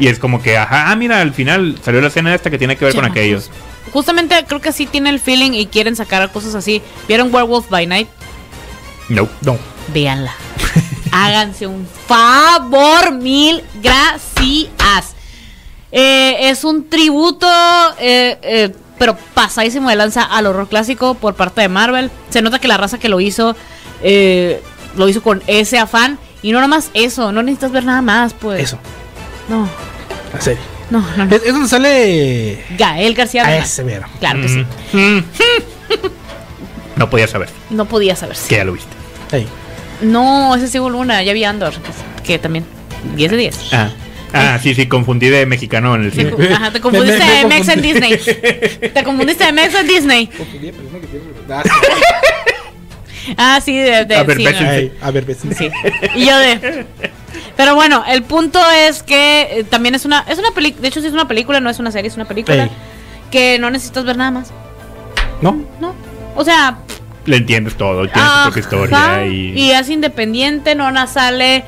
Speaker 1: Y es como que, ajá, ah, mira, al final salió la escena esta que tiene que ver con
Speaker 2: Chamacos.
Speaker 1: aquellos.
Speaker 2: Justamente creo que sí tiene el feeling y quieren sacar cosas así. ¿Vieron Werewolf by Night?
Speaker 1: No.
Speaker 3: No.
Speaker 2: Véanla. Háganse un favor, mil gracias. Eh, es un tributo, eh, eh, pero pasadísimo de lanza al horror clásico por parte de Marvel. Se nota que la raza que lo hizo, eh, lo hizo con ese afán. Y no nomás eso, no necesitas ver nada más, pues.
Speaker 3: Eso,
Speaker 2: No,
Speaker 3: la serie.
Speaker 2: no, no. no.
Speaker 3: Es, es donde sale.
Speaker 2: Gael García.
Speaker 3: A
Speaker 2: Bernal.
Speaker 3: ese mero.
Speaker 2: Claro que sí.
Speaker 1: Mm. Mm. no podía saber
Speaker 2: No podía saberse.
Speaker 1: que ya lo viste.
Speaker 3: Ey.
Speaker 2: No, ese es Sigo Luna, ya vi Andor, que- que también 10 de 10.
Speaker 1: Ah. Ah, sí, sí, confundí de mexicano en el cine.
Speaker 2: Ajá, te confundiste
Speaker 3: Me- me- me
Speaker 2: de Mex en
Speaker 3: confundí.
Speaker 2: Disney. Te confundiste de Mex en Disney. Ah, sí, de, de-
Speaker 1: A ver,
Speaker 2: sí,
Speaker 1: Mex en-
Speaker 3: Ey, a ver, ves.
Speaker 2: sí. Y yo de Pero bueno, el punto es que eh, también es una es una peli- de hecho sí es una película, no es una serie, es una película
Speaker 3: Ey.
Speaker 2: que no necesitas ver nada más,
Speaker 3: No,
Speaker 2: ¿no? O sea,
Speaker 1: Le entiendes todo, tienes tu propia
Speaker 2: Ah, Ajá,
Speaker 1: historia
Speaker 2: y...
Speaker 1: y...
Speaker 2: es independiente, no na- sale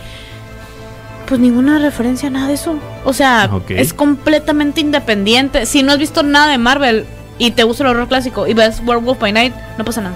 Speaker 2: pues ninguna referencia a nada de eso. O sea,
Speaker 1: Ok.
Speaker 2: es completamente independiente. Si no has visto nada de Marvel y te gusta el horror clásico y ves Werewolf by Night, no pasa nada.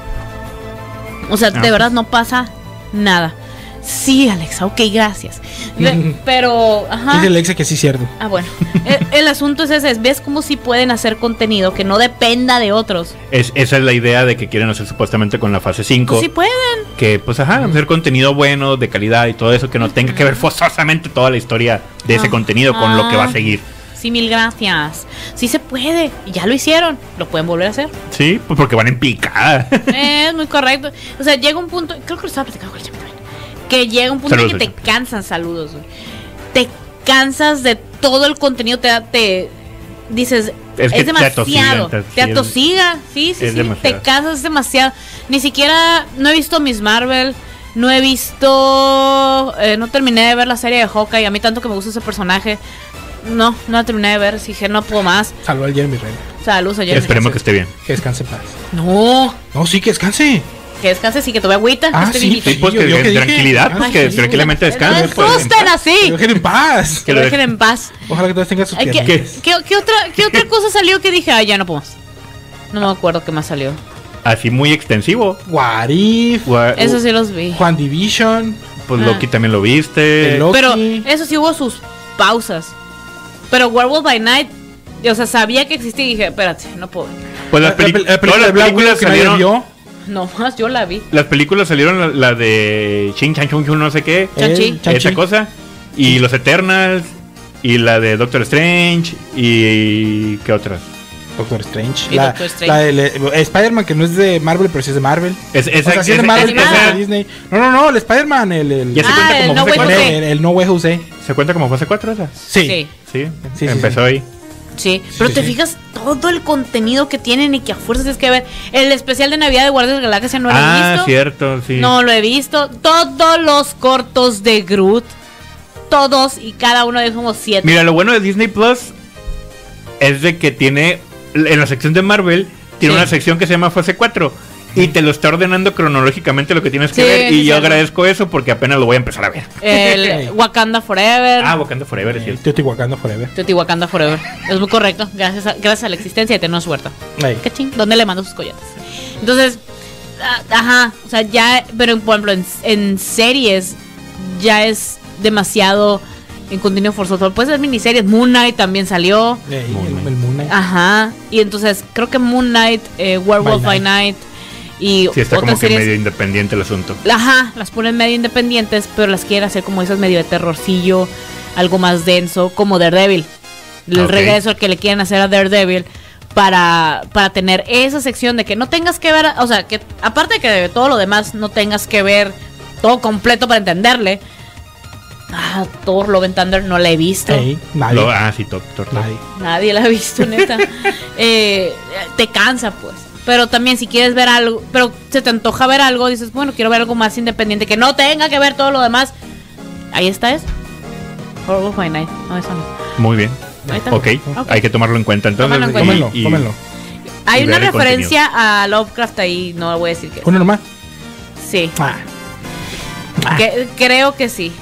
Speaker 2: O sea,
Speaker 1: Ah,
Speaker 2: de
Speaker 1: pues.
Speaker 2: verdad no pasa nada. Sí, Alexa, ok, gracias. Ve- Pero, ajá.
Speaker 3: dice Alexa que sí es cierto.
Speaker 2: Ah, bueno. El, el asunto es ese, es, ves cómo si pueden hacer contenido que no dependa de otros.
Speaker 1: Es, esa es la idea de que quieren hacer supuestamente con la fase 5.
Speaker 2: Pues sí pueden.
Speaker 1: Que pues ajá, hacer contenido bueno, de calidad y todo eso, que no tenga que ver forzosamente toda la historia de ese
Speaker 2: Ah.
Speaker 1: contenido con lo que va a
Speaker 2: Ah.
Speaker 1: seguir.
Speaker 2: Sí, mil gracias. Sí se puede. Y Ya lo hicieron. Lo pueden volver a hacer.
Speaker 1: Sí, pues porque van en picada.
Speaker 2: es muy correcto. O sea, llega un punto. Creo que lo estaba platicando con el champion. Que llega un punto en
Speaker 1: Saludos
Speaker 2: que
Speaker 1: al
Speaker 2: te
Speaker 1: champion.
Speaker 2: cansan saludos. güey. Te cansas de todo el contenido. Te, da- te dices.
Speaker 1: Es
Speaker 2: Es,
Speaker 1: que te
Speaker 2: demasiado.
Speaker 1: atosigan,
Speaker 2: Te
Speaker 1: te
Speaker 2: atosiga. Sí, sí,
Speaker 1: es
Speaker 2: sí.
Speaker 1: demasiado.
Speaker 2: Te cansas es demasiado. Ni siquiera. No he visto Miss Marvel. No he visto. eh, no terminé de ver la serie de Hawkeye. A mí tanto que me gusta ese personaje. No, no la terminé de ver. Dije, no puedo más.
Speaker 3: Salvo al Jeremy Renner.
Speaker 2: Saludos a Jeremy.
Speaker 1: Esperemos que esté bien.
Speaker 3: Que descanse en paz.
Speaker 2: No.
Speaker 3: No, sí, que descanse.
Speaker 2: que descanses y que tome agüita.
Speaker 3: Ah,
Speaker 2: estoy
Speaker 3: sí,
Speaker 2: viejito.
Speaker 1: Sí, pues
Speaker 3: Yo- yo
Speaker 1: que
Speaker 3: que dije-
Speaker 1: tranquilidad,
Speaker 3: Ah,
Speaker 1: pues que
Speaker 2: sí.
Speaker 1: tranquilamente
Speaker 2: No
Speaker 1: descanse. pues, en
Speaker 2: asusten
Speaker 1: paz.
Speaker 3: Que lo
Speaker 2: así.
Speaker 3: dejen en paz.
Speaker 2: Que lo dejen en paz.
Speaker 3: Ojalá que todos tengan sus
Speaker 2: Ay, ¿qué,
Speaker 3: piernas.
Speaker 2: qué- qué otra, ¿Qué otra cosa salió que dije, ah, ya no puedo más? No me acuerdo qué más salió.
Speaker 1: Así muy extensivo.
Speaker 3: What If,
Speaker 1: Gua-
Speaker 2: Eso sí los vi.
Speaker 3: Juan Division.
Speaker 1: Pues
Speaker 2: Ah.
Speaker 1: Loki también lo viste.
Speaker 3: El Loki.
Speaker 2: Pero eso sí hubo sus pausas. Pero Werewolf by Night, o sea, sabía que existía y dije, espérate, no puedo.
Speaker 1: Pues las,
Speaker 3: La- la-
Speaker 1: peli-
Speaker 3: la película
Speaker 1: todas las
Speaker 3: de Black Widow
Speaker 1: películas
Speaker 3: que nadie
Speaker 1: salieron.
Speaker 3: vio.
Speaker 2: Nomás yo la vi.
Speaker 1: Las películas salieron la, la de Shin Chan Chung Chun, no sé qué.
Speaker 2: Chanchi.
Speaker 3: El
Speaker 1: Esa
Speaker 3: Chanchi.
Speaker 1: cosa. Y los Eternals. Y la de Doctor Strange. Y. ¿Qué otras?
Speaker 3: Doctor Strange.
Speaker 2: Y
Speaker 3: La,
Speaker 2: Doctor Strange.
Speaker 3: la del, eh, Spider-Man, que no es de Marvel, pero sí es de Marvel.
Speaker 1: Es, esa,
Speaker 3: o sea, sí es
Speaker 1: esa-
Speaker 3: de Marvel,
Speaker 1: esa-
Speaker 3: pero es de
Speaker 2: animada.
Speaker 3: Disney. No, no, no, el Spider-Man, el, el,
Speaker 1: Ya se
Speaker 2: Ah,
Speaker 1: cuenta
Speaker 2: el
Speaker 1: como
Speaker 2: No
Speaker 1: fase
Speaker 2: Way to
Speaker 1: cuatro.
Speaker 2: Jose. Go.
Speaker 3: el, el No Way Jose.
Speaker 1: ¿Se cuenta como fase 4 esa?
Speaker 3: Sí.
Speaker 2: Sí.
Speaker 1: Sí,
Speaker 3: Sí, sí,
Speaker 1: empezó
Speaker 3: sí.
Speaker 1: ahí.
Speaker 2: Sí, pero
Speaker 3: Sí,
Speaker 2: te
Speaker 3: sí.
Speaker 2: fijas todo el contenido que tienen y que a fuerzas es que ver. El especial de Navidad de Guardias de la Galaxia no lo he
Speaker 1: ah,
Speaker 2: visto.
Speaker 1: cierto, sí.
Speaker 2: No lo he visto. Todos los cortos de Groot. Todos y cada uno de ellos como siete.
Speaker 1: Mira, lo bueno de Disney Plus es de que tiene, en la sección de Marvel, tiene
Speaker 2: Sí.
Speaker 1: una sección que se llama Fase 4. Y te lo está ordenando cronológicamente lo que tienes que
Speaker 2: Sí,
Speaker 1: ver.
Speaker 2: sí,
Speaker 1: Y yo
Speaker 2: cierto.
Speaker 1: agradezco eso porque apenas lo voy a empezar a ver.
Speaker 2: El Wakanda Forever.
Speaker 1: Ah, Wakanda Forever, es
Speaker 3: El
Speaker 1: cierto.
Speaker 3: Teotihuacano Forever.
Speaker 2: Teotihuacana Forever. Es muy correcto. Gracias a, gracias a la existencia de tenernos huerta.
Speaker 3: Ahí.
Speaker 2: Cachín, ¿Dónde le mando sus collares? Entonces, a- ajá. O sea, ya. Pero por ejemplo, en, en series ya es demasiado en contenido forzoso. Puede ser miniseries. Moon Knight también salió.
Speaker 3: Ahí,
Speaker 1: Moon Knight.
Speaker 3: el, el Moon Knight.
Speaker 2: Ah, Ajá. Y entonces creo que Moon Knight, eh, Werewolf by
Speaker 3: By
Speaker 2: Night y
Speaker 1: Sí, está como
Speaker 2: otras
Speaker 1: que
Speaker 2: series.
Speaker 1: medio independiente el asunto.
Speaker 2: Ajá, las ponen medio independientes, pero las quieren hacer como esas medio de terrorcillo, algo más denso, como Daredevil. El
Speaker 1: Ok.
Speaker 2: regreso que le quieren hacer a Daredevil para, para tener esa sección de que no tengas que ver, o sea, que aparte de que de todo lo demás no tengas que ver todo completo para entenderle. Ah, Thor Love and Thunder no la he visto.
Speaker 3: Ahí, nadie.
Speaker 1: Lo- ah, sí, Doctor.
Speaker 3: Nadie.
Speaker 2: Nadie la ha visto, neta. Eh, te cansa, pues. Pero también si quieres ver algo, pero se te antoja ver algo, dices, bueno, quiero ver algo más independiente, que no tenga que ver todo lo demás. Ahí está eso. Horrible by Night. No, eso no.
Speaker 1: Muy bien.
Speaker 2: Ahí está.
Speaker 1: Ok,
Speaker 2: Ok.
Speaker 1: hay que tomarlo en cuenta. Entonces,
Speaker 2: Tómalo en cuenta.
Speaker 3: Tómenlo, tómenlo.
Speaker 2: Hay
Speaker 1: y
Speaker 2: una
Speaker 1: ver el
Speaker 2: referencia a Lovecraft ahí, no voy a decir que.
Speaker 3: Uno nomás.
Speaker 2: Sí.
Speaker 3: Ah,
Speaker 1: Ah.
Speaker 2: Que- creo que sí.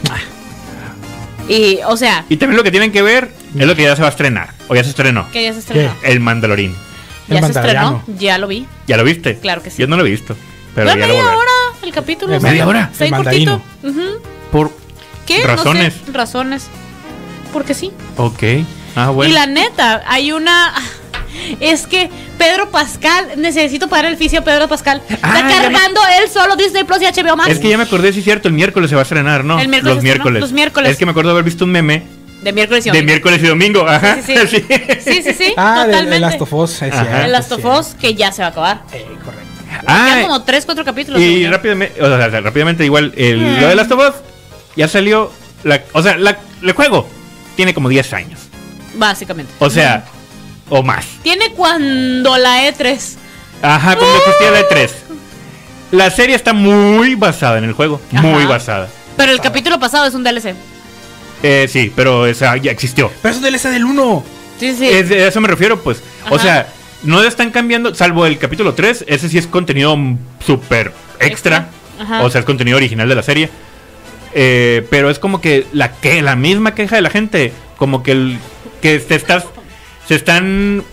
Speaker 2: Y, o sea,
Speaker 1: Y también lo que tienen que ver es lo que ya se va a estrenar. O ya se estrenó.
Speaker 2: que ya se estrenó.
Speaker 1: El Mandalorín.
Speaker 3: El
Speaker 2: Ya se estrenó,
Speaker 3: mandaloriano.
Speaker 2: ya lo vi.
Speaker 1: ¿Ya lo viste?
Speaker 2: Claro que sí.
Speaker 1: Yo no lo he visto. Pero
Speaker 2: Pero
Speaker 1: ya lo
Speaker 2: media
Speaker 1: voy a ver.
Speaker 2: hora el capítulo.
Speaker 3: ¿En
Speaker 2: está-
Speaker 1: media hora?
Speaker 2: Está
Speaker 3: El
Speaker 2: ahí cortito. Ujú.
Speaker 1: Por...
Speaker 2: ¿Qué?
Speaker 1: Razones.
Speaker 2: No sé, razones. Porque sí.
Speaker 1: Ok. Ah, bueno.
Speaker 2: Y la neta, hay una. Es que Pedro Pascal, necesito pagar el fisio a Pedro Pascal.
Speaker 1: Ah,
Speaker 2: Está
Speaker 1: ya
Speaker 2: cargando él solo Disney Plus y HBO Max.
Speaker 1: Es que ya me acordé, sí es cierto, el miércoles se va a estrenar, ¿no?
Speaker 2: El miércoles
Speaker 1: los
Speaker 2: se estrenó,
Speaker 1: miércoles.
Speaker 2: los miércoles.
Speaker 1: Es que me acuerdo haber visto un meme
Speaker 2: De miércoles y
Speaker 1: de
Speaker 2: domingo.
Speaker 1: miércoles y domingo, ajá.
Speaker 2: Sí, sí, sí. Sí, sí, sí,
Speaker 3: ah el-
Speaker 2: totalmente.
Speaker 3: el Last of Us. Es
Speaker 1: Ajá.
Speaker 3: cierto,
Speaker 2: El Last of
Speaker 3: sí.
Speaker 2: Us, que ya se va a acabar.
Speaker 3: Eh, correcto.
Speaker 2: Quedan
Speaker 1: Ah, Ah,
Speaker 2: como 3, 4 capítulos.
Speaker 1: y
Speaker 2: según yo.
Speaker 1: rápidamente, o sea, rápidamente igual, el,
Speaker 2: Mm.
Speaker 1: lo de Last of Us ya salió, la, o sea, la- el juego tiene como 10 años,
Speaker 2: Básicamente.
Speaker 1: o sea, o más.
Speaker 2: Tiene cuando la E E3.
Speaker 1: Ajá, como existía la E3. La serie está muy basada en el juego, muy
Speaker 2: Ajá.
Speaker 1: basada.
Speaker 2: Pero
Speaker 1: Ah.
Speaker 2: el capítulo pasado es un DLC.
Speaker 1: Eh, sí, pero esa ya existió.
Speaker 3: Pero eso es DLC del 1.
Speaker 2: Sí, sí.
Speaker 1: Es- a eso me refiero, pues. O
Speaker 2: Ajá.
Speaker 1: sea, no le están cambiando, salvo el capítulo 3, ese sí es contenido mm, súper extra.
Speaker 2: Extra. Ajá.
Speaker 1: O sea, es contenido original de la serie. Eh, pero es como que la, que la misma queja de la gente. Como que, el, que te estás. Se están.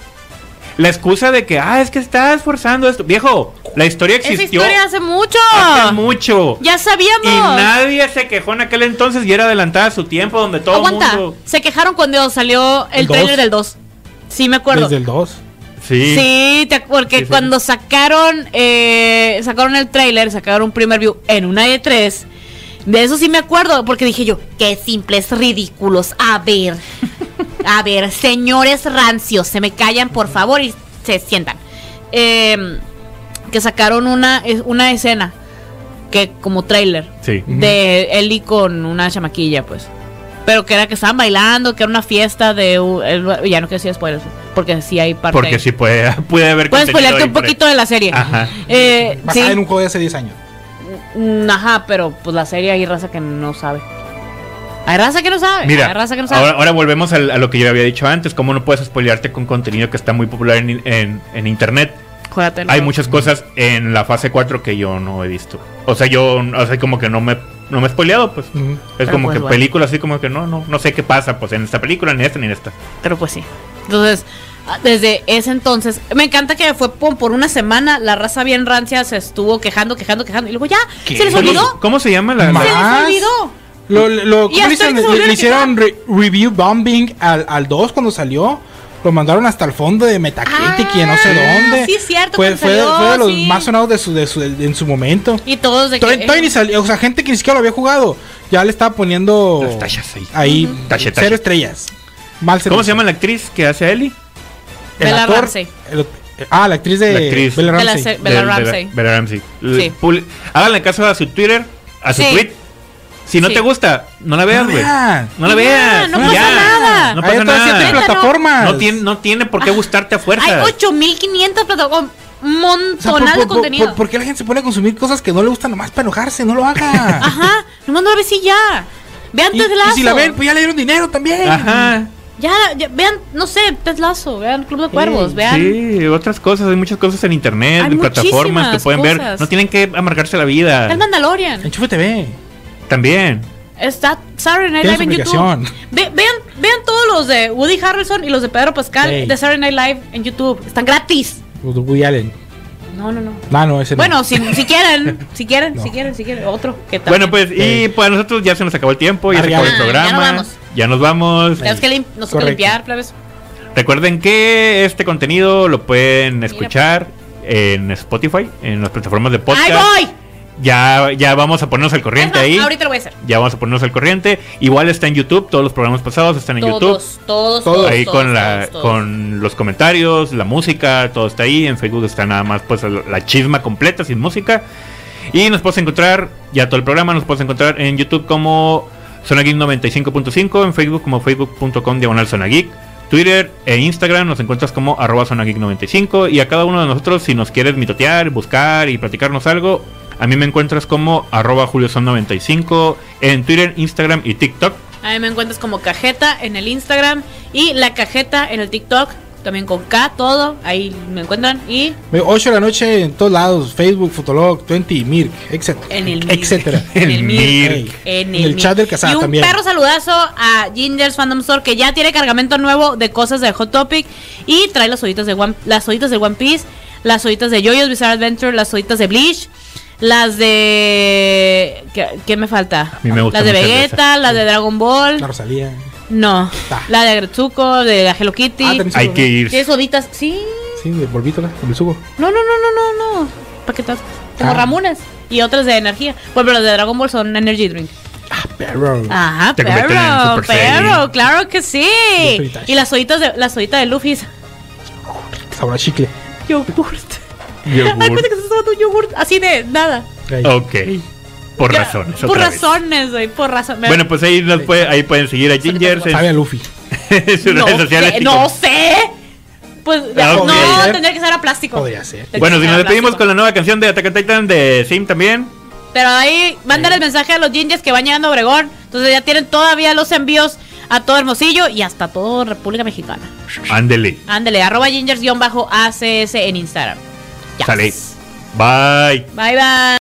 Speaker 1: La excusa de que, ah, es que estás forzando esto. Viejo, la historia
Speaker 2: Esa
Speaker 1: existió
Speaker 2: historia hace mucho.
Speaker 1: hace mucho.
Speaker 2: Ya
Speaker 1: Y
Speaker 2: sabíamos.
Speaker 1: nadie se quejó en aquel entonces y era adelantada a su tiempo donde todo el
Speaker 2: Aguanta,
Speaker 1: mundo.
Speaker 2: se quejaron cuando salió el,
Speaker 3: El dos.
Speaker 2: trailer del 2. Sí, me acuerdo.
Speaker 3: Desde el 2.
Speaker 1: Sí.
Speaker 2: Sí, te acu- porque
Speaker 1: Sí, sí.
Speaker 2: cuando sacaron eh, sacaron el trailer, sacaron un primer view en una E3. De eso sí me acuerdo, porque dije yo, qué simples ridículos. A ver, a ver, señores rancios, se me callan por favor y se sientan. Eh, que sacaron una, una escena que como trailer
Speaker 1: Sí.
Speaker 2: de Eli con una chamaquilla, pues. Pero que era que estaban bailando, que era una fiesta de. u- el- Ya no quiero decir spoilers, porque sí hay parte.
Speaker 1: Porque
Speaker 2: ahí.
Speaker 1: sí puede, puede haber
Speaker 2: Puedes
Speaker 1: contenido
Speaker 2: spoilearte un
Speaker 1: diferente.
Speaker 2: poquito de la serie.
Speaker 1: Ajá.
Speaker 2: Eh, sí.
Speaker 3: Basada en un juego de hace 10 años.
Speaker 2: Mm, Ajá, pero pues la serie hay raza que no sabe. Hay raza que no sabe.
Speaker 1: Mira,
Speaker 2: hay raza que no sabe.
Speaker 1: ahora, ahora volvemos al- a, lo que yo había dicho antes, cómo no puedes spoilearte con contenido que está muy popular en, en- en internet.
Speaker 2: Mejorate.
Speaker 1: Hay muchas cosas en la fase 4 que yo no he visto. O sea, yo, o sea, como que no me, no me he spoileado, pues.
Speaker 3: Ujú.
Speaker 1: Es
Speaker 2: Pero
Speaker 1: como
Speaker 2: pues,
Speaker 1: que
Speaker 2: bueno.
Speaker 1: película así como que no, no, no sé qué pasa, pues en esta película, ni esta, ni en esta.
Speaker 2: Pero pues sí. Entonces, ah, desde ese entonces, me encanta que fue por, por una semana la raza bien rancia se estuvo quejando, quejando, quejando. Y luego ya,
Speaker 3: ¿Qué?
Speaker 2: ¿se les
Speaker 1: ¿Cómo,
Speaker 2: olvidó?
Speaker 1: cómo se llama la,
Speaker 2: ¿Se
Speaker 1: la-
Speaker 2: les
Speaker 3: Más.
Speaker 2: olvidó?
Speaker 3: Lo, lo-
Speaker 2: Y hasta
Speaker 3: ¿cómo le hicieron?
Speaker 2: ahorita se
Speaker 3: Le,
Speaker 2: volvieron
Speaker 3: le
Speaker 2: a
Speaker 3: hicieron re- review bombing al, al 2 cuando salió. Lo mandaron hasta el fondo de Metacritic y no sé
Speaker 2: Ah,
Speaker 3: dónde.
Speaker 2: sí, es cierto,
Speaker 3: Fue,
Speaker 2: cuando
Speaker 3: fue, de-
Speaker 2: salió,
Speaker 3: fue de los
Speaker 2: sí.
Speaker 3: más sonados de su, de su, en su momento.
Speaker 2: Y todos de que.
Speaker 3: Todavía todavía ni salió, o sea, gente que ni siquiera lo había jugado, ya le estaba poniendo
Speaker 1: Las tachas ahí.
Speaker 3: ahí
Speaker 1: Tache, tache.
Speaker 3: cero estrellas.
Speaker 1: ¿Cómo
Speaker 3: Mal
Speaker 1: se
Speaker 3: servicio.
Speaker 1: llama la actriz que hace a Ellie?
Speaker 3: El
Speaker 2: Bella
Speaker 3: actor-
Speaker 2: Ramsey.
Speaker 3: el- ah, la actriz de
Speaker 1: La actriz.
Speaker 3: Bella
Speaker 2: De la
Speaker 3: Ramsey.
Speaker 2: se- Bella Ramsey.
Speaker 1: Bella, Bella Ramsey. L-
Speaker 2: Sí.
Speaker 1: pul- Háganle caso a su Twitter, a su
Speaker 2: Sí.
Speaker 1: tweet. Si no
Speaker 2: Sí.
Speaker 1: te gusta, no la veas,
Speaker 3: No
Speaker 1: güey.
Speaker 3: vean.
Speaker 1: No la
Speaker 2: Ya,
Speaker 1: veas.
Speaker 2: no
Speaker 1: ya.
Speaker 2: pasa nada.
Speaker 1: No
Speaker 3: Hay
Speaker 1: pasa
Speaker 3: otras siete
Speaker 1: nada.
Speaker 2: Neta, no.
Speaker 3: plataformas.
Speaker 1: No tiene, no tiene por qué gustarte a
Speaker 2: Hay
Speaker 1: fuerza.
Speaker 2: 8500 plataformas. Un
Speaker 3: O sea,
Speaker 2: montonal
Speaker 3: por-
Speaker 2: de
Speaker 3: por- por-
Speaker 2: contenido.
Speaker 3: por- ¿Por qué la gente se pone a consumir cosas que no le gustan nomás para enojarse? No lo haga.
Speaker 2: Ajá, nomás no la ves y ya. Vean
Speaker 3: y,
Speaker 2: Ted
Speaker 3: y
Speaker 2: Lasso.
Speaker 3: si la ven, pues ya le dieron dinero también.
Speaker 1: Ajá.
Speaker 2: ya, ya, vean, no sé, Ted Lasso, vean Club de Cuervos, vean.
Speaker 1: Sí, otras cosas, hay muchas cosas en internet,
Speaker 2: Hay
Speaker 1: en plataformas que
Speaker 2: muchísimas
Speaker 1: pueden ver.
Speaker 2: cosas.
Speaker 1: No tienen que amargarse la vida.
Speaker 2: Está el Mandalorian.
Speaker 3: Enchufe TV.
Speaker 1: También.
Speaker 2: Está Saturday Night
Speaker 3: Tiene
Speaker 2: Live en
Speaker 3: su aplicación.
Speaker 2: YouTube. Ve- vean, vean todos los de Woody Harrelson y los de Pedro Pascal
Speaker 3: Ey.
Speaker 2: de Saturday Night Live en YouTube. Están gratis.
Speaker 3: Pues, Woody Allen.
Speaker 2: No, no, no.
Speaker 3: No, no, ese no.
Speaker 2: Bueno, si, si quieren, si quieren,
Speaker 3: No.
Speaker 2: si quieren, si quieren. Otro que
Speaker 1: Bueno,
Speaker 2: también.
Speaker 1: pues, y
Speaker 3: Sí.
Speaker 1: para nosotros ya se nos acabó el tiempo, ya se
Speaker 3: Ah,
Speaker 1: acabó el
Speaker 2: Ya
Speaker 3: ya.
Speaker 2: nos
Speaker 1: programa.
Speaker 2: vamos.
Speaker 1: Ya nos vamos.
Speaker 2: Tenemos que lim- nos toca
Speaker 3: Correcto.
Speaker 2: limpiar, plebes.
Speaker 1: Recuerden que este contenido lo pueden escuchar en Spotify, en las plataformas de podcast.
Speaker 2: ¡Ahí voy!
Speaker 1: Ya, ya vamos a ponernos al
Speaker 2: Es
Speaker 1: corriente
Speaker 2: más,
Speaker 1: ahí.
Speaker 2: Ahorita lo voy a hacer.
Speaker 1: Ya vamos a ponernos al corriente. Igual está en YouTube, todos los programas pasados están en YouTube.
Speaker 2: Todos, todos,
Speaker 3: Todo.
Speaker 2: todos.
Speaker 1: ahí
Speaker 2: todos,
Speaker 1: con la
Speaker 2: todos, todos.
Speaker 1: con los comentarios, la música, todo está ahí. En Facebook está nada más pues la chisma completa sin música. Y nos puedes encontrar, ya todo el programa, nos puedes encontrar en YouTube como Zona Geek 95.5, en Facebook como facebook.com diagonal Zona Geek, Twitter e Instagram nos encuentras como arroba Zona Geek 95 y a cada uno de nosotros si nos quieres mitotear, buscar y platicarnos algo, a mí me encuentras como arroba Son 95 en Twitter, Instagram y TikTok.
Speaker 2: A mí me encuentras como Cajeta en el Instagram y La Cajeta en el TikTok, también con K, todo, ahí me encuentran y
Speaker 3: 8 de la noche en todos lados. Facebook, Fotolog, 20, Mirk, etc.
Speaker 2: En el Mirk.
Speaker 3: Etcétera.
Speaker 2: En el
Speaker 1: Mir.
Speaker 3: Ey,
Speaker 2: en
Speaker 3: y el
Speaker 2: mi-
Speaker 3: chat del casado
Speaker 2: Y un
Speaker 3: también.
Speaker 2: perro saludazo a Ginger's Fandom Store que ya tiene cargamento nuevo de cosas de Hot Topic y trae las hojitas de One, las hojitas de One Piece, las hojitas de Jojo's Bizarre Adventure, las hojitas de Bleach, las de ¿qué, qué me falta?
Speaker 1: A mí me gusta
Speaker 2: las de
Speaker 1: mucho el de
Speaker 2: Vegeta, las de Dragon Ball.
Speaker 3: La Rosalía.
Speaker 2: No,
Speaker 3: Ah.
Speaker 2: la de Agretsuko, de la Hello
Speaker 3: Ah,
Speaker 2: Kitty.
Speaker 3: también-
Speaker 1: Hay que ir.
Speaker 2: Tienes hojitas, sí.
Speaker 3: Sí, de Volvítola, con el sugo.
Speaker 2: No, no, no, no, no, no. Paquetas como
Speaker 3: Ah.
Speaker 2: Ramones y otras de energía. Bueno, pero las de Dragon Ball son Energy Drink.
Speaker 3: Ah, Perro.
Speaker 2: Ajá,
Speaker 1: Te convierten en
Speaker 2: pero,
Speaker 1: Super
Speaker 2: pero,
Speaker 1: Saiyan.
Speaker 2: claro que sí.
Speaker 3: soy Itachi.
Speaker 2: Y las hojitas de las hojitas de Luffy.
Speaker 3: Sabor a chicle.
Speaker 2: Yogurt. Ay,
Speaker 1: Yogur.
Speaker 2: cuenta que estás tomando un yogurt así de nada.
Speaker 3: Ey.
Speaker 1: Ok. Por
Speaker 2: Ya,
Speaker 1: razones.
Speaker 2: Por
Speaker 1: otra vez.
Speaker 2: razones, güey, por razones.
Speaker 1: Bueno, pues ahí, nos puede- ahí pueden seguir a Gingers en,
Speaker 3: Sabe a Luffy.
Speaker 1: pues, en sus
Speaker 2: no
Speaker 1: redes sociales.
Speaker 2: sé,
Speaker 1: y
Speaker 2: no
Speaker 1: con-
Speaker 2: sé. Pues ya,
Speaker 1: Ah, ok.
Speaker 2: no,
Speaker 1: Podría
Speaker 3: ser.
Speaker 2: tendría que ser a plástico.
Speaker 3: Podría ser.
Speaker 2: Tendría
Speaker 1: Bueno,
Speaker 2: que
Speaker 1: si
Speaker 2: ser
Speaker 1: nos
Speaker 2: a
Speaker 1: despedimos
Speaker 2: plástico.
Speaker 1: con la nueva canción de Attack on Titan de Sim también.
Speaker 2: Pero ahí mandan el mensaje a los gingers que van llegando a Obregón. Entonces ya tienen todavía los envíos a todo Hermosillo y hasta todo República Mexicana.
Speaker 1: Ándele.
Speaker 2: Ándele, arroba gingers-acs en Instagram. Ya.
Speaker 1: Sale. Bye.
Speaker 2: Bye bye.